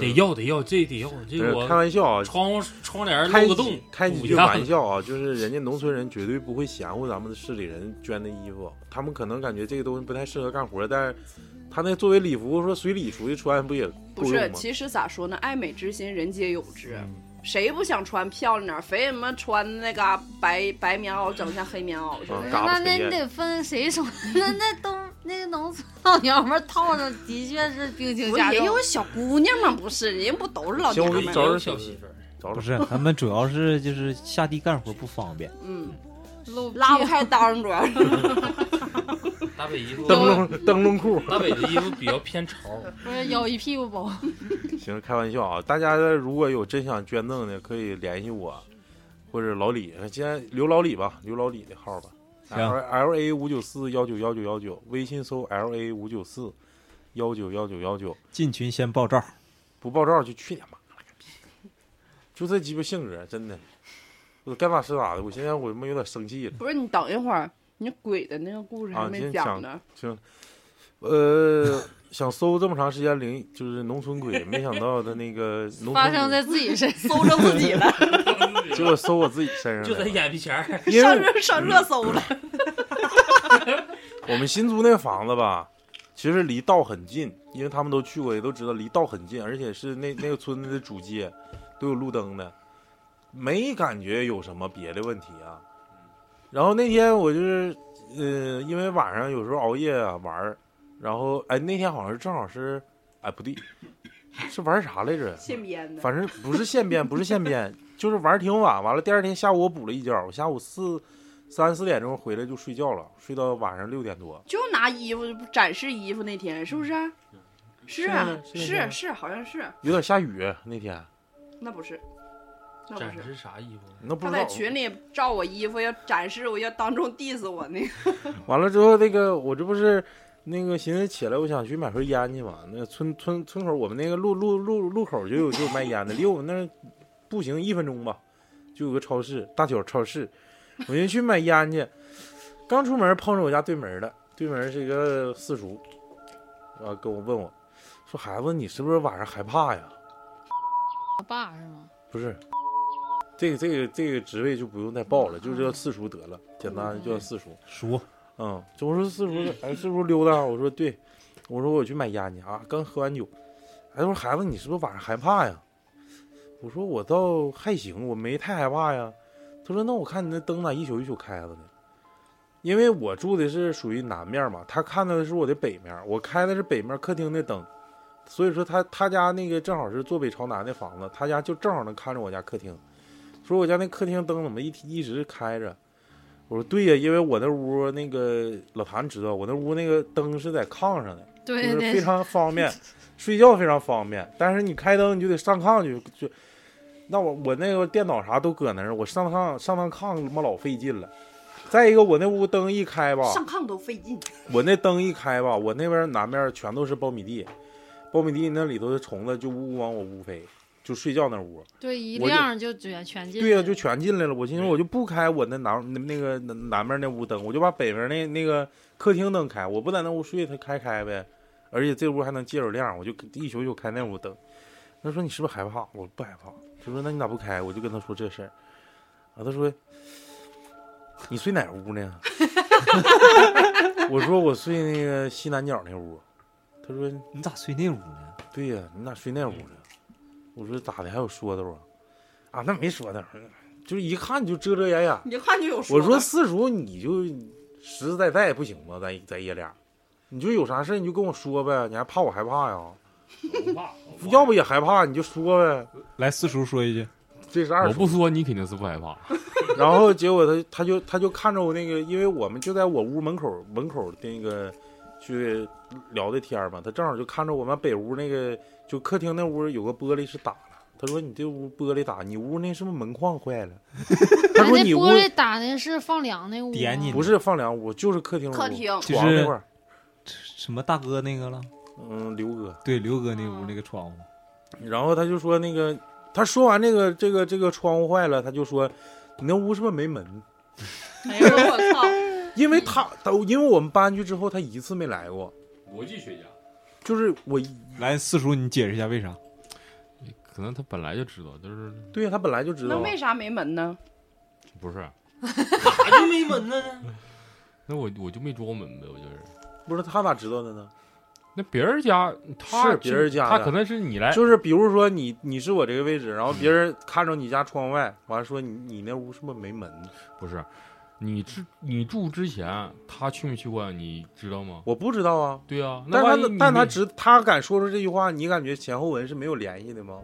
Speaker 2: 得要得要，这得要，这
Speaker 3: 不是
Speaker 2: 个我
Speaker 3: 开玩笑啊，
Speaker 2: 窗户窗帘
Speaker 3: 开
Speaker 2: 漏
Speaker 3: 几
Speaker 2: 个洞，
Speaker 3: 开几
Speaker 2: 补
Speaker 3: 句
Speaker 2: 一下
Speaker 3: 玩。笑啊，就是人家农村人绝对不会嫌乎咱们市里人捐的衣服，他们可能感觉这个东西不太适合干活，但是他那作为礼服说随礼出去穿不嗯也
Speaker 6: 不
Speaker 3: 够
Speaker 6: 是
Speaker 3: 用，吗？
Speaker 6: 其实咋说呢？爱美之心，人皆有之。谁不想穿漂亮点儿？非什么穿那个白白棉袄整像黑棉袄似
Speaker 3: 啊
Speaker 6: 的？，
Speaker 3: 嘎
Speaker 5: 那
Speaker 3: 巴
Speaker 5: 那
Speaker 3: 垂
Speaker 5: 你
Speaker 3: 涎。
Speaker 5: 得分谁穿， 那那都那个农村老娘们儿套上的确是病情
Speaker 6: 不
Speaker 5: 加
Speaker 6: 是也
Speaker 5: 重
Speaker 6: 有。小姑娘吗？不是，人家不都是老
Speaker 3: 行
Speaker 6: 娘
Speaker 3: 我给
Speaker 6: 们
Speaker 3: 你
Speaker 6: 儿
Speaker 3: 找
Speaker 6: 吗？
Speaker 3: 点
Speaker 2: 小媳妇儿，
Speaker 3: 找
Speaker 7: 不
Speaker 3: 找，
Speaker 7: 是，他们主要是就是下地干活不方便，
Speaker 6: 嗯，
Speaker 5: 露屁
Speaker 6: 拉不开 裆主要是。
Speaker 2: 大北衣服，
Speaker 3: 灯笼灯笼裤。
Speaker 2: 大北的衣服比较偏潮，
Speaker 5: 不是咬一屁股 包。
Speaker 3: 行，开玩笑啊！大家如果有真想捐赠的，可以联系我，或者老李，先留老李吧，留老李的号吧。
Speaker 7: 行
Speaker 3: L L A 五九四幺九幺九幺九，微信搜 L A 五九四幺九幺九幺九，
Speaker 7: 进群先报照。
Speaker 3: 不报照就去你妈了个逼！就这鸡巴性格，真的，我该咋是咋的。我现在我他妈有点生气了。
Speaker 6: 不是你等一会儿，你鬼的那个故事还
Speaker 3: 啊
Speaker 6: 没
Speaker 3: 先
Speaker 6: 讲
Speaker 3: 讲
Speaker 6: 呢。
Speaker 3: 行，呃，想搜这么长时间灵，就是农村鬼，没想到他那个农村
Speaker 5: 发生
Speaker 3: 鬼
Speaker 5: 在自己身上，
Speaker 6: 搜着自己了，
Speaker 3: 结果搜我自己身上
Speaker 2: 就
Speaker 3: 来
Speaker 2: 在
Speaker 3: 了
Speaker 2: 眼皮前儿。
Speaker 3: 因为
Speaker 6: 上热上热搜了。
Speaker 3: 我们新租那房子吧，其实离道很近，因为他们都去过，也都知道离道很近，而且是那那个村子的主街，都有路灯的，没感觉有什么别的问题啊。然后那天我就是，呃，因为晚上有时候熬夜啊玩儿，然后哎那天好像是正好是，哎不对，是玩啥来着？
Speaker 6: 现编的，
Speaker 3: 反正不是现编，不是现编，就是玩儿挺晚。完了，第二天下午我补了一觉，我下午四三四点钟回来就睡觉了，睡到晚上六点多。
Speaker 6: 就拿衣服展示衣服那天是不是啊？是啊，
Speaker 3: 嗯是是
Speaker 6: 是
Speaker 3: 是
Speaker 6: 是，好像是，
Speaker 3: 有点下雨那天，
Speaker 6: 那不是，那
Speaker 2: 展
Speaker 6: 不是。
Speaker 2: 示啥衣服？
Speaker 3: 那不
Speaker 6: 他
Speaker 3: 知
Speaker 6: 在
Speaker 3: 道。
Speaker 6: 群里照我衣服，要展示我，要当众 diss 我那个。
Speaker 3: 完了之后，那个我这不是那个寻思起来，我想去买盒烟去嘛。那个村村村口，我们那个路路路路口就有就有卖烟的，离我们那儿步行一分钟吧，就有个超市，大小超市。我就去买烟去，刚出门碰着我家对门了，对门是一个四叔，啊，跟我问我，说孩子你是不是晚上害怕呀？
Speaker 5: 他爸是吗？
Speaker 3: 不是，这个这个这个职位就不用再报了，就叫四叔得了，简单就叫四叔。
Speaker 4: 叔，
Speaker 3: 嗯，就我说四叔，哎，四叔溜达，我说对，我说我去买烟去啊，刚喝完酒，哎，我说孩子，你是不是晚上害怕呀？我说我倒还行，我没太害怕呀。他说那我看你那灯咋一宿一宿开着呢？因为我住的是属于南面嘛，他看到的是我的北面，我开的是北面客厅的灯，所以说他他家那个正好是坐北朝南的房子，他家就正好能看着我家客厅。说我家那客厅灯怎么一一直开着？我说对呀、因为我那屋那个老谭知道，我那屋那个灯是在炕上的，
Speaker 5: 对
Speaker 3: 就是非
Speaker 5: 对，
Speaker 3: 常方便，睡觉非常方便。但是你开灯你就得上炕去，就那我我那个电脑啥都搁那儿，我上炕上趟炕他妈老费劲了。再一个，我那屋灯一开吧，
Speaker 6: 上炕都费劲。
Speaker 3: 我那灯一开吧，我那边南面全都是苞米地，苞米地那里头的虫子就呜呜往我屋飞，就睡觉那屋。
Speaker 5: 对一
Speaker 3: 我就
Speaker 5: 亮就全全进去
Speaker 3: 对呀、
Speaker 5: 了。
Speaker 3: 就全进来了。我寻思我就不开我那南那那个南南面那屋灯，我就把北面那那个客厅灯开。我不在那屋睡，他开开呗。而且这屋还能借着亮，我就一宿一宿开那屋灯。他说你是不是害怕？我说不害怕。他说那你咋不开？我就跟他说这事儿。啊，他说你睡哪屋呢？ 我说我睡那个西南角那屋。他说
Speaker 7: 你咋睡那屋呢？
Speaker 3: 对呀、你咋睡那屋呢？我说咋的？还有说道啊？啊，那没说道，就是一看你就遮遮掩掩。
Speaker 6: 你看就有
Speaker 3: 我
Speaker 6: 说
Speaker 3: 说
Speaker 6: 的
Speaker 3: 四叔，你就实实在在不行吗？咱咱爷俩，你就有啥事儿你就跟我说呗，你还怕我害怕呀？
Speaker 4: 我怕，我怕
Speaker 3: 要不也害怕，你就说呗。
Speaker 7: 来，四叔说一句，
Speaker 3: 这是二
Speaker 4: 我
Speaker 3: 叔。
Speaker 4: 不说你肯定是不害怕，
Speaker 3: 然后结果他他就他就看着我那个，因为我们就在我屋门口门口的那个去聊的天儿嘛，他正好就看着我们北屋那个就客厅那屋有个玻璃是打了，他说你这屋玻璃打，你屋那是不是门框坏了？他
Speaker 5: 哎
Speaker 3: 说
Speaker 5: 那
Speaker 3: 你屋
Speaker 5: 玻璃打的是放凉那屋吗，啊
Speaker 7: 点你
Speaker 3: 不是放凉屋，就是客厅屋
Speaker 6: 客厅
Speaker 7: 就
Speaker 3: 床那块
Speaker 7: 是
Speaker 3: 儿，
Speaker 7: 什么大哥那个了？
Speaker 3: 嗯，刘哥。
Speaker 7: 对，刘哥那屋那个窗户，
Speaker 3: 然后他就说那个，他说完这个这个这个窗户坏了，他就说你那屋是不是没门？
Speaker 5: 哎
Speaker 6: 我
Speaker 5: 呦
Speaker 6: 说我靠，
Speaker 3: 因为他他因为我们搬去之后他一次没来过，
Speaker 4: 逻辑学家，
Speaker 3: 就是我
Speaker 7: 来，四叔你解释一下为啥？
Speaker 4: 可能他本来就知道，就是
Speaker 3: 对他本来就知
Speaker 6: 那
Speaker 3: 道。啊
Speaker 6: 为啥没门呢？
Speaker 4: 不是？
Speaker 2: 咋就没门呢？
Speaker 4: 那我我就没装门呗，我就是。
Speaker 3: 不是他咋知道的呢？
Speaker 4: 那别人家他
Speaker 3: 是别人家的
Speaker 4: 他可能是你来，
Speaker 3: 就是比如说你你是我这个位置，然后别人看着你家窗外，完了说你你那屋是不是没门？
Speaker 4: 不是你之你住之前他去没去过，你知道吗？
Speaker 3: 我不知道啊。
Speaker 4: 对啊，那
Speaker 3: 但他
Speaker 4: 万一你
Speaker 3: 但他
Speaker 4: 没
Speaker 3: 知他敢说出这句话，你感觉前后文是没有联系的吗？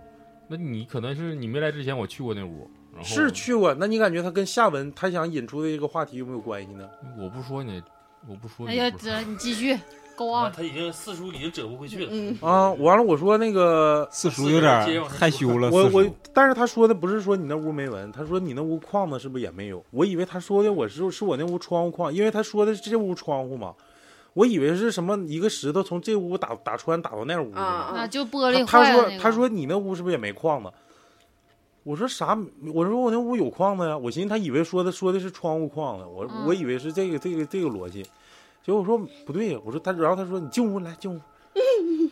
Speaker 4: 那你可能是你没来之前我去过那屋，然后
Speaker 3: 是去过，那你感觉他跟下文他想引出的这个话题有没有关系呢？
Speaker 4: 我不说你，我不说
Speaker 5: 哎
Speaker 4: 你，
Speaker 5: 呀，
Speaker 4: 不说
Speaker 5: 这你继续，Go
Speaker 2: 哇，
Speaker 5: on，
Speaker 2: 啊他已经四叔已经折不回去了。
Speaker 6: 嗯，
Speaker 3: 啊，完了我说那个
Speaker 7: 四叔有点害羞了。
Speaker 3: 我
Speaker 7: 呃四
Speaker 3: 我
Speaker 7: 叔，
Speaker 3: 但是他说的不是说你那屋没门，他说你那屋框子是不是也没有？我以为他说的我是是我那屋窗户框，因为他说的是这屋窗户嘛，我以为是什么一个石头从这屋打打穿打到那屋去
Speaker 6: 啊
Speaker 3: 了。
Speaker 6: 啊
Speaker 5: 啊，就玻璃
Speaker 3: 他他
Speaker 5: 坏了那
Speaker 3: 说
Speaker 5: 个。
Speaker 3: 他说你那屋是不是也没框子？我说啥？我说我那屋有框子呀。我寻思他以为说的说的是窗户框子，我、
Speaker 5: 嗯
Speaker 3: 我以为是这个这个这个逻辑。结果我说不对呀，我说他，然后他说你进屋来进屋，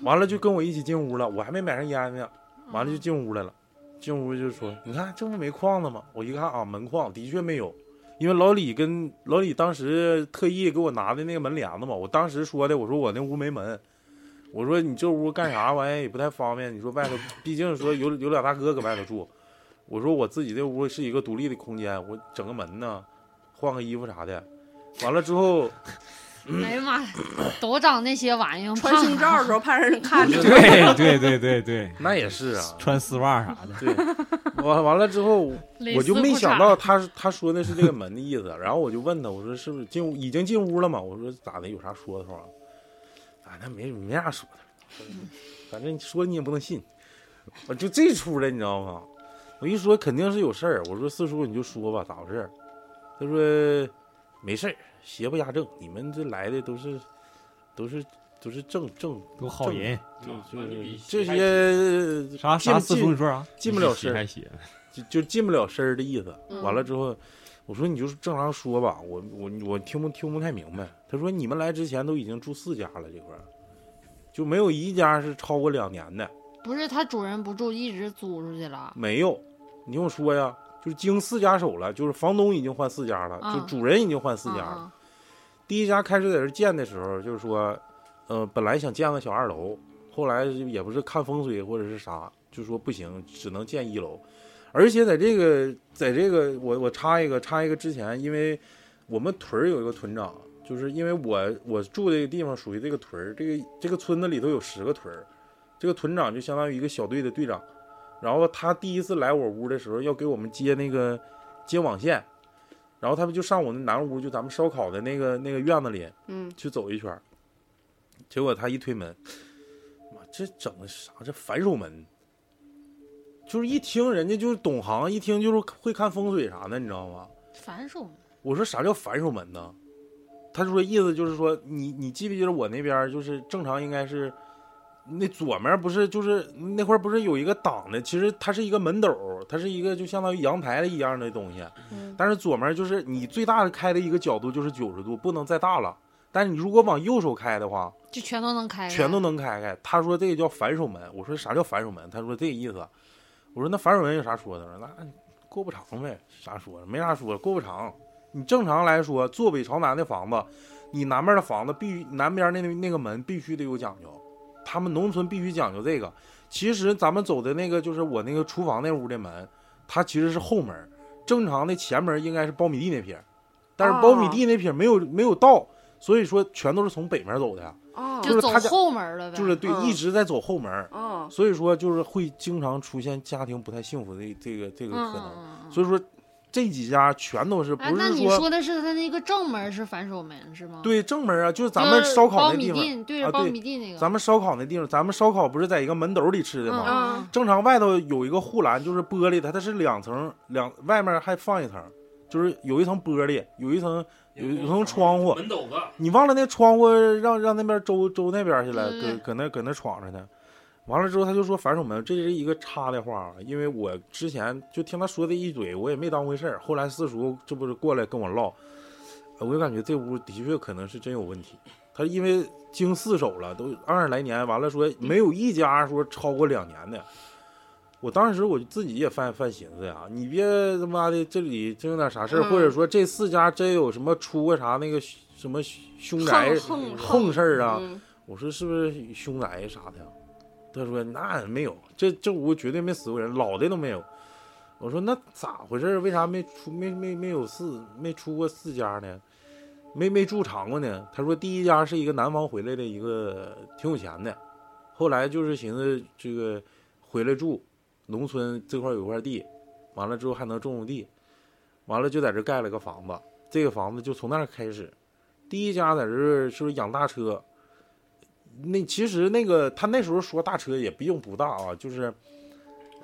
Speaker 3: 完了就跟我一起进屋了。我还没买上烟呢，完了就进屋来了。进屋就说你看这不没框子吗？我一看啊，门框的确没有。因为老李跟老李当时特意给我拿的那个门帘子嘛，我当时说的，我说我那屋没门，我说你这屋干啥玩意儿也不太方便。你说外头，毕竟说有有俩大哥搁外头住，我说我自己这屋是一个独立的空间，我整个门呢，换个衣服啥的。完了之后，
Speaker 5: 哎呀妈呀，都长那些玩意儿，
Speaker 6: 穿胸罩的时候怕让人看着。
Speaker 7: 对对对对对，
Speaker 3: 那也是啊，
Speaker 7: 穿丝袜啥的，
Speaker 3: 对，完完了之后，
Speaker 5: 蕾丝
Speaker 3: 我就没
Speaker 5: 裤
Speaker 3: 想
Speaker 5: 衩
Speaker 3: 到他是他说的是这个门的意思，然后我就问他，我说是不是进屋已经进屋了嘛？我说咋的，有啥说头啊？啊，那没没啥说头，反正说你也不能信，我就这出来，你知道吗？我一说肯定是有事儿，我说四叔你就说吧，咋回事儿？他说没事儿，邪不压正，你们这来的都是都是都是正正，
Speaker 7: 都好人。
Speaker 3: 就
Speaker 4: 那
Speaker 3: 就
Speaker 4: 你
Speaker 3: 是这
Speaker 4: 比还
Speaker 3: 些
Speaker 7: 啥啥？
Speaker 3: 进
Speaker 7: 四叔你说啥？
Speaker 3: 进不了
Speaker 4: 谁
Speaker 3: 身。
Speaker 4: 还写？
Speaker 3: 就就进不了身儿的意思。
Speaker 6: 嗯
Speaker 3: 完了之后，我说你就是正常说吧，我我我听不听不太明白。他说你们来之前都已经住四家了，这块儿就没有一家是超过两年的，
Speaker 5: 不是他主人不住，一直租出去了。
Speaker 3: 没有。你听我说呀，就是经四家手了，就是房东已经换四家了，
Speaker 5: 嗯
Speaker 3: 就主人已经换四家了。
Speaker 5: 啊
Speaker 3: 第一家开始在这建的时候，就是说，呃，本来想建个小二楼，后来也不是看风水或者是啥，就说不行，只能建一楼。而且在这个，在这个，我我插一个插一个之前，因为我们屯儿有一个屯长，就是因为我我住这个地方属于这个屯儿，这个这个村子里头有十个屯儿，这个屯长就相当于一个小队的队长。然后他第一次来我屋的时候，要给我们接那个接网线，然后他们就上我那南屋，就咱们烧烤的那个那个院子里
Speaker 5: 嗯，
Speaker 3: 去走一圈儿。结果他一推门，妈，这整的啥？这反手门，就是一听人家就是懂行，一听就是会看风水啥的，你知道吗？
Speaker 5: 反手
Speaker 3: 我说啥叫反手门呢？他说意思就是说，你你记不记得我那边儿就是正常应该是，那左面不是就是那块儿不是有一个挡的，其实它是一个门斗儿，它是一个就相当于阳台的一样的东西，
Speaker 5: 嗯
Speaker 3: 但是左面就是你最大的开的一个角度就是九十度，不能再大了。但是你如果往右手开的话，
Speaker 5: 就全都能开开，
Speaker 3: 全都能开开。他说这个叫反手门，我说啥叫反手门？他说这个意思。我说那反手门有啥说的？他说那哎过不长呗，啥说的？没啥说的，过不长。你正常来说，坐北朝南的房子，你南边的房子必须南边那那个门必须得有讲究，他们农村必须讲究这个。其实咱们走的那个就是我那个厨房那屋的门，它其实是后门，正常的前门应该是苞米地那撇儿，但是苞米地那撇儿没有、没有到，所以说全都是从北面走的。
Speaker 6: 哦
Speaker 3: 就
Speaker 5: 就是走
Speaker 3: 他家
Speaker 5: 后门了呗。
Speaker 3: 就是对，
Speaker 6: 嗯
Speaker 3: 一直在走后门儿，
Speaker 6: 哦，
Speaker 3: 所以说就是会经常出现家庭不太幸福的这个这
Speaker 5: 嗯
Speaker 3: 个
Speaker 5: 嗯
Speaker 3: 可能。
Speaker 5: 嗯嗯。
Speaker 3: 所以说这几家全都是
Speaker 5: 哎
Speaker 3: 不，
Speaker 5: 那
Speaker 3: 是
Speaker 5: 你说的是他那个正门是反手门是吗？，
Speaker 3: 对正门儿啊，就是咱
Speaker 5: 就
Speaker 3: 们
Speaker 5: 是
Speaker 3: 烧烤
Speaker 5: 苞
Speaker 3: 那
Speaker 5: 米
Speaker 3: 地方，
Speaker 5: 地对
Speaker 3: 啊
Speaker 5: 着苞
Speaker 3: 对
Speaker 5: 米地那个，
Speaker 3: 咱们烧烤那地方，咱们烧烤不是在一个门斗里吃的吗？
Speaker 5: 嗯
Speaker 3: 正常外头有一个护栏，就是玻璃的，它是两层，两外面还放一层，就是有一层玻璃，有一层有有一层窗户，
Speaker 2: 门斗子，
Speaker 3: 你忘了那窗户让让那边周周那边去了，
Speaker 5: 对
Speaker 3: 搁
Speaker 5: 对对
Speaker 3: 搁那搁那闯着呢。完了之后，他就说反手门，这是一个插的话，因为我之前就听他说这一嘴，我也没当回事儿。后来四叔这不是过来跟我唠，呃我就感觉这屋的确可能是真有问题。他因为经四手了，都二十来年，完了说没有一家说超过两年的。我当时我就自己也犯犯寻思呀，你别他妈的这里真有点啥事儿，
Speaker 6: 嗯
Speaker 3: 或者说这四家真有什么出过啥那个什么凶宅
Speaker 6: 横
Speaker 3: 横事儿啊？
Speaker 6: 嗯
Speaker 3: 我说是不是凶宅啥的呀？他说那没有，这这屋绝对没死过人，老的都没有。我说那咋回事儿？为啥没出没没没有四没出过四家呢？没没住长过呢？他说第一家是一个南方回来的一个挺有钱的，后来就是寻思这个回来住，农村这块儿有块地，完了之后还能种种地，完了就在这儿盖了个房子。这个房子就从那儿开始，第一家在这儿是不是养大车？那其实那个他那时候说大车也不用不大啊，就是，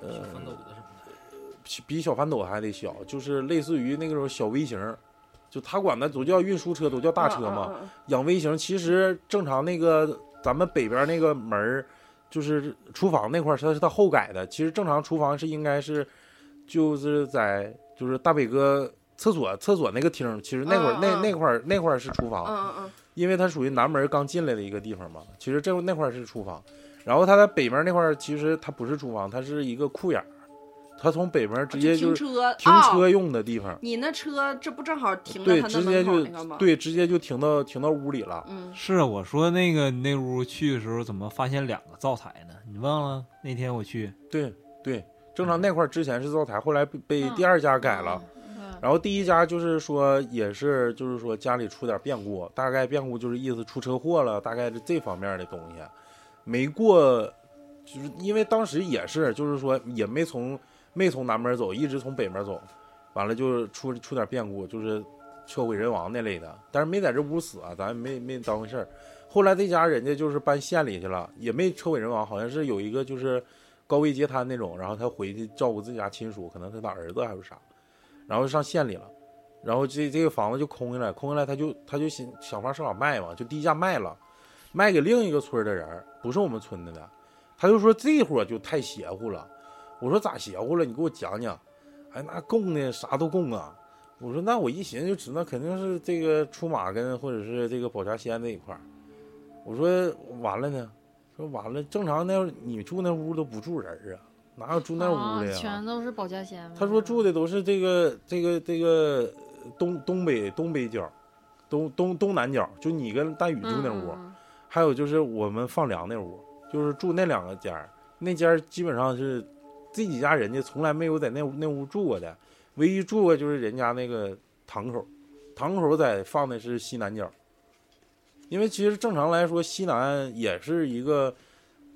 Speaker 3: 呃，
Speaker 2: 门斗子是不是？
Speaker 3: 比小翻斗还得小，就是类似于那种小微型儿，就他管那都叫运输车，都叫大车嘛。
Speaker 6: 嗯嗯嗯
Speaker 3: 养微型，其实正常那个咱们北边那个门儿，就是厨房那块儿，它是它后改的。其实正常厨房是应该是就是在就是大北哥厕所厕所那个厅儿，其实那会儿、
Speaker 6: 嗯
Speaker 3: 那
Speaker 6: 嗯
Speaker 3: 那块儿那块儿是厨房，
Speaker 6: 嗯嗯
Speaker 3: 因为它属于南门刚进来的一个地方嘛。其实这那块儿是厨房，然后它在北面那块儿其实它不是厨房，它是一个库眼儿，它从北面直接
Speaker 6: 哦停
Speaker 3: 就是
Speaker 6: 车
Speaker 3: 停车
Speaker 6: 哦
Speaker 3: 用的地方。
Speaker 6: 你那车这不正好停
Speaker 3: 对
Speaker 6: 在，他那
Speaker 3: 直接
Speaker 6: 门口
Speaker 3: 就
Speaker 6: 那个吗？，
Speaker 3: 对，直接就停到停到屋里了。
Speaker 6: 嗯，
Speaker 7: 是啊，我说那个那屋去的时候怎么发现两个灶台呢？你忘了那天我去，
Speaker 3: 对对，正常那块儿之前是灶台，后来被被
Speaker 5: 嗯
Speaker 3: 第二家改了。
Speaker 5: 嗯
Speaker 3: 然后第一家就是说也是就是说家里出点变故，大概变故就是意思出车祸了，大概是这方面的东西。没过，就是因为当时也是就是说也没从没从南门走，一直从北门走，完了就是出出点变故，就是车毁人亡那类的，但是没在这屋死啊，咱没没当回事儿。后来这家人家就是搬县里去了，也没车毁人亡，好像是有一个就是高位截瘫那种，然后他回去照顾自己家亲属，可能他的儿子还是啥，然后上县里了，然后这这个房子就空下来，空下来他就他就想想法上网卖嘛，就低价卖了，卖给另一个村儿的人儿，不是我们村子的，他就说这伙儿就太邪乎了，我说咋邪乎了？你给我讲讲，哎，那供的啥都供啊，我说那我一寻思就知道肯定是这个出马跟或者是这个宝茶仙这一块儿。我说完了呢，说完了，正常那你住那屋都不住人儿啊，哪有住那屋
Speaker 5: 啊
Speaker 3: 的呀？
Speaker 5: 全都是保家仙。
Speaker 3: 他说住的都是这个这个这个东东北东北角，东东东南角，就你跟大宇住那屋，
Speaker 5: 嗯
Speaker 3: 还有就是我们放粮那屋，就是住那两个间儿，那间儿基本上是这几家人家从来没有在那屋那屋住过的，唯一住过就是人家那个堂口，堂口在放的是西南角，因为其实正常来说西南也是一个。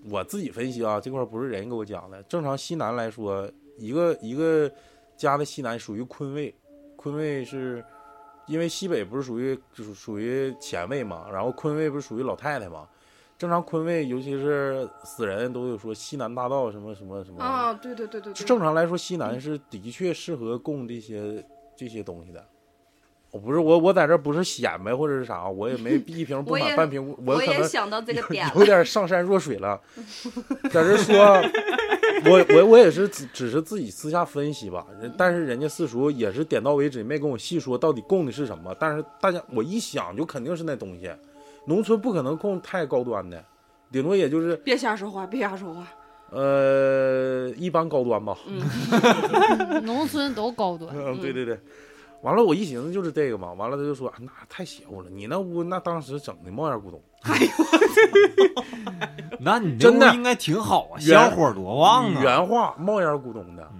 Speaker 3: 我自己分析啊，这块儿不是人给我讲的。正常西南来说，一个一个家的西南属于坤位，坤位是因为西北不是属于属属于乾位嘛，然后坤位不是属于老太太嘛。正常坤位，尤其是死人，都有说西南大道什么什么什么。
Speaker 6: 啊，对对对对对，
Speaker 3: 正常来说，西南是的确适合供这些这些东西的。我不是我我在这儿不是显摆或者是啥，我也 没一瓶不
Speaker 6: 我
Speaker 3: 满
Speaker 6: 也
Speaker 3: 半瓶，我
Speaker 6: 我
Speaker 3: 可
Speaker 6: 也
Speaker 3: 能
Speaker 6: 想到这个点
Speaker 3: 有
Speaker 6: 了。
Speaker 3: 点上善若水了，在这说，我我我也是只只是自己私下分析吧，人但是人家四叔也是点到为止，没跟我细说到底供的是什么，但是大家我一想就肯定是那东西，农村不可能供太高端的，顶多也就是
Speaker 6: 别瞎说话，别瞎说话。
Speaker 3: 呃一般高端吧，
Speaker 5: 嗯农村都 高端，
Speaker 3: 嗯，对对对。完了，我一寻思就是这个嘛。完了，他就说：“啊那太邪乎了，你那屋那当时整的冒烟咕咚。
Speaker 7: 那你那
Speaker 3: 真的
Speaker 7: 屋应该挺好啊，
Speaker 3: 原
Speaker 7: 香火多旺啊！
Speaker 3: 原话冒烟咕咚的。
Speaker 7: 嗯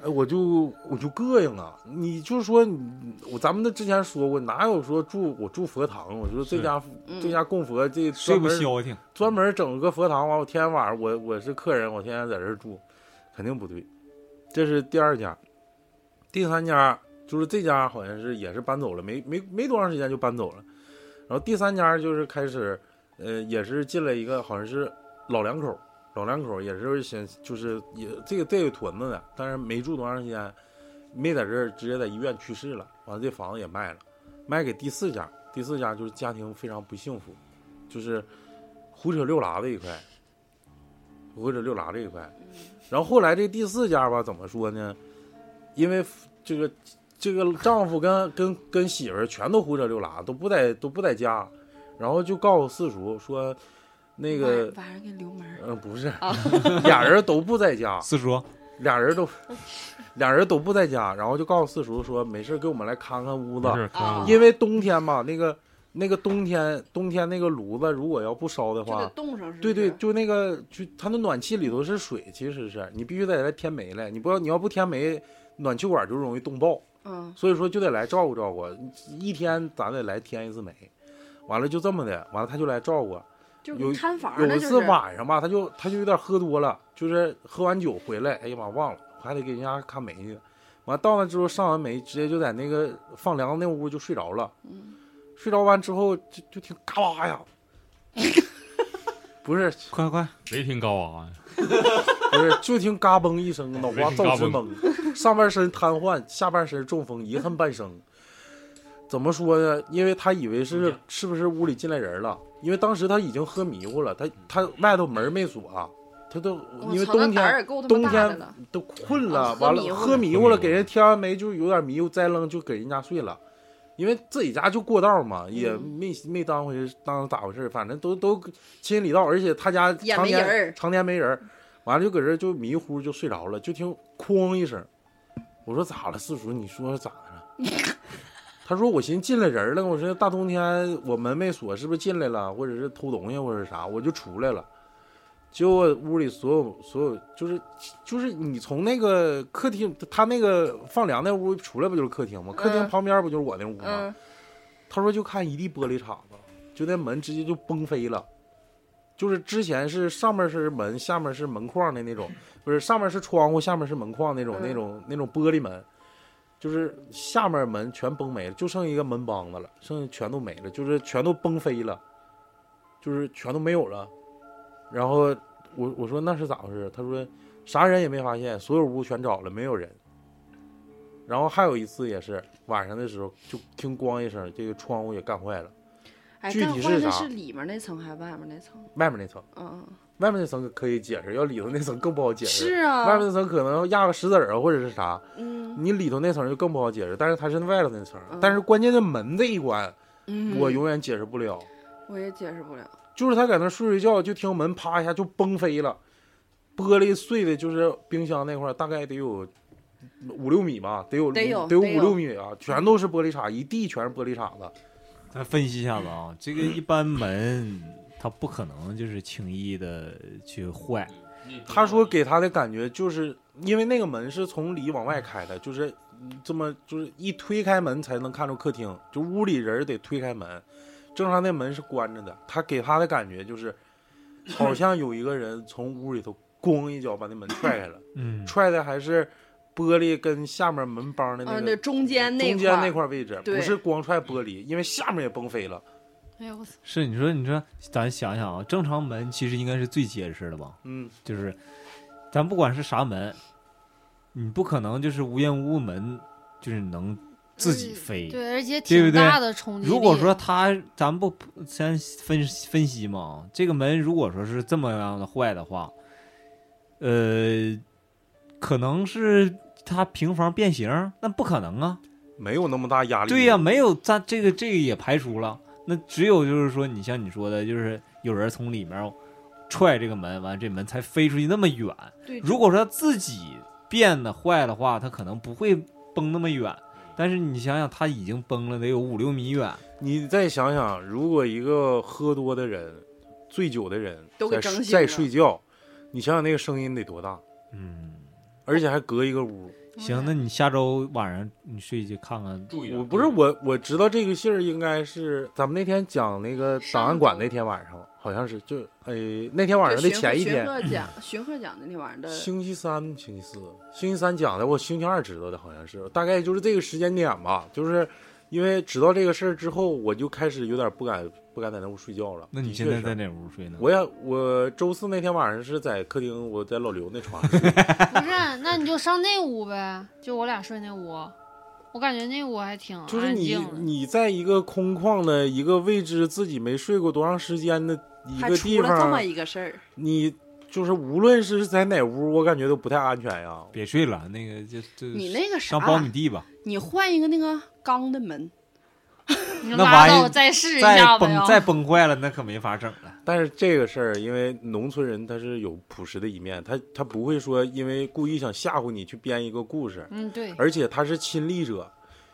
Speaker 3: 哎，我就我就膈应啊！你就说你我咱们都之前说过，哪有说住我住佛堂？我说这
Speaker 4: 是
Speaker 3: 家这
Speaker 6: 嗯，
Speaker 3: 家供佛这
Speaker 7: 睡
Speaker 3: 专
Speaker 7: 不
Speaker 3: 门
Speaker 7: 消停，
Speaker 3: 专门整个佛堂，完我天天晚上我我是客人，我天天在这儿住，肯定不对。这是第二家，第三家就是这家好像是也是搬走了，没没没多长时间就搬走了。然后第三家就是开始，呃，也是进来一个好像是老两口，老两口也是想就是也这个这个屯子的，但是没住多长时间，没在这儿直接在医院去世了，完了这房子也卖了，卖给第四家，第四家就是家庭非常不幸福，就是胡扯六拉这一块，胡扯六拉这一块。然后后来这第四家吧，怎么说呢？因为这个这个丈夫跟跟跟媳妇儿全都胡扯六拉，都不在都不在家，然后就告诉四叔说，那个
Speaker 6: 晚晚上给留门儿。
Speaker 3: 嗯、不是，俩人都不在家，
Speaker 7: 四叔，
Speaker 3: 俩人都俩人都不在家，然后就告诉四叔说没事儿给我们来看看屋子
Speaker 4: 没，事，看
Speaker 6: 啊
Speaker 4: 我
Speaker 3: 嗯因为冬天嘛，那个那个冬天冬天那个炉子如果要不烧的
Speaker 6: 就
Speaker 3: 话
Speaker 6: 得，冻上是不
Speaker 3: 对
Speaker 6: 是？
Speaker 3: 对，就那个就它那暖气里头是水，其实是你必须得来添煤来，你不要你要不添煤，暖气管就容易冻爆，
Speaker 6: 嗯，
Speaker 3: 所以说就得来照顾照顾，一天咱得来添一次煤，完了就这么的，完了他就来照顾，有
Speaker 6: 就看房儿
Speaker 3: 有
Speaker 6: 呢，
Speaker 3: 一
Speaker 6: 就
Speaker 3: 次
Speaker 6: 是
Speaker 3: 晚上吧，他就他就有点喝多了，就是喝完酒回来，哎呀妈忘了，还得给人家看煤去。完到那之后上完煤，直接就在那个放粮那屋就睡着了。
Speaker 6: 嗯
Speaker 3: 睡着完之后就就听嘎巴 呀，不是
Speaker 7: 快快，
Speaker 4: 没听高啊呀，
Speaker 3: 不是，就听嘎嘣一声，脑瓜造直 懵，上半身瘫痪，下半身中风，遗憾半生。怎么说呢？因为他以为是是不是屋里进来人了，因为当时他已经喝迷糊了，他他外头门没锁、啊他都
Speaker 6: 我
Speaker 3: 因为
Speaker 6: 操那
Speaker 3: 冬
Speaker 6: 胆儿
Speaker 3: 天
Speaker 6: 也够他
Speaker 3: 冬
Speaker 6: 妈大的
Speaker 3: 天
Speaker 6: 了。
Speaker 3: 都困了，
Speaker 6: 啊喝
Speaker 3: 完
Speaker 6: 迷
Speaker 3: 了
Speaker 6: 糊
Speaker 3: 喝
Speaker 6: 了
Speaker 3: 迷糊了，
Speaker 4: 喝迷糊了
Speaker 3: 给人添完煤就有点迷糊，栽楞就给人家睡了。因为自己家就过道嘛，
Speaker 6: 嗯
Speaker 3: 也没没当回事，当咋回事儿，反正都都亲里道，而且他家
Speaker 6: 也
Speaker 3: 常
Speaker 6: 没人
Speaker 3: 年
Speaker 6: 儿
Speaker 3: 常年没人儿，完了就搁这就迷糊就睡着了，就听哐一声，我说咋了，四叔，你说咋的了？ 他说我寻思进来人了，我说大冬天我门没锁，是不是进来了，或者是偷东西或者是啥，我就出来了。结果屋里所有所有就是就是你从那个客厅，他那个放粮那屋出来不就是客厅吗？客厅
Speaker 6: 嗯
Speaker 3: 旁边不就是我那屋吗？
Speaker 6: 嗯，
Speaker 3: 他说就看一地玻璃碴子，就那门直接就崩飞了。就是之前是上面是门，下面是门框的那种，不是上面是窗户，下面是门框那种、
Speaker 6: 嗯
Speaker 3: 那种那种玻璃门，就是下面门全崩没了，就剩一个门帮子了，剩下全都没了，就是全都崩飞了，就是全都没有了。然后我我说那是咋回事？他说啥人也没发现，所有屋全找了，没有人。然后还有一次也是晚上的时候，就听咣一声，这个窗户也干坏了。
Speaker 6: 哎，
Speaker 3: 具
Speaker 6: 但
Speaker 3: 体
Speaker 6: 换
Speaker 3: 是
Speaker 6: 的
Speaker 3: 啥
Speaker 6: 是里面那层还是外面那层？
Speaker 3: 外面那层，
Speaker 6: 嗯，嗯
Speaker 3: 外面那层可以解释，要里头那层更不好解释。
Speaker 6: 是
Speaker 3: 外
Speaker 6: 啊
Speaker 3: 面，那层可能要压个石子儿啊，或者是啥，
Speaker 6: 嗯
Speaker 3: 你里头那层就更不好解释。但是它是外头那层，
Speaker 6: 嗯
Speaker 3: 但是关键的门这一关，
Speaker 6: 嗯，
Speaker 3: 我永远解释不了。
Speaker 6: 我也解释不了。
Speaker 3: 就是他在那睡睡觉，就听门啪一下就崩飞了，玻璃碎的，就是冰箱那块儿，大概得有五六米吧，得有
Speaker 6: 得有
Speaker 3: 得有
Speaker 6: 得有
Speaker 3: 五六米啊，全都是玻璃碴，一地全是玻璃碴子。
Speaker 7: 咱分析一下子啊，这个一般门它不可能就是轻易的去坏，
Speaker 3: 他说给他的感觉就是因为那个门是从里往外开的，就是这么就是一推开门才能看出客厅，就屋里人得推开门，正常那门是关着的。他给他的感觉就是，好像有一个人从屋里头咣一脚把那门踹开了。
Speaker 7: 嗯
Speaker 3: 踹的还是玻璃跟下面门帮的
Speaker 6: 啊，
Speaker 3: 那
Speaker 6: 那
Speaker 3: 个
Speaker 6: 中间那
Speaker 3: 中
Speaker 6: 块
Speaker 3: 间
Speaker 6: 儿
Speaker 3: 那块位置，
Speaker 6: 对
Speaker 3: 不是光踹玻璃，因为下面也崩飞了。
Speaker 5: 哎呦我操！
Speaker 7: 是你说你说，咱想想啊，正常门其实应该是最结实的吧？
Speaker 3: 嗯，
Speaker 7: 就是咱不管是啥门，你不可能就是无缘无故门就是能自己
Speaker 5: 嗯
Speaker 7: 飞。
Speaker 5: 对，而且
Speaker 7: 对不
Speaker 5: 挺
Speaker 7: 对
Speaker 5: 大的冲击力。
Speaker 7: 如果说它，咱不先分分析嘛，这个门如果说是这么样的坏的话，呃，可能是它平房变形，那不可能啊。
Speaker 3: 没有那么大压力。
Speaker 7: 对呀、没有咱这个这个也排除了，那只有就是说，你像你说的，就是有人从里面踹这个门，完这门才飞出去那么远。
Speaker 6: 对，
Speaker 7: 如果说自己变得坏的话，它可能不会崩那么远。但是你想想，它已经崩了得有五六米远，
Speaker 3: 你再想想，如果一个喝多的人、醉酒的人
Speaker 6: 都给
Speaker 3: 在
Speaker 6: 整
Speaker 3: 睡
Speaker 6: 醒
Speaker 3: 在
Speaker 6: 了
Speaker 3: 睡觉，你想想那个声音得多大，
Speaker 7: 嗯。
Speaker 3: 而且还隔一个屋。
Speaker 7: 行，那你下周晚上你睡去看看，
Speaker 4: 注意啊，
Speaker 3: 我不是我，我知道这个信儿应该是咱们那天讲那个档案馆
Speaker 6: 上周
Speaker 3: 那天晚上，好像是就哎那天晚上的
Speaker 6: 就巡
Speaker 3: 前一
Speaker 6: 巡
Speaker 3: 天，
Speaker 6: 鹤奖，巡鹤奖那天晚上的，
Speaker 3: 星期三、星期四、星期三讲的，我星期二知道的，好像是，大概就是这个时间点吧。就是因为知道这个事儿之后，我就开始有点不敢不敢在那屋睡觉了。
Speaker 7: 那你
Speaker 3: 的确
Speaker 7: 现在
Speaker 3: 是
Speaker 7: 在？哪屋睡呢？
Speaker 3: 我也我周四那天晚上是在客厅，我在老刘那床 上睡。
Speaker 5: 不是，那你就上那屋呗，就我俩睡那屋。我感觉那屋还挺
Speaker 3: 就是
Speaker 5: 安
Speaker 3: 你
Speaker 5: 静的。
Speaker 3: 你在一个空旷的一个位置，自己没睡过多长时间的一
Speaker 6: 还
Speaker 3: 个地
Speaker 6: 出了这么
Speaker 3: 方，
Speaker 6: 一个事儿，
Speaker 3: 你就是无论是在哪屋，我感觉都不太安全呀。
Speaker 7: 别睡了，那个就就
Speaker 6: 你那个啥
Speaker 7: 上，苞米地吧，
Speaker 6: 你换一个那个钢的门，
Speaker 5: 你
Speaker 7: 那
Speaker 5: 拉
Speaker 7: 玩意
Speaker 5: 倒，
Speaker 7: 儿
Speaker 5: 再试一
Speaker 7: 再
Speaker 5: 下子
Speaker 7: 崩再
Speaker 5: 呀。
Speaker 7: 崩坏了，那可没法整了。
Speaker 3: 但是这个事儿，因为农村人他是有朴实的一面，他他不会说因为故意想吓唬你去编一个故事，
Speaker 5: 嗯，对，
Speaker 3: 而且他是亲历者，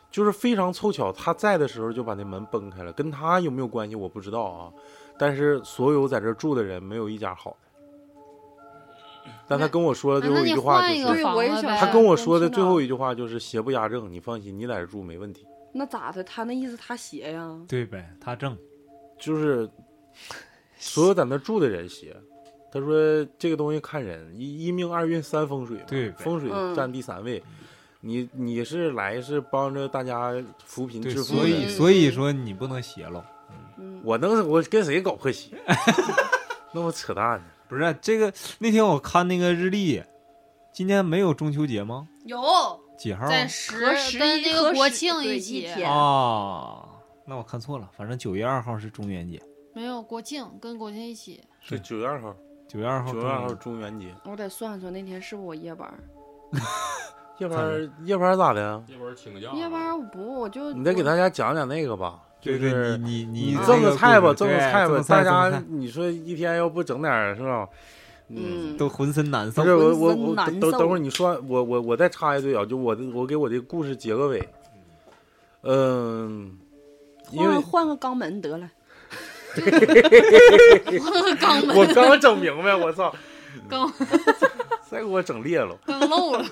Speaker 3: 就是非常凑巧，他在的时候就把那门崩开了，跟他有没有关系我不知道啊。但是所有在这儿住的人没有一家好
Speaker 7: 嗯
Speaker 3: 的。但他跟我说的最
Speaker 5: 啊那
Speaker 3: 后
Speaker 5: 你
Speaker 3: 句话
Speaker 5: 换
Speaker 3: 就
Speaker 5: 一个
Speaker 3: 是，
Speaker 6: 对
Speaker 5: 房
Speaker 6: 我也
Speaker 5: 子
Speaker 6: 想
Speaker 5: 呗。
Speaker 3: 他跟我说的
Speaker 6: 能知
Speaker 3: 最
Speaker 6: 道
Speaker 3: 后一句话就是“邪不压正”，你放心，你在这儿住没问题。
Speaker 6: 那咋的？他那意思他邪呀？
Speaker 7: 对呗，他正。
Speaker 3: 就是所有在那住的人邪。他说这个东西看人，一一命二运三风水嘛，
Speaker 7: 对
Speaker 3: 风水
Speaker 6: 嗯
Speaker 3: 占第三位。你你是来是帮着大家扶贫
Speaker 7: 对，
Speaker 3: 致富
Speaker 7: 所
Speaker 3: 的，
Speaker 7: 以所以说你不能邪喽，
Speaker 6: 嗯，
Speaker 3: 我能我跟谁搞破鞋？ 那我扯淡呢。
Speaker 7: 不是啊这个。那天我看那个日历，今天没有中秋节吗？
Speaker 5: 有
Speaker 7: 几号啊
Speaker 5: 在十
Speaker 6: 和十一
Speaker 5: 跟那
Speaker 6: 和
Speaker 5: 个
Speaker 6: 十
Speaker 5: 国庆
Speaker 6: 对
Speaker 5: 起
Speaker 6: 一，天
Speaker 7: 啊？那我看错了，反正九月二号是中元节，
Speaker 5: 没有国庆跟国庆一 起。
Speaker 3: 是九月二号，
Speaker 7: 九月二号
Speaker 3: 九
Speaker 7: 中
Speaker 3: 月
Speaker 7: 元
Speaker 3: 二号
Speaker 7: 节
Speaker 3: 中元节，
Speaker 6: 我得算算那天是不是我夜班儿？
Speaker 3: 夜班夜班咋的呀？
Speaker 4: 夜班请个假，
Speaker 6: 夜班儿我不，我就
Speaker 3: 啊你再给大家讲讲那个吧，
Speaker 7: 对
Speaker 3: 就
Speaker 7: 对，
Speaker 3: 是
Speaker 7: 你你
Speaker 3: 你
Speaker 7: 你
Speaker 3: 赠
Speaker 7: 个
Speaker 3: 个菜吧，
Speaker 7: 故事
Speaker 3: 赠个
Speaker 7: 对
Speaker 3: 菜吧，大
Speaker 7: 赠赠
Speaker 3: 家
Speaker 7: 个菜
Speaker 3: 你说一天要不整点儿是吧？
Speaker 6: 嗯，
Speaker 7: 都浑身难受
Speaker 3: 不。是我
Speaker 6: 浑
Speaker 3: 我
Speaker 6: 身
Speaker 3: 我
Speaker 6: 难
Speaker 3: 等等
Speaker 6: 受
Speaker 3: 等会儿你说完，我我我再插一句啊，就我的我给我这故事结个尾。嗯，因为
Speaker 6: 换换个钢门得了，
Speaker 5: 刚
Speaker 3: 我刚整明白，我操，
Speaker 5: 刚
Speaker 3: 再给我整裂了。
Speaker 5: 刚漏了，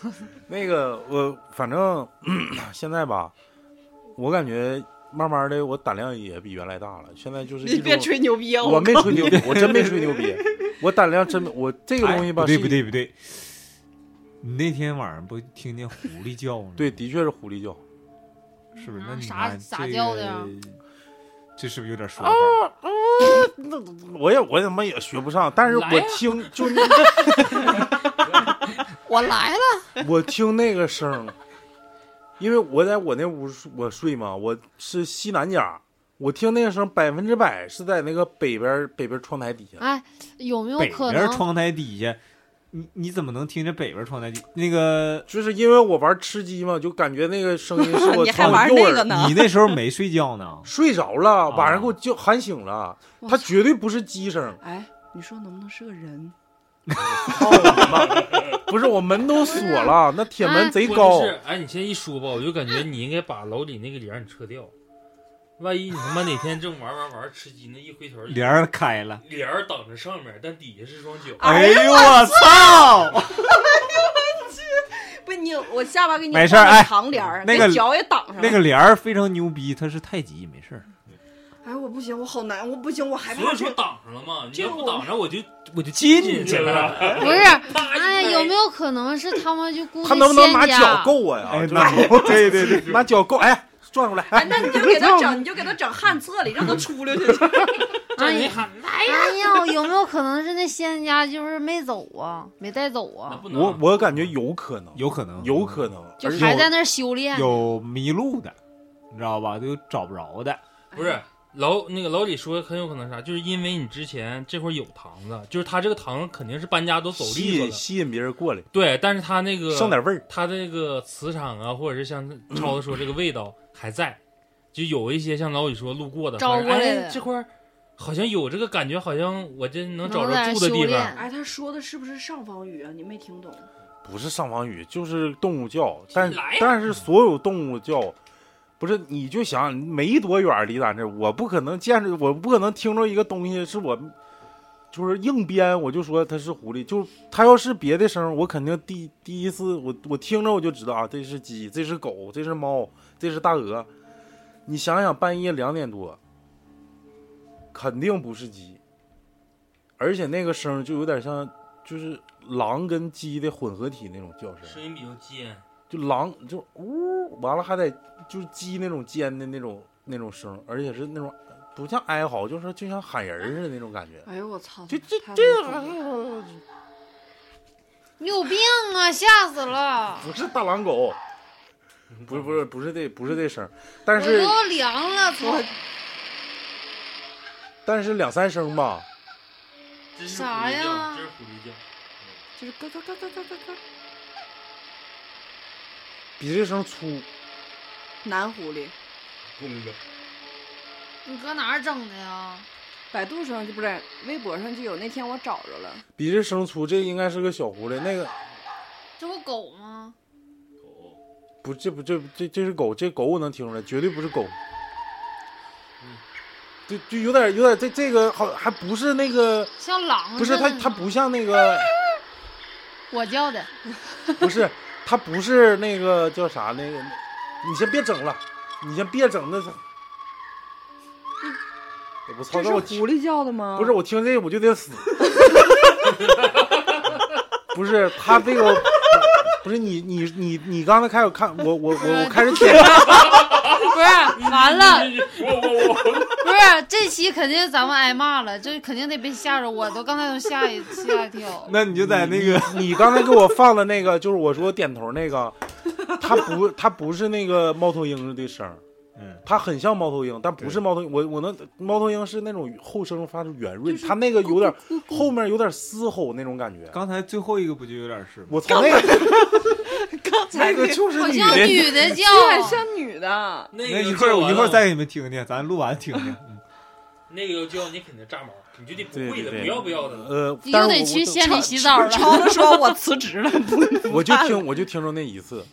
Speaker 3: 那个我反正 现在吧，我感觉慢慢的我胆量也比原来大了。现在就是一
Speaker 6: 你别
Speaker 3: 种
Speaker 6: 吹牛逼啊！
Speaker 3: 我
Speaker 6: 我
Speaker 3: 没吹牛逼，我真没吹牛逼，我胆量真没我这个东西
Speaker 7: 哎
Speaker 3: 吧，
Speaker 7: 不对
Speaker 3: 是
Speaker 7: 不对不对，你那天晚上不听见狐狸叫吗？
Speaker 3: 对，的确是狐狸叫。
Speaker 7: 是不是？
Speaker 5: 啊
Speaker 7: 那你
Speaker 5: 啥
Speaker 7: 看
Speaker 5: 咋
Speaker 7: 这
Speaker 5: 叫的呀
Speaker 7: 个？这是不是有点说法？
Speaker 3: 那 我也我他妈也学不上，但是
Speaker 2: 来
Speaker 3: 我
Speaker 2: 呀
Speaker 3: 听就那
Speaker 5: 我来了。
Speaker 3: 我听那个声儿，因为我在我那屋睡我睡嘛，我是西南角，我听那个声百分之百是在那个北边儿北边儿窗台底下。
Speaker 5: 哎，有没有
Speaker 7: 北
Speaker 5: 可
Speaker 7: 边
Speaker 5: 能？
Speaker 7: 窗台底下，你你怎么能听见北边窗台底那个？
Speaker 3: 就是因为我玩吃鸡嘛，就感觉那个声音是我
Speaker 6: 你还
Speaker 3: 从
Speaker 6: 玩
Speaker 3: 右
Speaker 6: 那个
Speaker 3: 耳？
Speaker 6: 呢？
Speaker 7: 你那时候没睡觉呢
Speaker 3: 睡着了，晚上
Speaker 7: 啊
Speaker 3: 给我叫喊醒了。
Speaker 5: 我
Speaker 3: 它
Speaker 5: 操
Speaker 3: 绝对不是鸡声，
Speaker 6: 哎，你说能不能是个人？
Speaker 3: 哦 不是我门都锁了，那铁门贼
Speaker 2: 关
Speaker 3: 高
Speaker 2: 键。是，哎，你现在一说吧，我就感觉你应该把楼里那个帘儿你撤掉，万一你他妈哪天正玩玩玩吃鸡呢，一回头
Speaker 7: 帘儿开了，
Speaker 2: 帘儿挡着上面，但底下是双脚。
Speaker 7: 哎呦我操！
Speaker 6: 不，你我下巴给你
Speaker 7: 没事
Speaker 6: 放
Speaker 7: 儿哎
Speaker 6: 长帘儿，
Speaker 7: 那个
Speaker 6: 给脚也挡上了。
Speaker 7: 那个帘儿非常牛逼，它是太极，没事儿。
Speaker 6: 哎，我不行，我好难，我不行，我害
Speaker 2: 所
Speaker 6: 怕
Speaker 2: 以说
Speaker 6: 这个。
Speaker 2: 挡上了嘛，你
Speaker 6: 这
Speaker 2: 要
Speaker 6: 个
Speaker 2: 不
Speaker 6: 我
Speaker 2: 挡上我就我就
Speaker 7: 进
Speaker 2: 去
Speaker 7: 去了，
Speaker 5: 不是，
Speaker 2: 啪
Speaker 5: 哎，
Speaker 2: 一拍
Speaker 5: 有没有可能是他们就故意
Speaker 3: 他能不能拿
Speaker 5: 陷
Speaker 3: 脚
Speaker 5: 家？
Speaker 3: 够我呀？
Speaker 7: 哎，
Speaker 3: 就是
Speaker 7: 那 对对对，
Speaker 3: 拿脚够，哎，转过来，
Speaker 6: 哎
Speaker 3: 哎，，
Speaker 6: 那你就给他整，你就给他整旱厕里，让他出溜去。
Speaker 2: 这人一喊来呀，
Speaker 5: 哎呀，有没有可能是那仙家就是没走啊，没带走
Speaker 2: 那
Speaker 5: 啊，
Speaker 2: 不能
Speaker 3: 我我感觉有可能，
Speaker 7: 有可能，
Speaker 3: 有可能，嗯
Speaker 5: 就
Speaker 3: 而且
Speaker 5: 还
Speaker 3: 我
Speaker 5: 在那儿修炼。
Speaker 7: 有迷路的，你知道吧？就找不着的。
Speaker 2: 不是老那个老李说很有可能啥，就是因为你之前这块儿有堂子，就是他这个堂肯定是搬家都走
Speaker 3: 吸
Speaker 2: 利索
Speaker 3: 引
Speaker 2: 了，
Speaker 3: 吸引别人过来，
Speaker 2: 对，但是他那个
Speaker 3: 剩点味儿。
Speaker 2: 它这个磁场啊，或者是像超子说这个味道还在，就有一些像老李说路过的，
Speaker 5: 招
Speaker 2: 发现
Speaker 5: 过来的
Speaker 2: 哎，这块儿好像有这个感觉，好像我这能找
Speaker 5: 能在
Speaker 2: 着
Speaker 5: 那
Speaker 2: 住
Speaker 5: 儿
Speaker 2: 的
Speaker 5: 修
Speaker 2: 地方
Speaker 5: 炼。
Speaker 6: 哎，他说的是不是上方语啊？你没听懂？
Speaker 3: 不是上房雨，就是动物叫，但
Speaker 2: 来呀
Speaker 3: 但是所有动物叫，不是你就想没多远儿离咱这儿，我不可能见着，我不可能听着一个东西是我，就是硬编，我就说它是狐狸，就是它要是别的声儿，我肯定第第一次我我听着我就知道啊，这是鸡，这是狗，这是猫，这是大鹅，你想想半夜两点多，肯定不是鸡，而且那个声儿就有点像就是狼跟鸡的混合体那种叫声。
Speaker 2: 声音比较尖，
Speaker 3: 就狼就呜，完了还得就是鸡那种尖的那种那种声，而且是那种不像哀嚎，就是就像喊人似的那种感觉。
Speaker 6: 哎呦我操！
Speaker 3: 就这
Speaker 6: 太
Speaker 3: 这
Speaker 6: 恐怖
Speaker 3: 个
Speaker 6: 了
Speaker 3: 啊
Speaker 5: 你有病啊！吓死了！
Speaker 3: 不是大狼狗，不是不是不是这不是这声，但
Speaker 5: 我
Speaker 3: 是
Speaker 5: 都凉了，操！
Speaker 3: 但是两三声吧，
Speaker 2: 这是
Speaker 5: 啥
Speaker 2: 狐狸叫
Speaker 5: 呀
Speaker 2: 这是狐狸叫。
Speaker 6: 就是咯咯咯咯咯咯咯，
Speaker 3: 比这声粗。
Speaker 6: 男狐狸，
Speaker 2: 公的，
Speaker 5: 你搁哪儿整的呀？
Speaker 6: 百度上就不是微博上就有。那天我找着了，
Speaker 3: 比这声粗，这应该是个小狐狸。那个
Speaker 5: 这不狗吗？
Speaker 3: 不，这不这这这是狗，这狗我能听出来，绝对不是狗。嗯就就有点有点这这个好还不是那个
Speaker 5: 像狼
Speaker 3: 不
Speaker 5: 似
Speaker 3: 是
Speaker 5: 的呢。
Speaker 3: 它它不像那个
Speaker 5: 我叫的，
Speaker 3: 不是，它不是那个叫啥那个，你先别整了，你先别整那是。我操！那
Speaker 6: 这是
Speaker 3: 我
Speaker 6: 狐
Speaker 3: 听
Speaker 6: 狸叫的
Speaker 5: 嗯
Speaker 6: 吗？
Speaker 3: 不是，我听这个我就得死。不是他这个，不是你你你你刚才开始看我我
Speaker 5: 呃
Speaker 3: 我我开始点，
Speaker 5: 不是完 了，
Speaker 2: 我我我
Speaker 5: 不是这期肯定咱们挨骂了，这肯定得被吓着，我都刚才都吓一吓一跳。
Speaker 7: 那你就 在那个
Speaker 3: 你刚才给我放的那个就是我说点头那个，它不它不是那个猫头鹰的声儿，
Speaker 7: 嗯，
Speaker 3: 它很像猫头鹰，但不是
Speaker 7: 对
Speaker 3: 猫头鹰。我我能猫头鹰是那种后声发出圆润，它那个有点后面有点嘶吼那种感觉。
Speaker 7: 刚才最后一个不就有点是吗？
Speaker 3: 我操，那个那个就是
Speaker 5: 好
Speaker 3: 女
Speaker 5: 像
Speaker 3: 的，
Speaker 5: 女的叫，
Speaker 6: 对，像女的。
Speaker 2: 那
Speaker 7: 那
Speaker 2: 个
Speaker 7: 一会儿
Speaker 2: 叫
Speaker 7: 我一会儿
Speaker 2: 完
Speaker 7: 再给你们听听，咱录完听听。嗯
Speaker 2: 那个叫你肯定炸毛，你就得不
Speaker 3: 对
Speaker 2: 会的，
Speaker 3: 对对
Speaker 2: 不要不要的了。
Speaker 3: 呃，
Speaker 5: 你
Speaker 3: 但
Speaker 5: 又
Speaker 3: 是
Speaker 5: 得
Speaker 3: 我
Speaker 5: 去
Speaker 3: 我
Speaker 5: 县里洗澡了。
Speaker 6: 他说我辞职了，
Speaker 3: 我就听我就听着那一次，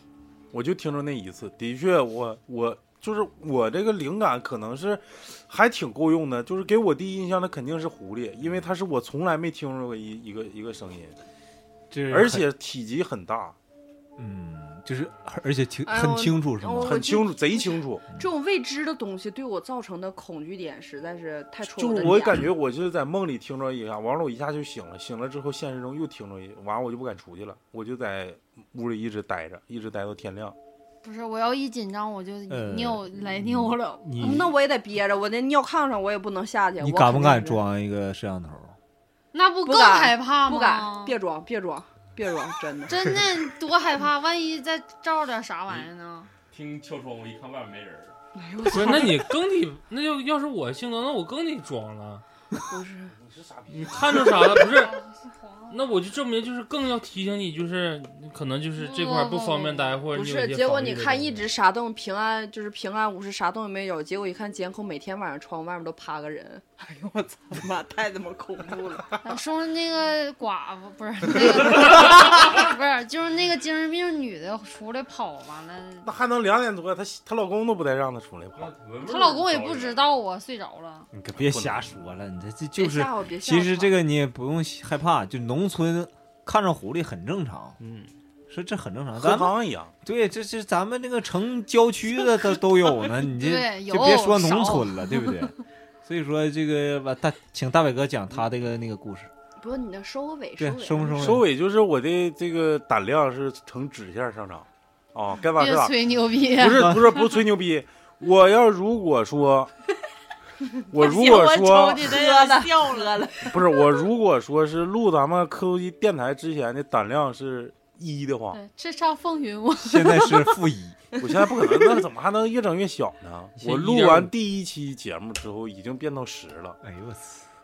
Speaker 3: 我就听着那一次，的确我我。就是我这个灵感可能是还挺够用的，就是给我第一印象，那肯定是狐狸，因为它是我从来没听说过一一个一个声音，
Speaker 7: 这是
Speaker 3: 而
Speaker 7: 很
Speaker 3: 且体积很大，
Speaker 7: 嗯，就是而且清
Speaker 6: 哎
Speaker 7: 很
Speaker 6: 我
Speaker 7: 清楚是吗
Speaker 6: 我？
Speaker 3: 很清楚，贼清楚。
Speaker 6: 这种未知的东西对我造成的恐惧点实在是太戳
Speaker 3: 就是
Speaker 6: 的
Speaker 3: 我
Speaker 6: 点
Speaker 3: 感
Speaker 6: 了
Speaker 3: 觉我就是在梦里听着一下，完了我一下就醒了，醒了之后现实中又听着一，完了我就不敢出去了，我就在屋里一直待着，一直待到天亮。
Speaker 5: 不是，我要一紧张我就
Speaker 7: 呃
Speaker 5: 尿来尿了。
Speaker 7: 你
Speaker 6: 嗯那我也得憋着，我那尿炕上我也不能下去。
Speaker 7: 你
Speaker 6: 我
Speaker 7: 敢不
Speaker 6: 肯定
Speaker 7: 敢
Speaker 6: 是？
Speaker 7: 装一个摄像头？
Speaker 5: 那不
Speaker 6: 不
Speaker 5: 更
Speaker 6: 敢
Speaker 5: 害怕吗？
Speaker 6: 不敢，别装，别装，别装，真的。
Speaker 5: 真的多害怕，万一再照点啥玩意儿呢？
Speaker 4: 听敲窗户一看外面没人儿，
Speaker 6: 哎呦，
Speaker 2: 不是，那你更得，那要要是我性格，那我更得装了。
Speaker 6: 不是，
Speaker 2: 你看着啥了？不 是，那我就证明就是更要提醒你，就是可能就是这块儿不方便待，或者
Speaker 6: 不
Speaker 2: 你有一
Speaker 6: 是，
Speaker 2: 些
Speaker 6: 结果
Speaker 2: 防
Speaker 6: 你
Speaker 2: 御的
Speaker 6: 看
Speaker 2: 东
Speaker 6: 一
Speaker 2: 西
Speaker 6: 直啥动平安，就是平安无事，啥动也没有。结果一看监控，每天晚上窗户外面都趴个人。哎呦我操妈，太他妈恐怖了！
Speaker 5: 哎说说那个寡妇不是那个不是就是那个精神病女的出来跑完了，
Speaker 3: 那还能两点多，她她老公都不带让她出来跑。
Speaker 5: 她老公也不知道啊，睡着了。
Speaker 7: 你可别瞎说了，你这这就
Speaker 6: 别
Speaker 7: 是
Speaker 6: 吓我，别吓我！
Speaker 7: 其实这个你也不用害怕，就农村看着狐狸很正常，
Speaker 2: 嗯，
Speaker 7: 说这很正常。
Speaker 3: 和
Speaker 7: 咱们
Speaker 3: 刚一样，
Speaker 7: 对，这是咱们这个城郊区的 都都有呢，你这
Speaker 5: 对
Speaker 7: 就别
Speaker 5: 有
Speaker 7: 说农
Speaker 5: 少
Speaker 7: 村了，对不对？所以说这个吧，大请大伟哥讲他这个那个故事，
Speaker 6: 不是你那收个尾，
Speaker 7: 对，
Speaker 6: 尾，
Speaker 7: 收不收？
Speaker 3: 收尾就是我的这个胆量是呈直线上涨，啊，该咋是
Speaker 5: 别
Speaker 3: 咋。
Speaker 5: 吹牛逼，
Speaker 3: 不是不是不是吹牛逼，我要如果说，我如果说
Speaker 6: 喝了笑了，
Speaker 3: 不是我如果说是录咱们科技电台之前的胆量是一的 话，
Speaker 5: 对叱咤风云我
Speaker 7: 现在是负一，
Speaker 3: 我现在不可能，那怎么还能越整越小呢？
Speaker 2: 先
Speaker 3: 我
Speaker 2: 1.5
Speaker 3: 录完第一期节目之后，已经变到十了。
Speaker 7: 哎呦我操！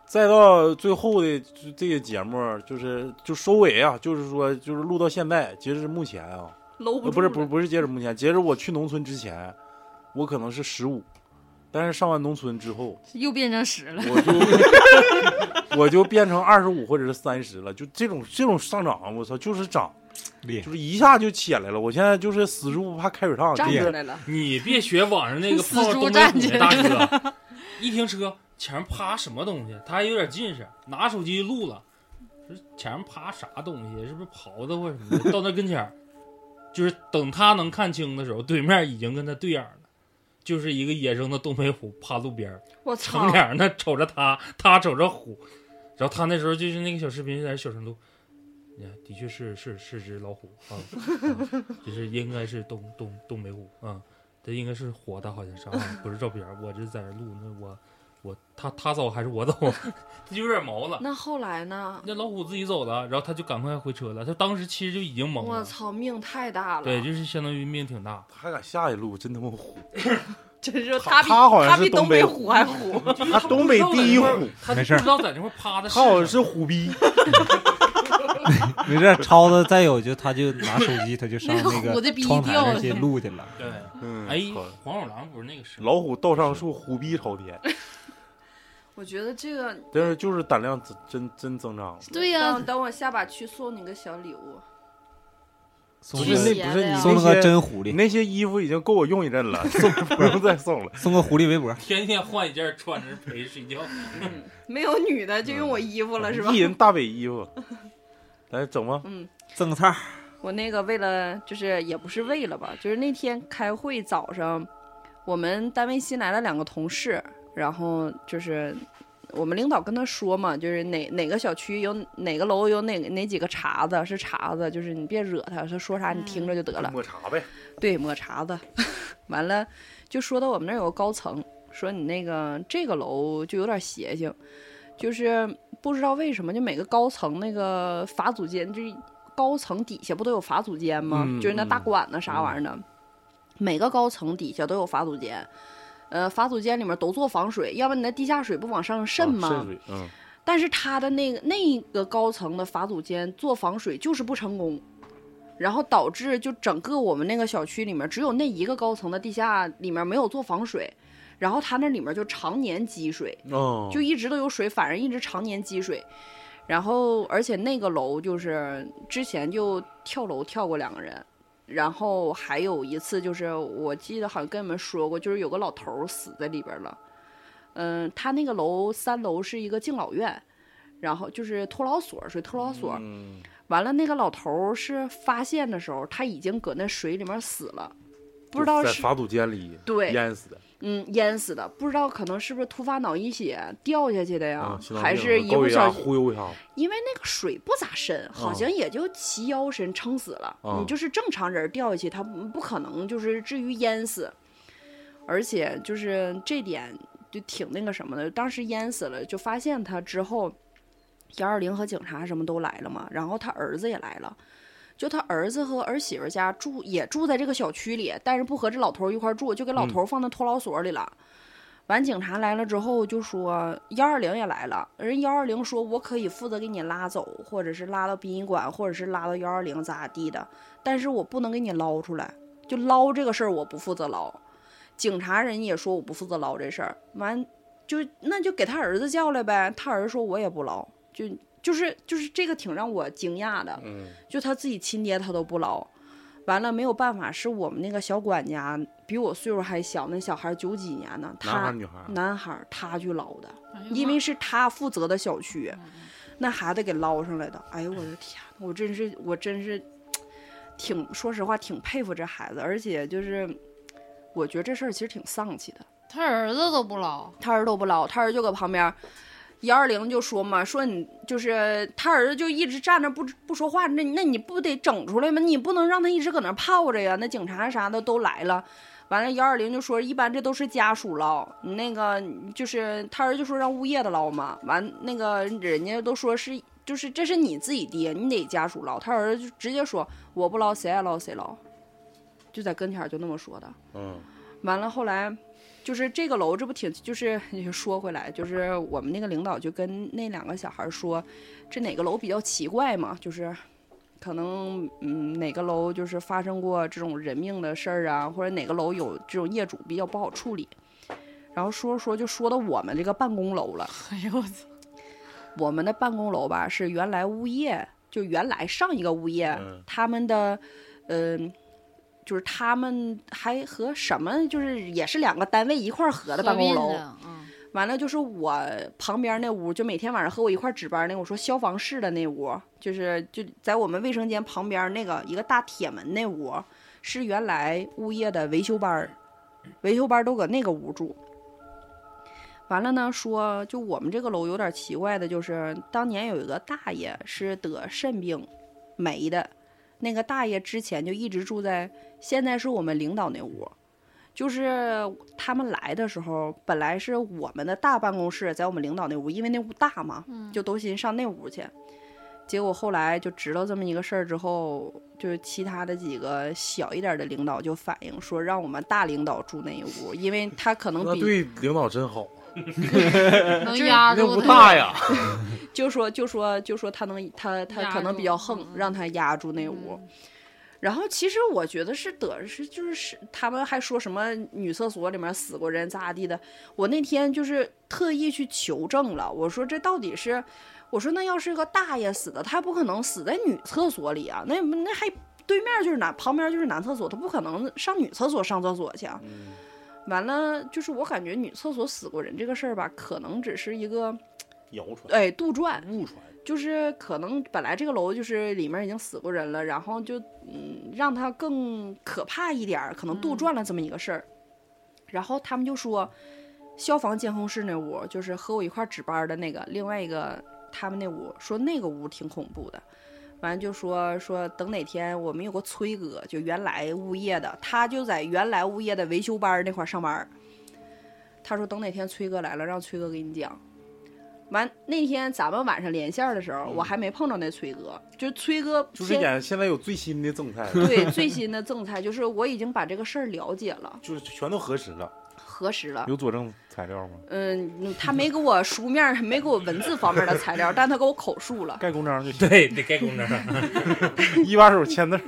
Speaker 3: 再到最后的这这个节目，就是就收尾啊，就是说就是录到现在，截止目前啊，
Speaker 6: 搂
Speaker 3: 呃
Speaker 6: 不
Speaker 3: 不是
Speaker 6: 住
Speaker 3: 不是
Speaker 6: 了
Speaker 3: 不是截止目前，截止我去农村之前，我可能是十五，但是上完农村之后，
Speaker 5: 又变成屎了。
Speaker 3: 我就我就 变成二十五或者是三十了，就这种这种上涨，我操，就是涨，
Speaker 7: 厉害
Speaker 3: 就！是一下就起来了。我现在就是死猪不怕开水烫，
Speaker 6: 站
Speaker 3: 就
Speaker 6: 起
Speaker 3: 是
Speaker 6: 来了，
Speaker 2: 你别学网上那 个
Speaker 5: 死
Speaker 2: 泡
Speaker 5: 猪
Speaker 2: 东北
Speaker 5: 站
Speaker 2: 虎
Speaker 5: 起
Speaker 2: 那
Speaker 5: 来
Speaker 2: 大哥，一停车前面啪什么东西，他还有点近视，拿手机录了，说前面啪啥东西，是不是狍子或什么的？到那跟前儿，就是等他能看清的时候，对面已经跟他对眼儿了，就是一个野生的东北虎趴路边儿，
Speaker 6: 我
Speaker 2: 成
Speaker 6: 操！
Speaker 2: 脸儿呢瞅着他，他瞅着虎，然后他那时候就是那个小视频在那小声录。呀的确是是是只老虎啊，啊就是应该是东东东北虎啊，这应该是活的，好像是啊，不是照片儿。我这在这录，那我我他他走还是我走， 他就有点毛了。
Speaker 6: 那后来呢？
Speaker 2: 那老虎自己走了，然后他就赶快回车了。他当时其实就已经懵
Speaker 6: 我
Speaker 2: 了，
Speaker 6: 操，命太大了！
Speaker 2: 对，就是相当于命挺大。
Speaker 3: 还敢下一路，真他妈虎！
Speaker 6: 真是
Speaker 3: 他
Speaker 6: 比
Speaker 3: 他好像
Speaker 6: 他
Speaker 3: 是
Speaker 6: 比
Speaker 3: 东
Speaker 6: 北
Speaker 3: 北
Speaker 6: 虎还 虎。
Speaker 3: 他东北第一虎，
Speaker 2: 他就
Speaker 7: 没
Speaker 2: 不
Speaker 7: 事儿
Speaker 2: 知道在那块儿趴的
Speaker 3: 他好像
Speaker 2: 什
Speaker 3: 是虎逼，
Speaker 7: 没事，超子再有就他就拿手机，他就上
Speaker 5: 那个
Speaker 7: 个
Speaker 5: 虎子逼
Speaker 7: 窗台
Speaker 5: 掉
Speaker 7: 那
Speaker 5: 了
Speaker 7: 去录去了。
Speaker 2: 么对，
Speaker 3: 嗯，
Speaker 2: 哎
Speaker 3: 好，
Speaker 2: 黄鼠狼不是那个时候，
Speaker 3: 老虎倒上树，虎逼朝天，
Speaker 6: 我觉得这个，
Speaker 3: 但是就是胆量真真真增长了。
Speaker 5: 对呀、
Speaker 6: 等等我下把去送你个小礼物。
Speaker 7: 送
Speaker 3: 不
Speaker 7: 个
Speaker 3: 是
Speaker 5: 驱
Speaker 3: 那不
Speaker 5: 邪
Speaker 3: 是
Speaker 5: 的
Speaker 3: 你
Speaker 5: 呀
Speaker 7: 送了个
Speaker 3: 那些
Speaker 7: 真狐
Speaker 3: 你
Speaker 7: 狸，
Speaker 3: 那些衣服已经够我用一阵了，送不用再送了。
Speaker 7: 送个狐狸围脖。
Speaker 2: 天天换一件穿着陪着睡觉。
Speaker 6: 没有女的就用我衣服了是吧
Speaker 3: 一？人大北衣服，来整吧。
Speaker 6: 嗯，
Speaker 7: 赠个菜儿，
Speaker 6: 我那个为了就是也不是为了吧，就是那天开会早上，我们单位新来了两个同事，然后就是我们领导跟他说嘛，就是哪哪个小区有哪个楼有哪哪几个茬子是茬子，就是你别惹他，他说啥你听着就得了。
Speaker 3: 抹茶呗，
Speaker 6: 对，抹茶的。 完了，就说到我们那儿有个高层，说你那个这个楼就有点邪性，就是不知道为什么，就每个高层那个法组间，就是高层底下不都有法组间吗？
Speaker 3: 嗯
Speaker 6: 就是那大管子啥玩意儿的，每个高层底下都有法组间。呃，法组间里面都做防水，要不然你那地下水不往上渗吗？
Speaker 3: 啊渗水，嗯，
Speaker 6: 但是他的那个那个高层的法组间做防水就是不成功，然后导致就整个我们那个小区里面只有那一个高层的地下里面没有做防水，然后他那里面就常年积水，
Speaker 3: 哦，
Speaker 6: 就一直都有水，反正一直常年积水。然后，而且那个楼就是之前就跳楼跳过两个人，然后还有一次就是我记得好像跟你们说过，就是有个老头儿死在里边了。嗯，他那个楼三楼是一个敬老院，然后就是托老所，属于托老所。
Speaker 3: 嗯，
Speaker 6: 完了，那个老头儿是发现的时候，他已经搁那水里面死了，不知
Speaker 3: 就
Speaker 6: 道
Speaker 3: 在
Speaker 6: 是
Speaker 3: 法组间里
Speaker 6: 对
Speaker 3: 淹死的，
Speaker 6: 嗯，淹死的，不知道可能是不是突发脑溢血掉下去的哎呀
Speaker 3: 啊，心，脏
Speaker 6: 还
Speaker 3: 病
Speaker 6: 是
Speaker 3: 和
Speaker 6: 一
Speaker 3: 高
Speaker 6: 不
Speaker 3: 血压
Speaker 6: 小
Speaker 3: 忽悠一下子，
Speaker 6: 因为那个水不咋深，好像也就齐腰深，撑死了。
Speaker 3: 哦
Speaker 6: 你就是正常人掉下去，他不不可能就是至于淹死，而且就是这点就挺那个什么的。当时淹死了，就发现他之后，幺二零和警察什么都来了嘛，然后他儿子也来了。就他儿子和儿媳妇儿家住也住在这个小区里，但是不和这老头儿一块儿住，就给老头儿放到托老所里了。完，警察来了之后就说幺二零也来了，人幺二零说我可以负责给你拉走，或者是拉到殡仪馆，或者是拉到幺二零咋咋地的，但是我不能给你捞出来，就捞这个事儿我不负责捞。警察人也说我不负责捞这事儿，完就那就给他儿子叫来呗，他儿子说我也不捞，就就是就是这个挺让我惊讶的，
Speaker 3: 嗯，
Speaker 6: 就他自己亲爹他都不捞，完了没有办法，是我们那个小管家比我岁数还小，那小孩九几年呢，
Speaker 3: 男孩
Speaker 6: 他
Speaker 3: 儿女孩儿，
Speaker 6: 男孩儿他去捞的，
Speaker 5: 哎呦
Speaker 6: 因
Speaker 5: 妈
Speaker 6: 为是他负责的小区
Speaker 5: 嗯，
Speaker 6: 那孩子给捞上来的。哎呦我的天，我真是我真是挺说实话挺佩服这孩子，而且就是我觉得这事儿其实挺丧气的。
Speaker 5: 他儿子都不捞，
Speaker 6: 他儿子都不捞，他儿子就搁旁边儿。幺二零就说嘛，说你就是他儿子就一直站着不不说话，那那你不得整出来吗？你不能让他一直搁那泡着呀。那警察啥的都来了，完了幺二零就说，一般这都是家属捞，那个就是他儿子就说让物业的捞嘛。完那个人家都说是就是这是你自己爹，你得家属捞。他儿子就直接说我不捞，谁爱捞谁捞，就在跟前儿就那么说的。
Speaker 3: 嗯，
Speaker 6: 完了后来就是这个楼，这不挺就是说回来，就是我们那个领导就跟那两个小孩说，这哪个楼比较奇怪嘛，就是。可能嗯哪个楼就是发生过这种人命的事儿啊，或者哪个楼有这种业主比较不好处理，然后说着说就说到我们这个办公楼了。
Speaker 5: 哎呦我操！
Speaker 6: 我们的办公楼吧是原来物业，就原来上一个物业、
Speaker 3: 嗯
Speaker 6: 他们的，嗯、就是他们还和什么，就是也是两个单位一块儿合的办公
Speaker 5: 合并
Speaker 6: 楼。
Speaker 5: 的，嗯，
Speaker 6: 完了就是我旁边那屋，就每天晚上和我一块儿值班那，我说消防室的那屋，就是就在我们卫生间旁边那个一个大铁门那屋，是原来物业的维修班儿，维修班儿都搁那个屋住。完了呢，说就我们这个楼有点奇怪的，就是当年有一个大爷是得肾病没的，那个大爷之前就一直住在现在是我们领导那屋。就是他们来的时候，本来是我们的大办公室在我们领导那屋，因为那屋大嘛，
Speaker 5: 嗯
Speaker 6: 就都寻思上那屋去。结果后来就知道这么一个事儿之后，就是其他的几个小一点的领导就反映说，让我们大领导住那一屋，因为他可能
Speaker 3: 那
Speaker 6: 比
Speaker 3: 对领导真好，
Speaker 5: 能压
Speaker 3: 那
Speaker 5: 住
Speaker 3: 不
Speaker 5: 他。
Speaker 3: 大呀，
Speaker 6: 就说就说就说他能他他
Speaker 5: 压
Speaker 6: 可能
Speaker 5: 住
Speaker 6: 比较横，
Speaker 5: 嗯
Speaker 6: 让他压住那屋。然后其实我觉得是得是就是是他们还说什么女厕所里面死过人咋咋地的，我那天就是特意去求证了，我说这到底是，我说那要是个大爷死的，他不可能死在女厕所里啊，那那还对面就是男旁边就是男厕所，他不可能上女厕所上厕所去啊。
Speaker 3: 嗯
Speaker 6: 完了，就是我感觉女厕所死过人这个事儿吧，可能只是一个
Speaker 3: 谣传、
Speaker 6: 哎杜撰，
Speaker 3: 误传，
Speaker 6: 就是可能本来这个楼就是里面已经死过人了，然后就嗯让它更可怕一点儿，可能杜撰了这么一个事儿。然后他们就说，消防监控室那屋就是和我一块儿值班的那个，另外一个他们那屋说那个屋挺恐怖的。完就说说等哪天我们有个崔哥，就原来物业的，他就在原来物业的维修班儿那块儿上班儿。他说等哪天崔哥来了，让崔哥给你讲。完那天咱们晚上连线儿的时候，我还没碰着那崔哥，就是崔哥
Speaker 3: 就是
Speaker 6: 先
Speaker 3: 演现在有最新的正菜，
Speaker 6: 对最新的政策，就是我已经把这个事儿了解了，
Speaker 3: 就是全都核实了，
Speaker 6: 核实了。
Speaker 3: 有佐证材料吗？
Speaker 6: 嗯，他没给我书面儿，没给我文字方面的材料，但他给我口述了。
Speaker 3: 盖公章就行，
Speaker 2: 对，得盖公章。
Speaker 3: 一把手签 字儿，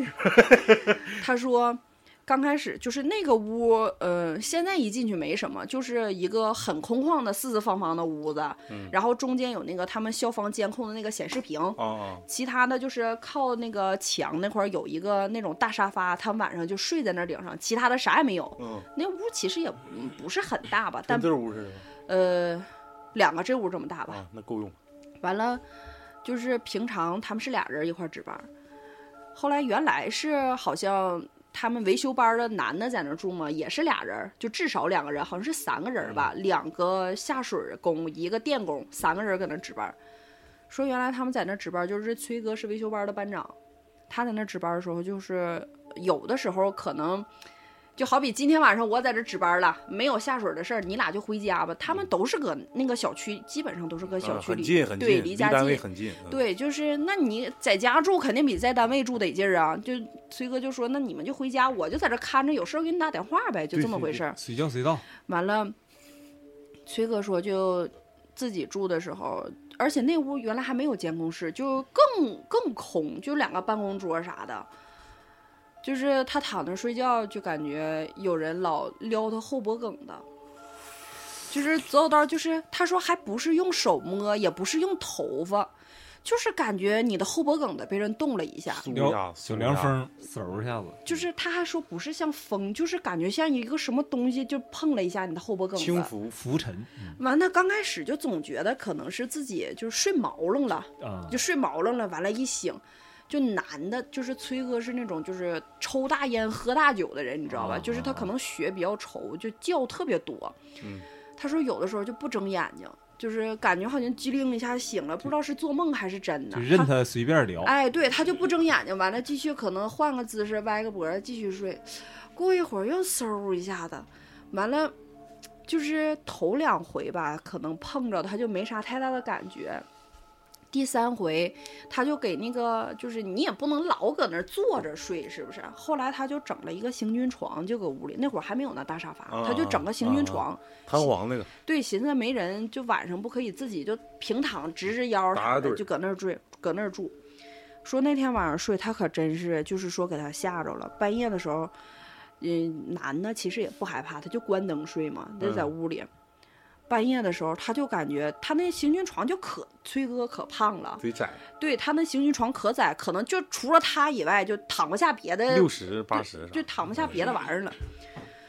Speaker 6: 他说，刚开始就是那个屋，呃，现在一进去没什么，就是一个很空旷的四四方方的屋子，然后中间有那个他们消防监控的那个显示屏，
Speaker 3: 啊啊，
Speaker 6: 其他的就是靠那个墙那块儿有一个那种大沙发，他们晚上就睡在那顶上，其他的啥也没有。
Speaker 3: 嗯，
Speaker 6: 那屋其实也嗯不是很大吧，但
Speaker 3: 跟这屋似的
Speaker 6: 呃，两个这屋这么大吧。
Speaker 3: 啊，那够用，
Speaker 6: 完了，就是平常他们是俩人一块儿值班儿，后来原来是好像他们维修班儿的男的在那儿住嘛，也是俩人儿，就至少两个人，好像是三个人儿
Speaker 9: 嗯
Speaker 6: 吧，两个下水工，一个电工，三个人儿搁那儿值班儿。说原来他们在那儿值班儿，就是崔哥是维修班儿的班长，他在那儿值班儿的时候，就是有的时候可能就好比今天晚上我在这值班了，没有下水的事儿，你俩就回家吧。他们都是搁那个小区，基本上都是搁小
Speaker 9: 嗯啊
Speaker 6: 区
Speaker 9: 很
Speaker 6: 里，
Speaker 9: 近很
Speaker 6: 对，
Speaker 9: 近，
Speaker 6: 离家
Speaker 9: 单位
Speaker 6: 近。
Speaker 9: 很近。嗯，
Speaker 6: 对，就是那你在家住肯定比在单位住得劲儿啊。就崔哥就说，那你们就回家，我就在这看着，有事儿给你打电话呗，就
Speaker 7: 对
Speaker 6: 这么
Speaker 7: 对
Speaker 6: 回
Speaker 7: 对
Speaker 6: 事儿。
Speaker 7: 随叫随到，
Speaker 6: 完了，崔哥说就自己住的时候，而且那屋原来还没有监控室，就更更空，就两个办公桌啥的。就是他躺那睡觉，就感觉有人老撩他后脖梗的，就是走走道，就是他说还不是用手摸，也不是用头发，就是感觉你的后脖梗的被人动了一下，
Speaker 9: 苏
Speaker 7: 聊
Speaker 9: 家
Speaker 7: 小凉，风嗖一下子，
Speaker 6: 就是他还说不是像风，就是感觉像一个什么东西就碰了一下你的后脖梗
Speaker 9: 苏家
Speaker 6: 子，
Speaker 9: 轻浮
Speaker 7: 浮嗯沉
Speaker 6: 完了，刚开始就总觉得可能是自己就是睡毛愣了，
Speaker 7: 啊
Speaker 6: 就，睡毛愣了。完了，一醒，就男的，就是崔哥是那种就是抽大烟、喝大酒的人，你知道吧？就是他可能血比较稠，就觉特别多。
Speaker 9: 嗯，
Speaker 6: 他说有的时候就不睁眼睛，就是感觉好像机灵一下醒了，不知道是做梦还是真的。
Speaker 7: 就任他随便聊，
Speaker 6: 哎，对，他就不睁眼睛，完了继续可能换个姿势，歪个脖子继续睡。过一会儿又嗖一下子，完了就是头两回吧，可能碰着他就没啥太大的感觉。第三回，他就给那个，就是你也不能老搁那儿坐着睡，是不是？后来他就整了一个行军床，就搁屋里。那会儿还没有那大沙发，他就整个行
Speaker 9: 啊啊
Speaker 6: 军
Speaker 9: 啊
Speaker 6: 床。
Speaker 9: 弹簧那个，
Speaker 6: 对，寻思没人，就晚上不可以自己就平躺直直腰
Speaker 9: 打
Speaker 6: 啥
Speaker 9: 盹
Speaker 6: 的，
Speaker 9: 儿
Speaker 6: 就搁那儿睡，搁那儿住。说那天晚上睡，他可真是就是说给他吓着了。半夜的时候，嗯，男的其实也不害怕，他就关灯睡嘛，就在屋里。半夜的时候，他就感觉他那行军床就可崔哥可胖了，
Speaker 9: 贼窄，
Speaker 6: 对他那行军床可窄，可能就除了他以外就躺不下别的
Speaker 9: 六十八十，
Speaker 6: 呃就躺不下别的玩意儿了。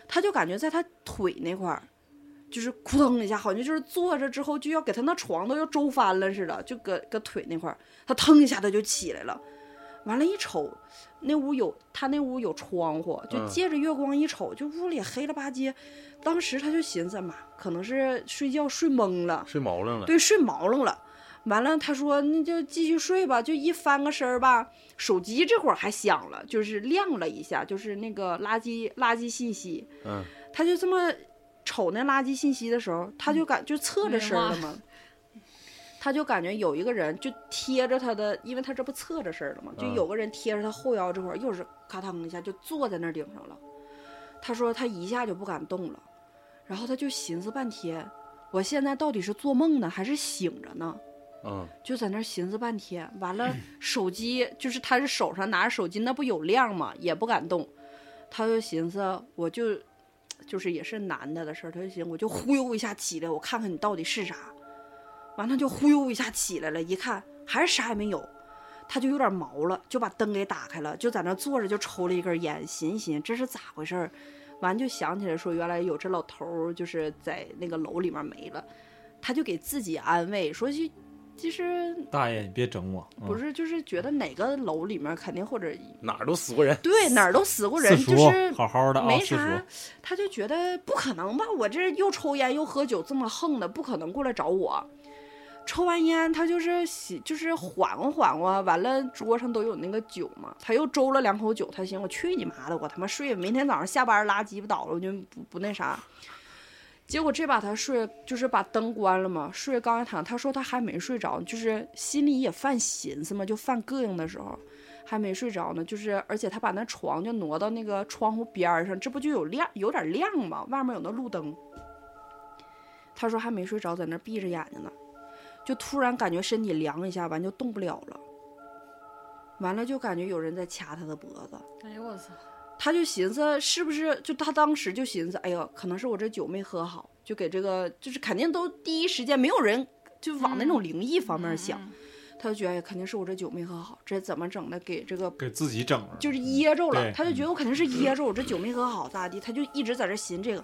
Speaker 6: 他就感觉在他腿那块儿，就是扑腾一下，好像就是坐着之后就要给他那床都要周翻了似的，就搁搁腿那块儿，他腾一下他就起来了。完了，一瞅，那屋有他那屋有窗户，就
Speaker 9: 嗯
Speaker 6: 借着月光一瞅，就屋里黑了吧唧。当时他就寻思嘛，可能是睡觉睡懵了，
Speaker 9: 睡毛愣了。
Speaker 6: 对，睡毛愣了。完了，他说那就继续睡吧，就一翻个身儿吧，手机这会儿还响了，就是亮了一下，就是那个垃圾垃圾信息。
Speaker 9: 嗯，
Speaker 6: 他就这么瞅那垃圾信息的时候，他就感就侧着身儿了嘛，他就感觉有一个人就贴着他的，因为他这不侧着身儿了嘛，就
Speaker 9: 嗯
Speaker 6: 有个人贴着他后腰这块儿，又是咔腾一下就坐在那儿顶上了。他说他一下就不敢动了，然后他就寻思半天，我现在到底是做梦呢还是醒着呢？
Speaker 9: 嗯，
Speaker 6: 就在那儿寻思半天，完了手机就是他是手上拿着手机，那不有亮吗？也不敢动，他就寻思我就就是也是男的的事儿，他就寻思我就忽悠一下起来，我看看你到底是啥。完了就忽悠一下起来了，一看还是啥也没有，他就有点毛了，就把灯给打开了，就在那坐着就抽了一根烟，寻思寻思这是咋回事儿。完就想起来说，原来有这老头儿就是在那个楼里面没了，他就给自己安慰说其其实
Speaker 7: 大爷你别整我，嗯
Speaker 6: 不是，就是觉得哪个楼里面肯定或者
Speaker 9: 哪儿都死过人，
Speaker 6: 对哪儿都死过
Speaker 7: 嗯
Speaker 6: 人，
Speaker 7: 四
Speaker 6: 就
Speaker 7: 叔
Speaker 6: 是
Speaker 7: 好好的啊，
Speaker 6: 没
Speaker 7: 四
Speaker 6: 啥
Speaker 7: 叔，，
Speaker 6: 他就觉得不可能吧，我这又抽烟又喝酒，这么横的，不可能过来找我。抽完烟，他就是洗，就是缓和缓和，完了桌上都有那个酒嘛，他又周了两口酒，他寻思我去你妈的，我他妈睡，明天早上下班拉鸡巴倒了，我就不不那啥。结果这把他睡，就是把灯关了嘛，睡刚一躺，他说他还没睡着，就是心里也犯寻思嘛，就犯膈应的时候，还没睡着呢，就是而且他把那床就挪到那个窗户边儿上，这不就有亮有点亮吗？外面有那路灯。他说还没睡着，在那儿闭着眼睛呢，就突然感觉身体凉一下，完就动不了了。完了就感觉有人在掐他的脖子，
Speaker 5: 哎呦我操！
Speaker 6: 他就寻思是不是就他当时就寻思，哎呀，可能是我这酒没喝好，就给这个就是肯定都第一时间没有人就往那种灵异方面想，他就觉得哎呀肯定是我这酒没喝好，这怎么整的给这个
Speaker 7: 给自己整了，
Speaker 6: 就是噎着了
Speaker 7: 对，
Speaker 6: 他就觉得我肯定是噎着，我这酒没喝好咋地，他就一直在这寻这个，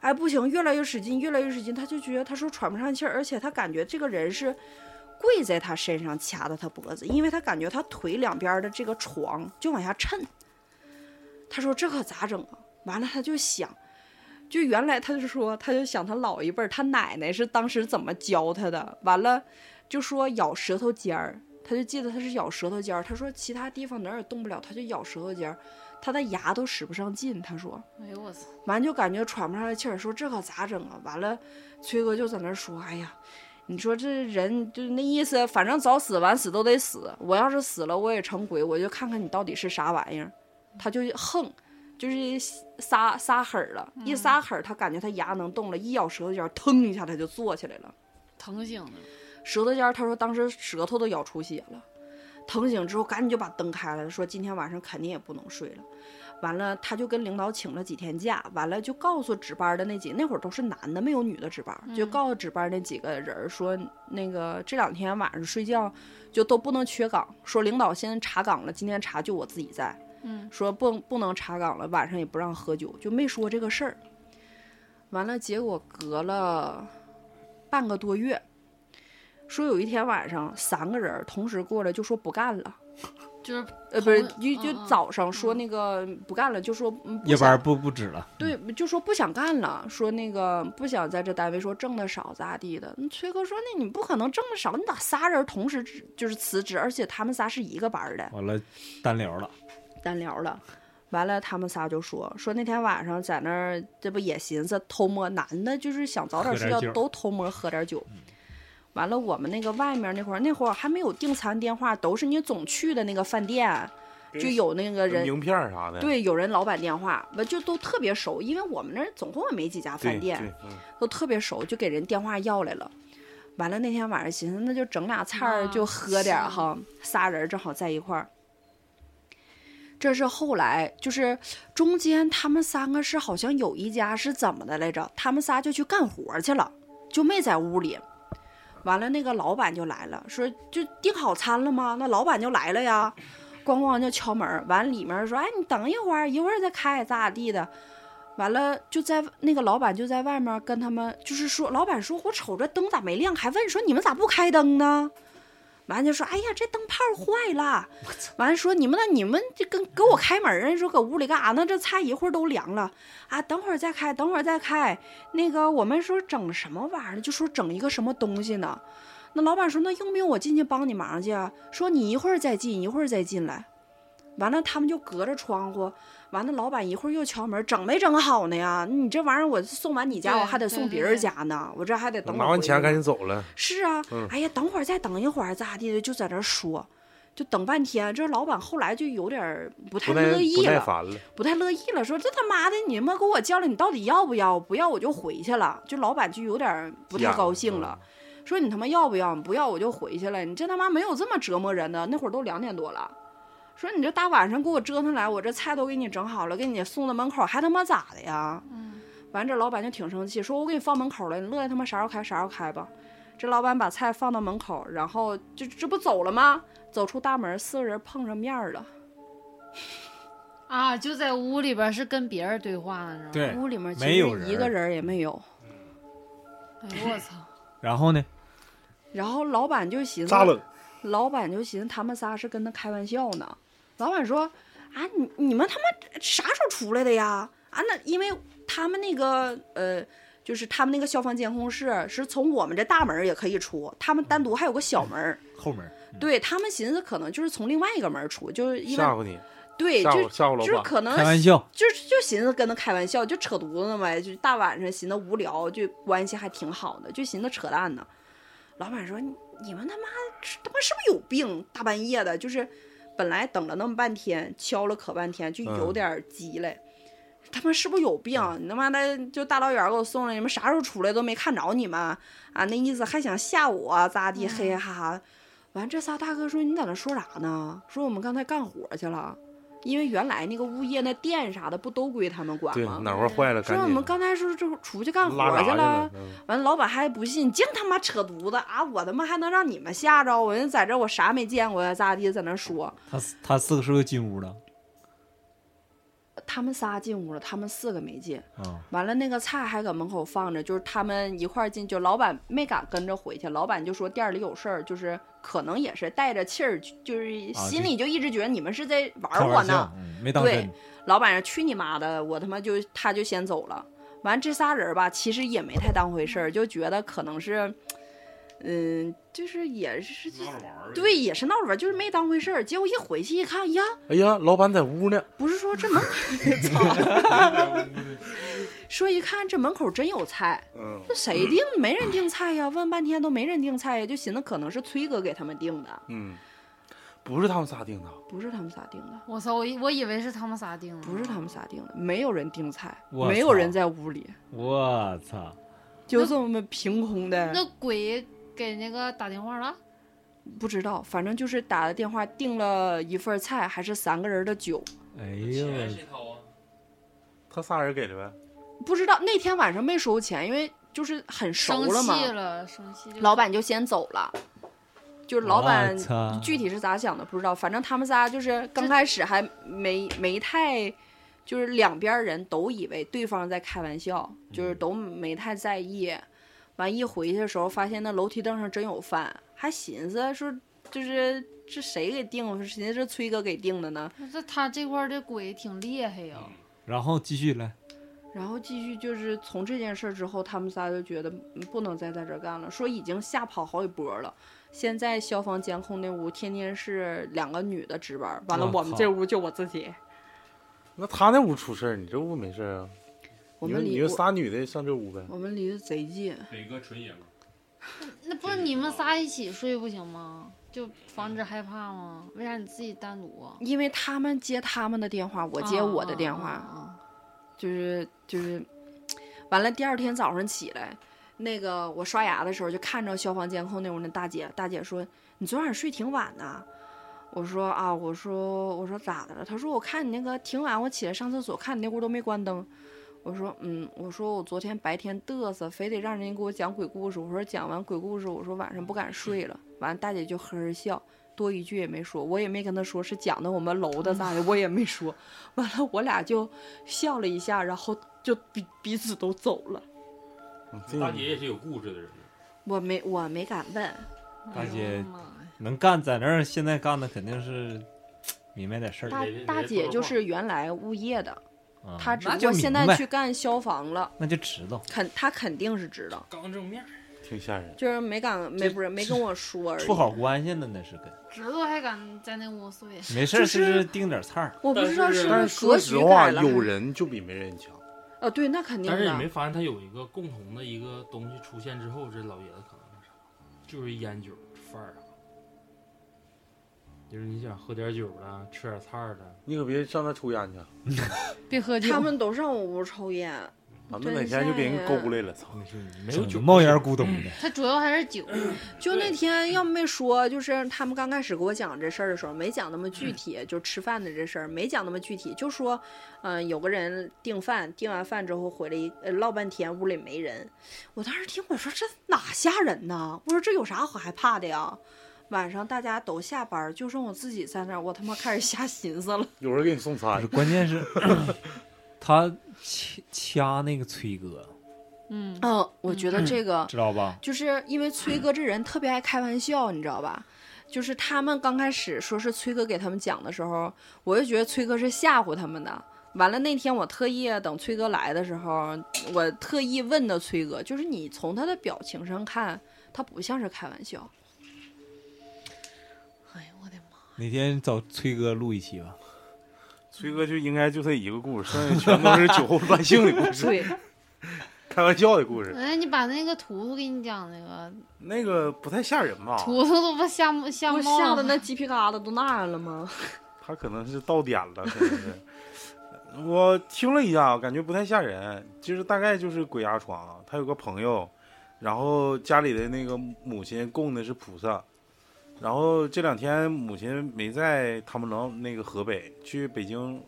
Speaker 6: 哎不行，越来越使劲，越来越使劲，他就觉得他说喘不上气儿，而且他感觉这个人是跪在他身上掐着他脖子，因为他感觉他腿两边的这个床就往下抻，他说这可咋整啊？完了他就想。就原来他就说，他就想他老一辈儿，他奶奶是当时怎么教他的。完了，就说咬舌头尖儿，他就记得他是咬舌头尖儿。他说其他地方哪儿也动不了，他就咬舌头尖儿。他的牙都使不上劲。他说，
Speaker 5: 哎呦我操！
Speaker 6: 完就感觉喘不上来气儿，说这可咋整啊？完了，崔哥就在那儿说，哎呀，你说这人就那意思，反正早死晚死都得死，我要是死了我也成鬼，我就看看你到底是啥玩意儿。他就横，就是撒撒狠儿了，一撒狠儿，他感觉他牙能动了，一咬舌头尖儿，腾一下他就坐起来了。
Speaker 5: 疼醒了，
Speaker 6: 舌头尖儿，他说当时舌头都咬出血了。疼醒之后，赶紧就把灯开了，说今天晚上肯定也不能睡了。完了，他就跟领导请了几天假，完了就告诉值班的那几，那会儿都是男的，没有女的值班，就告诉值班那几个人儿说，那个这两天晚上睡觉就都不能缺岗，说领导先查岗了，今天查就我自己在，
Speaker 5: 嗯，
Speaker 6: 说不不能查岗了，晚上也不让喝酒，就没说这个事儿。完了，结果隔了半个多月，说有一天晚上三个人儿同时过来就说不干了，
Speaker 5: 就是
Speaker 6: 呃，不是
Speaker 5: 同
Speaker 6: 就就
Speaker 5: 嗯嗯
Speaker 6: 早上说那个不干了，就说嗯不
Speaker 7: 夜班
Speaker 6: 想
Speaker 7: 儿不不止了，
Speaker 6: 对，就说不想干了，说那个不想在这单位，说挣的少咋地的。那崔哥说，那你不可能挣的少，你咋仨人同时辞就是辞职，而且他们仨是一个班儿的，
Speaker 7: 完了单聊了，
Speaker 6: 单聊了。完了，他们仨就说说那天晚上在那儿，这不也寻思偷摸，男的就是想早点
Speaker 4: 喝
Speaker 6: 睡
Speaker 4: 点
Speaker 6: 觉
Speaker 4: 酒嗯
Speaker 6: 都偷摸喝点酒。完了，我们那个外面那会儿，那会儿还没有订餐电话，都是你总去的那个饭店，就有那个人
Speaker 9: 名片儿啥的，
Speaker 6: 对，有人老板电话，完就都特别熟，因为我们那儿总共也没几家
Speaker 9: 对
Speaker 6: 饭店，
Speaker 9: 对嗯
Speaker 6: 都特别熟，就给人电话要来了。完了那天晚上寻思，那就整俩菜儿，
Speaker 5: 啊
Speaker 6: 就喝点儿
Speaker 5: 是
Speaker 6: 哈，仨人正好在一块儿。这是后来，就是中间他们三个是好像有一家是怎么的来着？他们仨就去干活儿去了，就没在屋里。完了，那个老板就来了，说就订好餐了吗？那老板就来了呀，咣咣就敲门儿。完里面说，哎，你等一会儿，一会儿再开，咋咋地的。完了就在那个老板就在外面跟他们，就是说，老板说我瞅着灯咋没亮，还问说你们咋不开灯呢？完就说，哎呀，这灯泡坏了。完说你们那你们这跟给我开门啊？说搁屋里干啥呢？这菜一会儿都凉了啊，等会儿再开，等会儿再开。那个我们说整什么玩意儿呢？就说整一个什么东西呢？那老板说：“那用不用我进去帮你忙去啊？”说：“你一会儿再进，一会儿再进来。”完了，他们就隔着窗户。完了，老板一会儿又敲门，整没整好呢呀？你这玩意儿我送完你家，
Speaker 5: 对
Speaker 6: 我还得送
Speaker 5: 对
Speaker 6: 别
Speaker 5: 对
Speaker 6: 人
Speaker 5: 对
Speaker 6: 家呢，我这还得等。
Speaker 9: 拿完钱赶紧。走了，
Speaker 6: 是啊，
Speaker 9: 嗯
Speaker 6: 哎呀，等会儿再等一会儿咋地的，就在这说，就等半天。这老板后来就有点儿不太
Speaker 9: 不耐
Speaker 6: 乐
Speaker 9: 不
Speaker 6: 意
Speaker 9: 耐
Speaker 6: 了，
Speaker 9: 烦了，
Speaker 6: 不太乐意了，说这他妈的你们给我叫来，你到底要不要？不要我就回去了。就老板就有点儿不太高兴了，
Speaker 9: 嗯
Speaker 6: 说你他妈要不要？你不要我就回去了。你这他妈没有这么折磨人的。那会儿都两点多了，说你这大晚上给我折腾来，我这菜都给你整好了，给你送到门口，还他妈咋的呀？
Speaker 5: 嗯，
Speaker 6: 完这老板就挺生气，说我给你放门口了，你乐意他妈啥时候开啥时候开吧。这老板把菜放到门口，然后这这不走了吗？走出大门，四个人碰上面儿了。
Speaker 5: 啊，就在屋里边儿是跟别人对话呢，是吧？
Speaker 7: 对
Speaker 6: 屋里面其
Speaker 7: 哎没有
Speaker 6: 实
Speaker 7: 人
Speaker 6: 一个人儿也没有。
Speaker 5: 哎呦我操！
Speaker 7: 然后呢，
Speaker 6: 然后老板就寻思，
Speaker 9: 咋冷？
Speaker 6: 老板就寻思他们仨是跟他开玩笑呢。老板说：“啊，你你们他妈啥时候出来的呀？啊，那因为他们那个呃，就是他们那个消防监控室是从我们这大门儿也可以出，他们单独还有个小门儿。
Speaker 7: 后门儿
Speaker 6: 对他们寻思可能就是从另外一个门儿出，就是因
Speaker 9: 吓
Speaker 6: 为
Speaker 9: 唬你，
Speaker 6: 对
Speaker 9: 吓
Speaker 6: 就
Speaker 9: 唬吓唬
Speaker 6: 就是
Speaker 9: 老板，
Speaker 6: 可能
Speaker 7: 开玩笑，
Speaker 6: 就就寻思跟他开玩笑，就扯犊子呢呗，就大晚上寻思无聊，就关系还挺好的，就寻思扯淡呢。老板说：“你你们他妈是他妈是不是有病？大半夜的，就是本来等了那么半天，敲了可半天，就
Speaker 9: 嗯
Speaker 6: 有点儿急了。他妈是不是有病？你他妈的就大老远给我送来，你们啥时候出来都没看着你们啊？那意思还想吓我咋地？嘿嘿哈哈。完，这仨大哥说：“你在那说啥呢？说我们刚才干活去了，因为原来那个物业那电啥的不都归他们管
Speaker 9: 对
Speaker 6: 吗？
Speaker 9: 哪块儿坏了赶
Speaker 6: 说我
Speaker 9: 紧
Speaker 6: 们刚才说这出去干活
Speaker 9: 拉闸
Speaker 6: 去
Speaker 9: 去
Speaker 6: 了
Speaker 9: 了，，嗯
Speaker 6: 完老板还不信，净他妈扯犊子啊！我他妈还能让你们吓着？我人在这我啥没见过呀？咋地？在那说，
Speaker 7: 他四他四个是不是进屋了？
Speaker 6: 他们仨进屋了，他们四个没进。
Speaker 7: 啊，
Speaker 6: 完了，那个菜还搁门口放着，就是他们一块儿进，就老板没敢跟着回去，老板就说店儿里有事儿，就是可能也是带着气儿，就是
Speaker 7: 啊
Speaker 6: 心
Speaker 7: 就
Speaker 6: 里就一直觉得你们是在玩
Speaker 7: 开
Speaker 6: 儿我
Speaker 7: 玩
Speaker 6: 呢。
Speaker 7: 笑，嗯没当
Speaker 6: 对
Speaker 7: 真，
Speaker 6: 老板说去你妈的，我他妈就他就先走了。完这仨人吧，其实也没太当回事儿，就觉得可能是嗯，就是也是
Speaker 4: 闹着玩儿呗
Speaker 6: 对，也是闹着玩儿，就是没当回事儿。结果一回去一看，呀，
Speaker 10: 哎呀，老板在屋呢，
Speaker 6: 不是说这门口，操， 说一看这门口真有菜，
Speaker 3: 嗯，
Speaker 6: 那谁订？没人订菜呀，问半天都没人订菜呀，就寻思可能是崔哥给他们订的，
Speaker 3: 嗯，不是他们仨定的，
Speaker 6: 不是他们仨订的，
Speaker 5: 我操，我以我以为是他们仨定的，
Speaker 6: 不是他们仨订的，没有人订菜，
Speaker 7: 我
Speaker 6: 没有
Speaker 7: 操
Speaker 6: 人在屋里，
Speaker 7: 我操！
Speaker 6: 就这么凭空的。
Speaker 5: 那鬼给那个打电话了，
Speaker 6: 不知道，反正就是打了电话订了一份菜，还是三个人的酒，
Speaker 7: 哎呦，
Speaker 2: 钱谁掏啊？
Speaker 3: 他仨人给的呗。
Speaker 6: 不知道那天晚上没收钱，因为就是很熟
Speaker 5: 生
Speaker 6: 了嘛，
Speaker 5: 气了，生气就
Speaker 6: 老板就先走了。就是老板
Speaker 7: 我操
Speaker 6: 具体是咋想的不知道，反正他们仨就是刚开始还没没太，就是两边人都以为对方在开玩笑，就是都没太在意。完一回去的时候，发现那楼梯凳上真有饭，还寻思说就是这谁给定的，寻思是崔哥给定的呢。
Speaker 5: 那这他这块儿的鬼挺厉害呀，
Speaker 7: 然后继续来，
Speaker 6: 然后继续就是从这件事儿之后，他们仨就觉得嗯不能再在这儿干了，说已经吓跑好几波了。现在消防监控那屋天天是两个女的值班，完了
Speaker 7: 我
Speaker 6: 我们
Speaker 7: 靠
Speaker 6: 这屋就我自己，
Speaker 3: 那他那屋出事儿，你这屋没事儿啊？
Speaker 6: 我
Speaker 3: 你说
Speaker 6: 们嗯
Speaker 3: 你
Speaker 6: 离
Speaker 3: 说
Speaker 6: 我
Speaker 3: 仨女的上这屋呗？
Speaker 6: 我们离得贼近，
Speaker 4: 北哥纯爷们儿，
Speaker 5: 那不是你们仨一起睡不行吗？就防止害怕吗？为啥你自己单独啊？
Speaker 6: 因为他们接他们的电话，我接我的电话，
Speaker 5: 啊啊啊
Speaker 6: 就是就是，完了第二天早上起来，那个我刷牙的时候就看着消防监控那屋那大姐，大姐说你昨晚睡挺晚呐。我说啊，我说我说咋的了？她说我看你那个挺晚，我起来上厕所，看你那屋都没关灯。我说嗯，我说我昨天白天嘚瑟，非得让人给我讲鬼故事。我说讲完鬼故事，我说晚上不敢睡了。完，大姐就呵呵笑，多一句也没说，我也没跟她说是讲的我们楼的咋的，我也没说。完了，我俩就笑了一下，然后就彼彼此都走了。
Speaker 3: 嗯这
Speaker 4: 大姐也是有故事的人。
Speaker 6: 我没我没敢问，
Speaker 7: 大
Speaker 5: 哎
Speaker 7: 姐
Speaker 5: 呦妈呀
Speaker 7: 能干在那儿，现在干的肯定是明白点事
Speaker 6: 大
Speaker 7: 儿。
Speaker 4: 人
Speaker 6: 大
Speaker 4: 人
Speaker 6: 姐
Speaker 4: 说
Speaker 6: 就
Speaker 4: 话
Speaker 6: 是原来物业的，
Speaker 7: 啊
Speaker 6: 她只
Speaker 7: 那
Speaker 6: 不
Speaker 7: 就
Speaker 6: 过现
Speaker 7: 明
Speaker 6: 在
Speaker 7: 白
Speaker 6: 去干消防了，
Speaker 7: 那就知道，
Speaker 6: 肯她肯定是知道，
Speaker 2: 刚正面儿，
Speaker 3: 挺吓人。
Speaker 6: 就是没敢没
Speaker 7: 这
Speaker 6: 不是没跟我说而已
Speaker 7: 处。好关系呢，那是跟
Speaker 5: 知道还敢在那屋睡，
Speaker 7: 没事
Speaker 6: 就
Speaker 7: 儿就是是订点菜儿。
Speaker 6: 我不知道
Speaker 2: 但是
Speaker 6: 是
Speaker 3: 但是
Speaker 6: 不是格
Speaker 3: 说实
Speaker 6: 局
Speaker 3: 话，
Speaker 6: 改了，
Speaker 3: 有人就比没人强。
Speaker 6: 啊，对，那肯定
Speaker 2: 但是你没
Speaker 6: 的。
Speaker 2: 发现他有一个共同的一个东西出现之后，这老爷子可能是啥，就是烟酒范儿啊，就是你想喝点酒了，吃点菜儿了，
Speaker 3: 你可别上那抽烟去，
Speaker 5: 别喝
Speaker 6: 他们都上我屋抽烟，
Speaker 3: 俺们哪天就给人勾来了，操！
Speaker 2: 没有
Speaker 7: 整
Speaker 2: 酒
Speaker 7: 得冒烟咕咚的，
Speaker 5: 他主要还是 酒，
Speaker 6: 就那天要没说，就是他们刚开始给我讲这事儿的时候，没讲那么具体，就吃饭的这事儿没讲那么具体，就说，嗯、有个人订饭，订完饭之后回来一呃唠半天，屋里没人。我当时听我说这哪吓人呐？我说这有啥好害怕的呀？晚上大家都下班，就剩我自己在那儿，我他妈开始瞎寻思了。
Speaker 3: 有人给你送
Speaker 7: 不
Speaker 3: 餐
Speaker 7: 是，， 关键是 他掐掐那个崔哥，
Speaker 5: 嗯，
Speaker 6: 嗯，我觉得这个
Speaker 7: 知道吧？
Speaker 6: 就是因为崔哥这人特别爱开玩笑，你知道吧？就是他们刚开始说是崔哥给他们讲的时候，我就觉得崔哥是吓唬他们的。完了那天我特意等崔哥来的时候，我特意问的崔哥，就是你从他的表情上看，他不像是开玩笑。
Speaker 5: 哎呦我的妈，
Speaker 7: 哪天找崔哥录一期吧。
Speaker 3: 崔哥就应该就这一个故事，剩下全都是酒后乱性的故事，
Speaker 6: 对，
Speaker 3: 开玩笑的故事。
Speaker 5: 哎，你把那个图图给你讲那个
Speaker 3: 那个不太吓人吧？
Speaker 5: 图图都不吓懵吓
Speaker 6: 我
Speaker 5: 懵
Speaker 6: 吓
Speaker 5: 了
Speaker 6: 得那鸡皮疙瘩都那样了吗？
Speaker 3: 他可能是到点了，可能是。 我听了一下，感觉不太吓人，就是大概就是鬼压床。他有个朋友，然后家里的那个母亲供的是菩萨，然后这两天母亲没在他们老那个河北，去北京，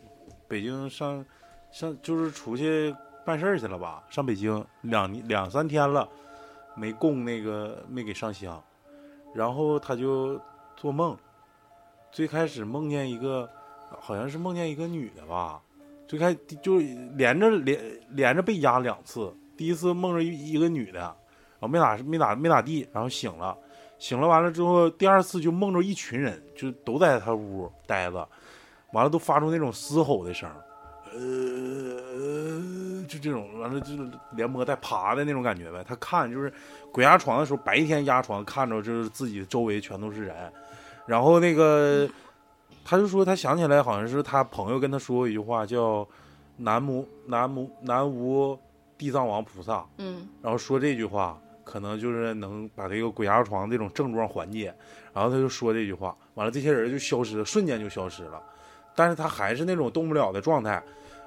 Speaker 3: 北京上上就是出去办事儿去了吧，上北京两两三天了，没供那个没给上香，然后他就做梦，最开始梦见一个，好像是梦见一个女的吧，最开就连着连连着被压两次，第一次梦着一一个女的，然后没咋没咋没咋地，然后醒了，醒了完了之后，第二次就梦着一群人，就都在他屋待着，完了都发出那种嘶吼的声儿，呃，就这种，完了就是连摸带爬的那种感觉呗。他看就是鬼压床的时候，白天压床看着就是自己周围全都是人，然后那个他就说他想起来好像是他朋友跟他说过一句话叫“南无南无南无地藏王菩萨”，
Speaker 6: 嗯，
Speaker 3: 然后说这句话，可能就是能把这个鬼压床这种症状缓解。然后他就说这句话，完了这些人就消失了，瞬间就消失了。但是他还是那种动不了的状态。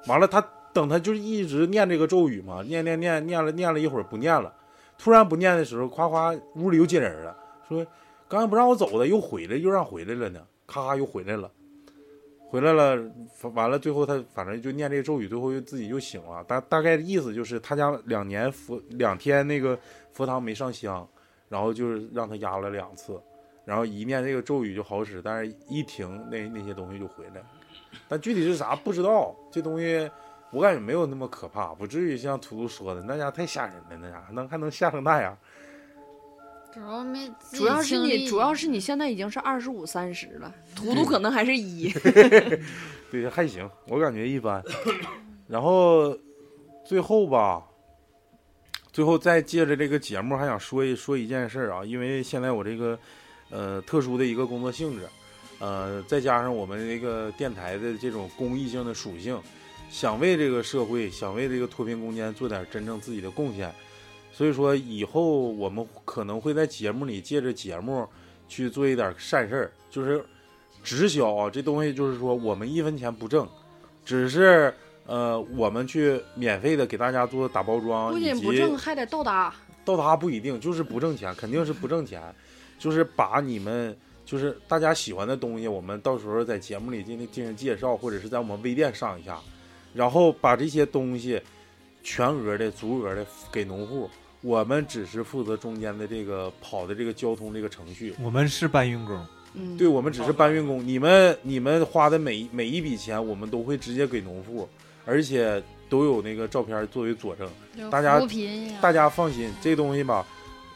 Speaker 3: 完了，他等他就是一直念这个咒语嘛，念念念念了念了一会儿不念了，突然不念的时候，夸夸屋里又进人了，说刚才不让我走的又回来又让回来了呢，咔咔又回来了。回来了，反完了，最后他反正就念这个咒语，最后又自己又醒了。大大概的意思就是，他家两年佛两天那个佛堂没上香，然后就是让他压了两次，然后一念这个咒语就好使，但是一停那那些东西就回来了。但具体是啥不知道，这东西我感觉没有那么可怕，不至于像图图说的那家太吓人了，那家能还能吓成那样。
Speaker 5: 主要没
Speaker 6: 主要是你，主要是你现在已经是二十五三十 了，图图可能还是一，
Speaker 3: 对，还行，我感觉一般。然后最后吧，最后再借着这个节目，还想说一说一件事儿啊，因为现在我这个呃特殊的一个工作性质，呃，再加上我们这个电台的这种公益性的属性，想为这个社会，想为这个脱贫攻坚做点真正自己的贡献。所以说，以后我们可能会在节目里借着节目去做一点善事儿，就是直销啊，这东西就是说我们一分钱不挣，只是呃我们去免费的给大家做打包装，
Speaker 6: 不
Speaker 3: 以
Speaker 6: 仅
Speaker 3: 及
Speaker 6: 不挣，还得斗打。
Speaker 3: 到达不一定，就是不挣钱，肯定是不挣钱，就是把你们就是大家喜欢的东西，我们到时候在节目里进行进行介绍，或者是在我们微店上一下，然后把这些东西全额的、足额的给农户，我们只是负责中间的这个跑的这个交通这个程序，
Speaker 7: 我们是搬运工，
Speaker 6: 嗯，
Speaker 3: 对，我们只是搬运工，你们你们花的每一每一笔钱，我们都会直接给农户，而且都有那个照片作为佐证。大家
Speaker 5: 扶贫呀，
Speaker 3: 大家放心，这东西吧，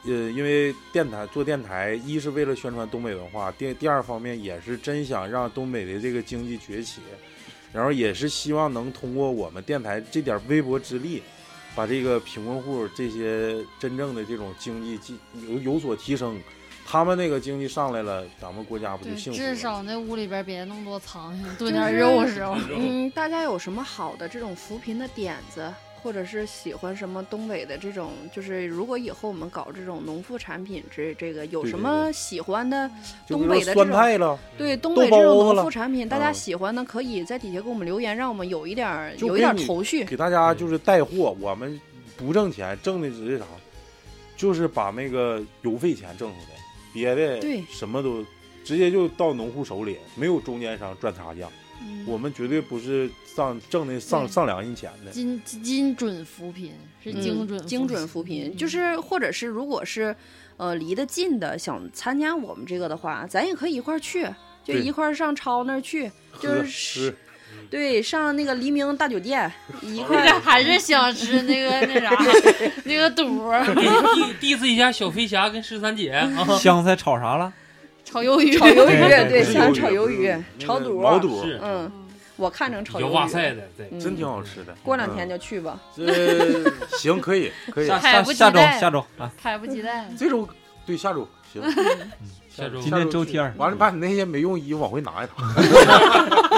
Speaker 3: 呃，因为电台做电台，一是为了宣传东北文化，第第二方面也是真想让东北的这个经济崛起，然后也是希望能通过我们电台这点微薄之力，把这个贫困户这些真正的这种经济进有有所提升，他们那个经济上来了，咱们国家不就
Speaker 5: 对，
Speaker 3: 幸福
Speaker 5: 至
Speaker 3: 了？
Speaker 5: 少那屋里边别弄多苍蝇，
Speaker 6: 就
Speaker 5: 炖点
Speaker 6: 是
Speaker 5: 肉食。
Speaker 6: 嗯，大家有什么好的这种扶贫的点子，或者是喜欢什么东北的这种，就是如果以后我们搞这种农副产品之这个，有
Speaker 3: 对
Speaker 6: 什
Speaker 3: 对
Speaker 6: 么喜欢的？
Speaker 3: 就
Speaker 6: 东
Speaker 3: 比如说
Speaker 6: 北的这
Speaker 3: 酸
Speaker 6: 种
Speaker 3: 菜了，
Speaker 6: 对东
Speaker 3: 豆
Speaker 6: 北这
Speaker 3: 包
Speaker 6: 种
Speaker 3: 子
Speaker 6: 农
Speaker 3: 了
Speaker 6: 副产品，大家
Speaker 3: 嗯
Speaker 6: 喜欢的可以在底下给我们留言，让我们有一点儿
Speaker 3: 就
Speaker 6: 有一
Speaker 3: 给
Speaker 6: 点儿
Speaker 3: 你
Speaker 6: 头绪。
Speaker 3: 给大家就是带货，我们不挣钱，挣的只是啥，就是把那个邮费钱挣出来，别的
Speaker 6: 对
Speaker 3: 什么都直接就到农户手里，没有中间商赚差价。
Speaker 5: 嗯
Speaker 6: 嗯
Speaker 3: 我们绝对不是上挣的上
Speaker 5: 对
Speaker 3: 上良心钱的，
Speaker 5: 精精准扶贫是
Speaker 3: 嗯
Speaker 5: 精准、
Speaker 6: 嗯精准扶贫，就
Speaker 5: 嗯
Speaker 6: 是或者是如果是呃离得近的，想参加我们这个的话，咱也可以一块儿去，就
Speaker 3: 对嗯
Speaker 6: 一块儿上超那儿去，就
Speaker 3: 喝
Speaker 6: 是
Speaker 3: 吃
Speaker 6: 对上那个黎明大 酒店一块儿。
Speaker 5: 嗯还是想吃那个那 啥那个肚儿
Speaker 2: 给 diss diss 一下小飞侠跟十三姐啊，
Speaker 7: 香菜炒啥了？
Speaker 5: 炒鱿鱼，
Speaker 6: 炒鱿
Speaker 7: 对
Speaker 6: 鱼，
Speaker 7: 对
Speaker 6: 对，
Speaker 7: 是
Speaker 6: 想
Speaker 3: 鱿
Speaker 6: 炒
Speaker 3: 鱼
Speaker 6: 鱿
Speaker 3: 是
Speaker 6: 鱼
Speaker 3: 那，
Speaker 6: 炒
Speaker 3: 个
Speaker 6: 肚
Speaker 3: 毛
Speaker 6: 儿，
Speaker 3: 肚
Speaker 2: 是
Speaker 6: 嗯，我看成炒
Speaker 2: 有
Speaker 6: 鱿
Speaker 2: 哇
Speaker 6: 鱼，
Speaker 2: 塞的，对，
Speaker 6: 嗯
Speaker 3: 真挺好吃的。
Speaker 6: 过两天就去吧。
Speaker 3: 嗯这 行，可以可以
Speaker 7: 下，
Speaker 5: 迫
Speaker 7: 下
Speaker 5: 不及
Speaker 7: 下周
Speaker 5: 待
Speaker 7: 下周啊，
Speaker 5: 迫不及待。
Speaker 3: 这周对下周行，
Speaker 2: 嗯下周
Speaker 7: 今天周天儿
Speaker 3: 完了，把你那些没用衣服往回拿一拿。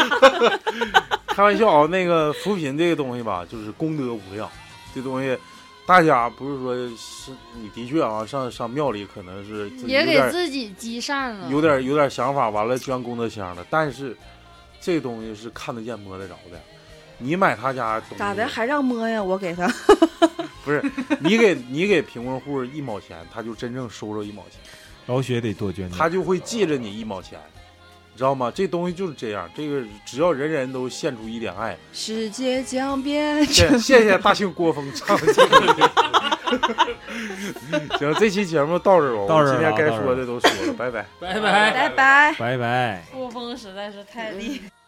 Speaker 3: 开玩笑啊，那个扶贫这个东西吧，就是功德无量。这东西，大家不是说是你的确啊，上上庙里可能是自己
Speaker 5: 也
Speaker 3: 有
Speaker 5: 给
Speaker 3: 点
Speaker 5: 自己积善了，
Speaker 3: 有点有点想法，完了捐功德箱了。但是这东西是看得见摸得着的。你买他家东西
Speaker 6: 咋的还让摸呀？我给他，
Speaker 3: 不是你给你给贫困户一毛钱，他就真正收着一毛钱。
Speaker 7: 老雪得多捐
Speaker 3: 他
Speaker 7: 捐。
Speaker 3: 就会记着你一毛钱，你知道吗？这东西就是这样，这个只要人人都献出一点爱。
Speaker 6: 世界将变
Speaker 3: 谢
Speaker 6: 成
Speaker 3: 谢谢大庆郭峰唱的这个。 行，这期节目到这儿吧，
Speaker 7: 到这儿了
Speaker 3: 我们今天该说的都说了，拜拜。
Speaker 2: 拜拜。
Speaker 6: 拜拜。
Speaker 7: 拜拜。
Speaker 5: 郭峰实在是太厉害。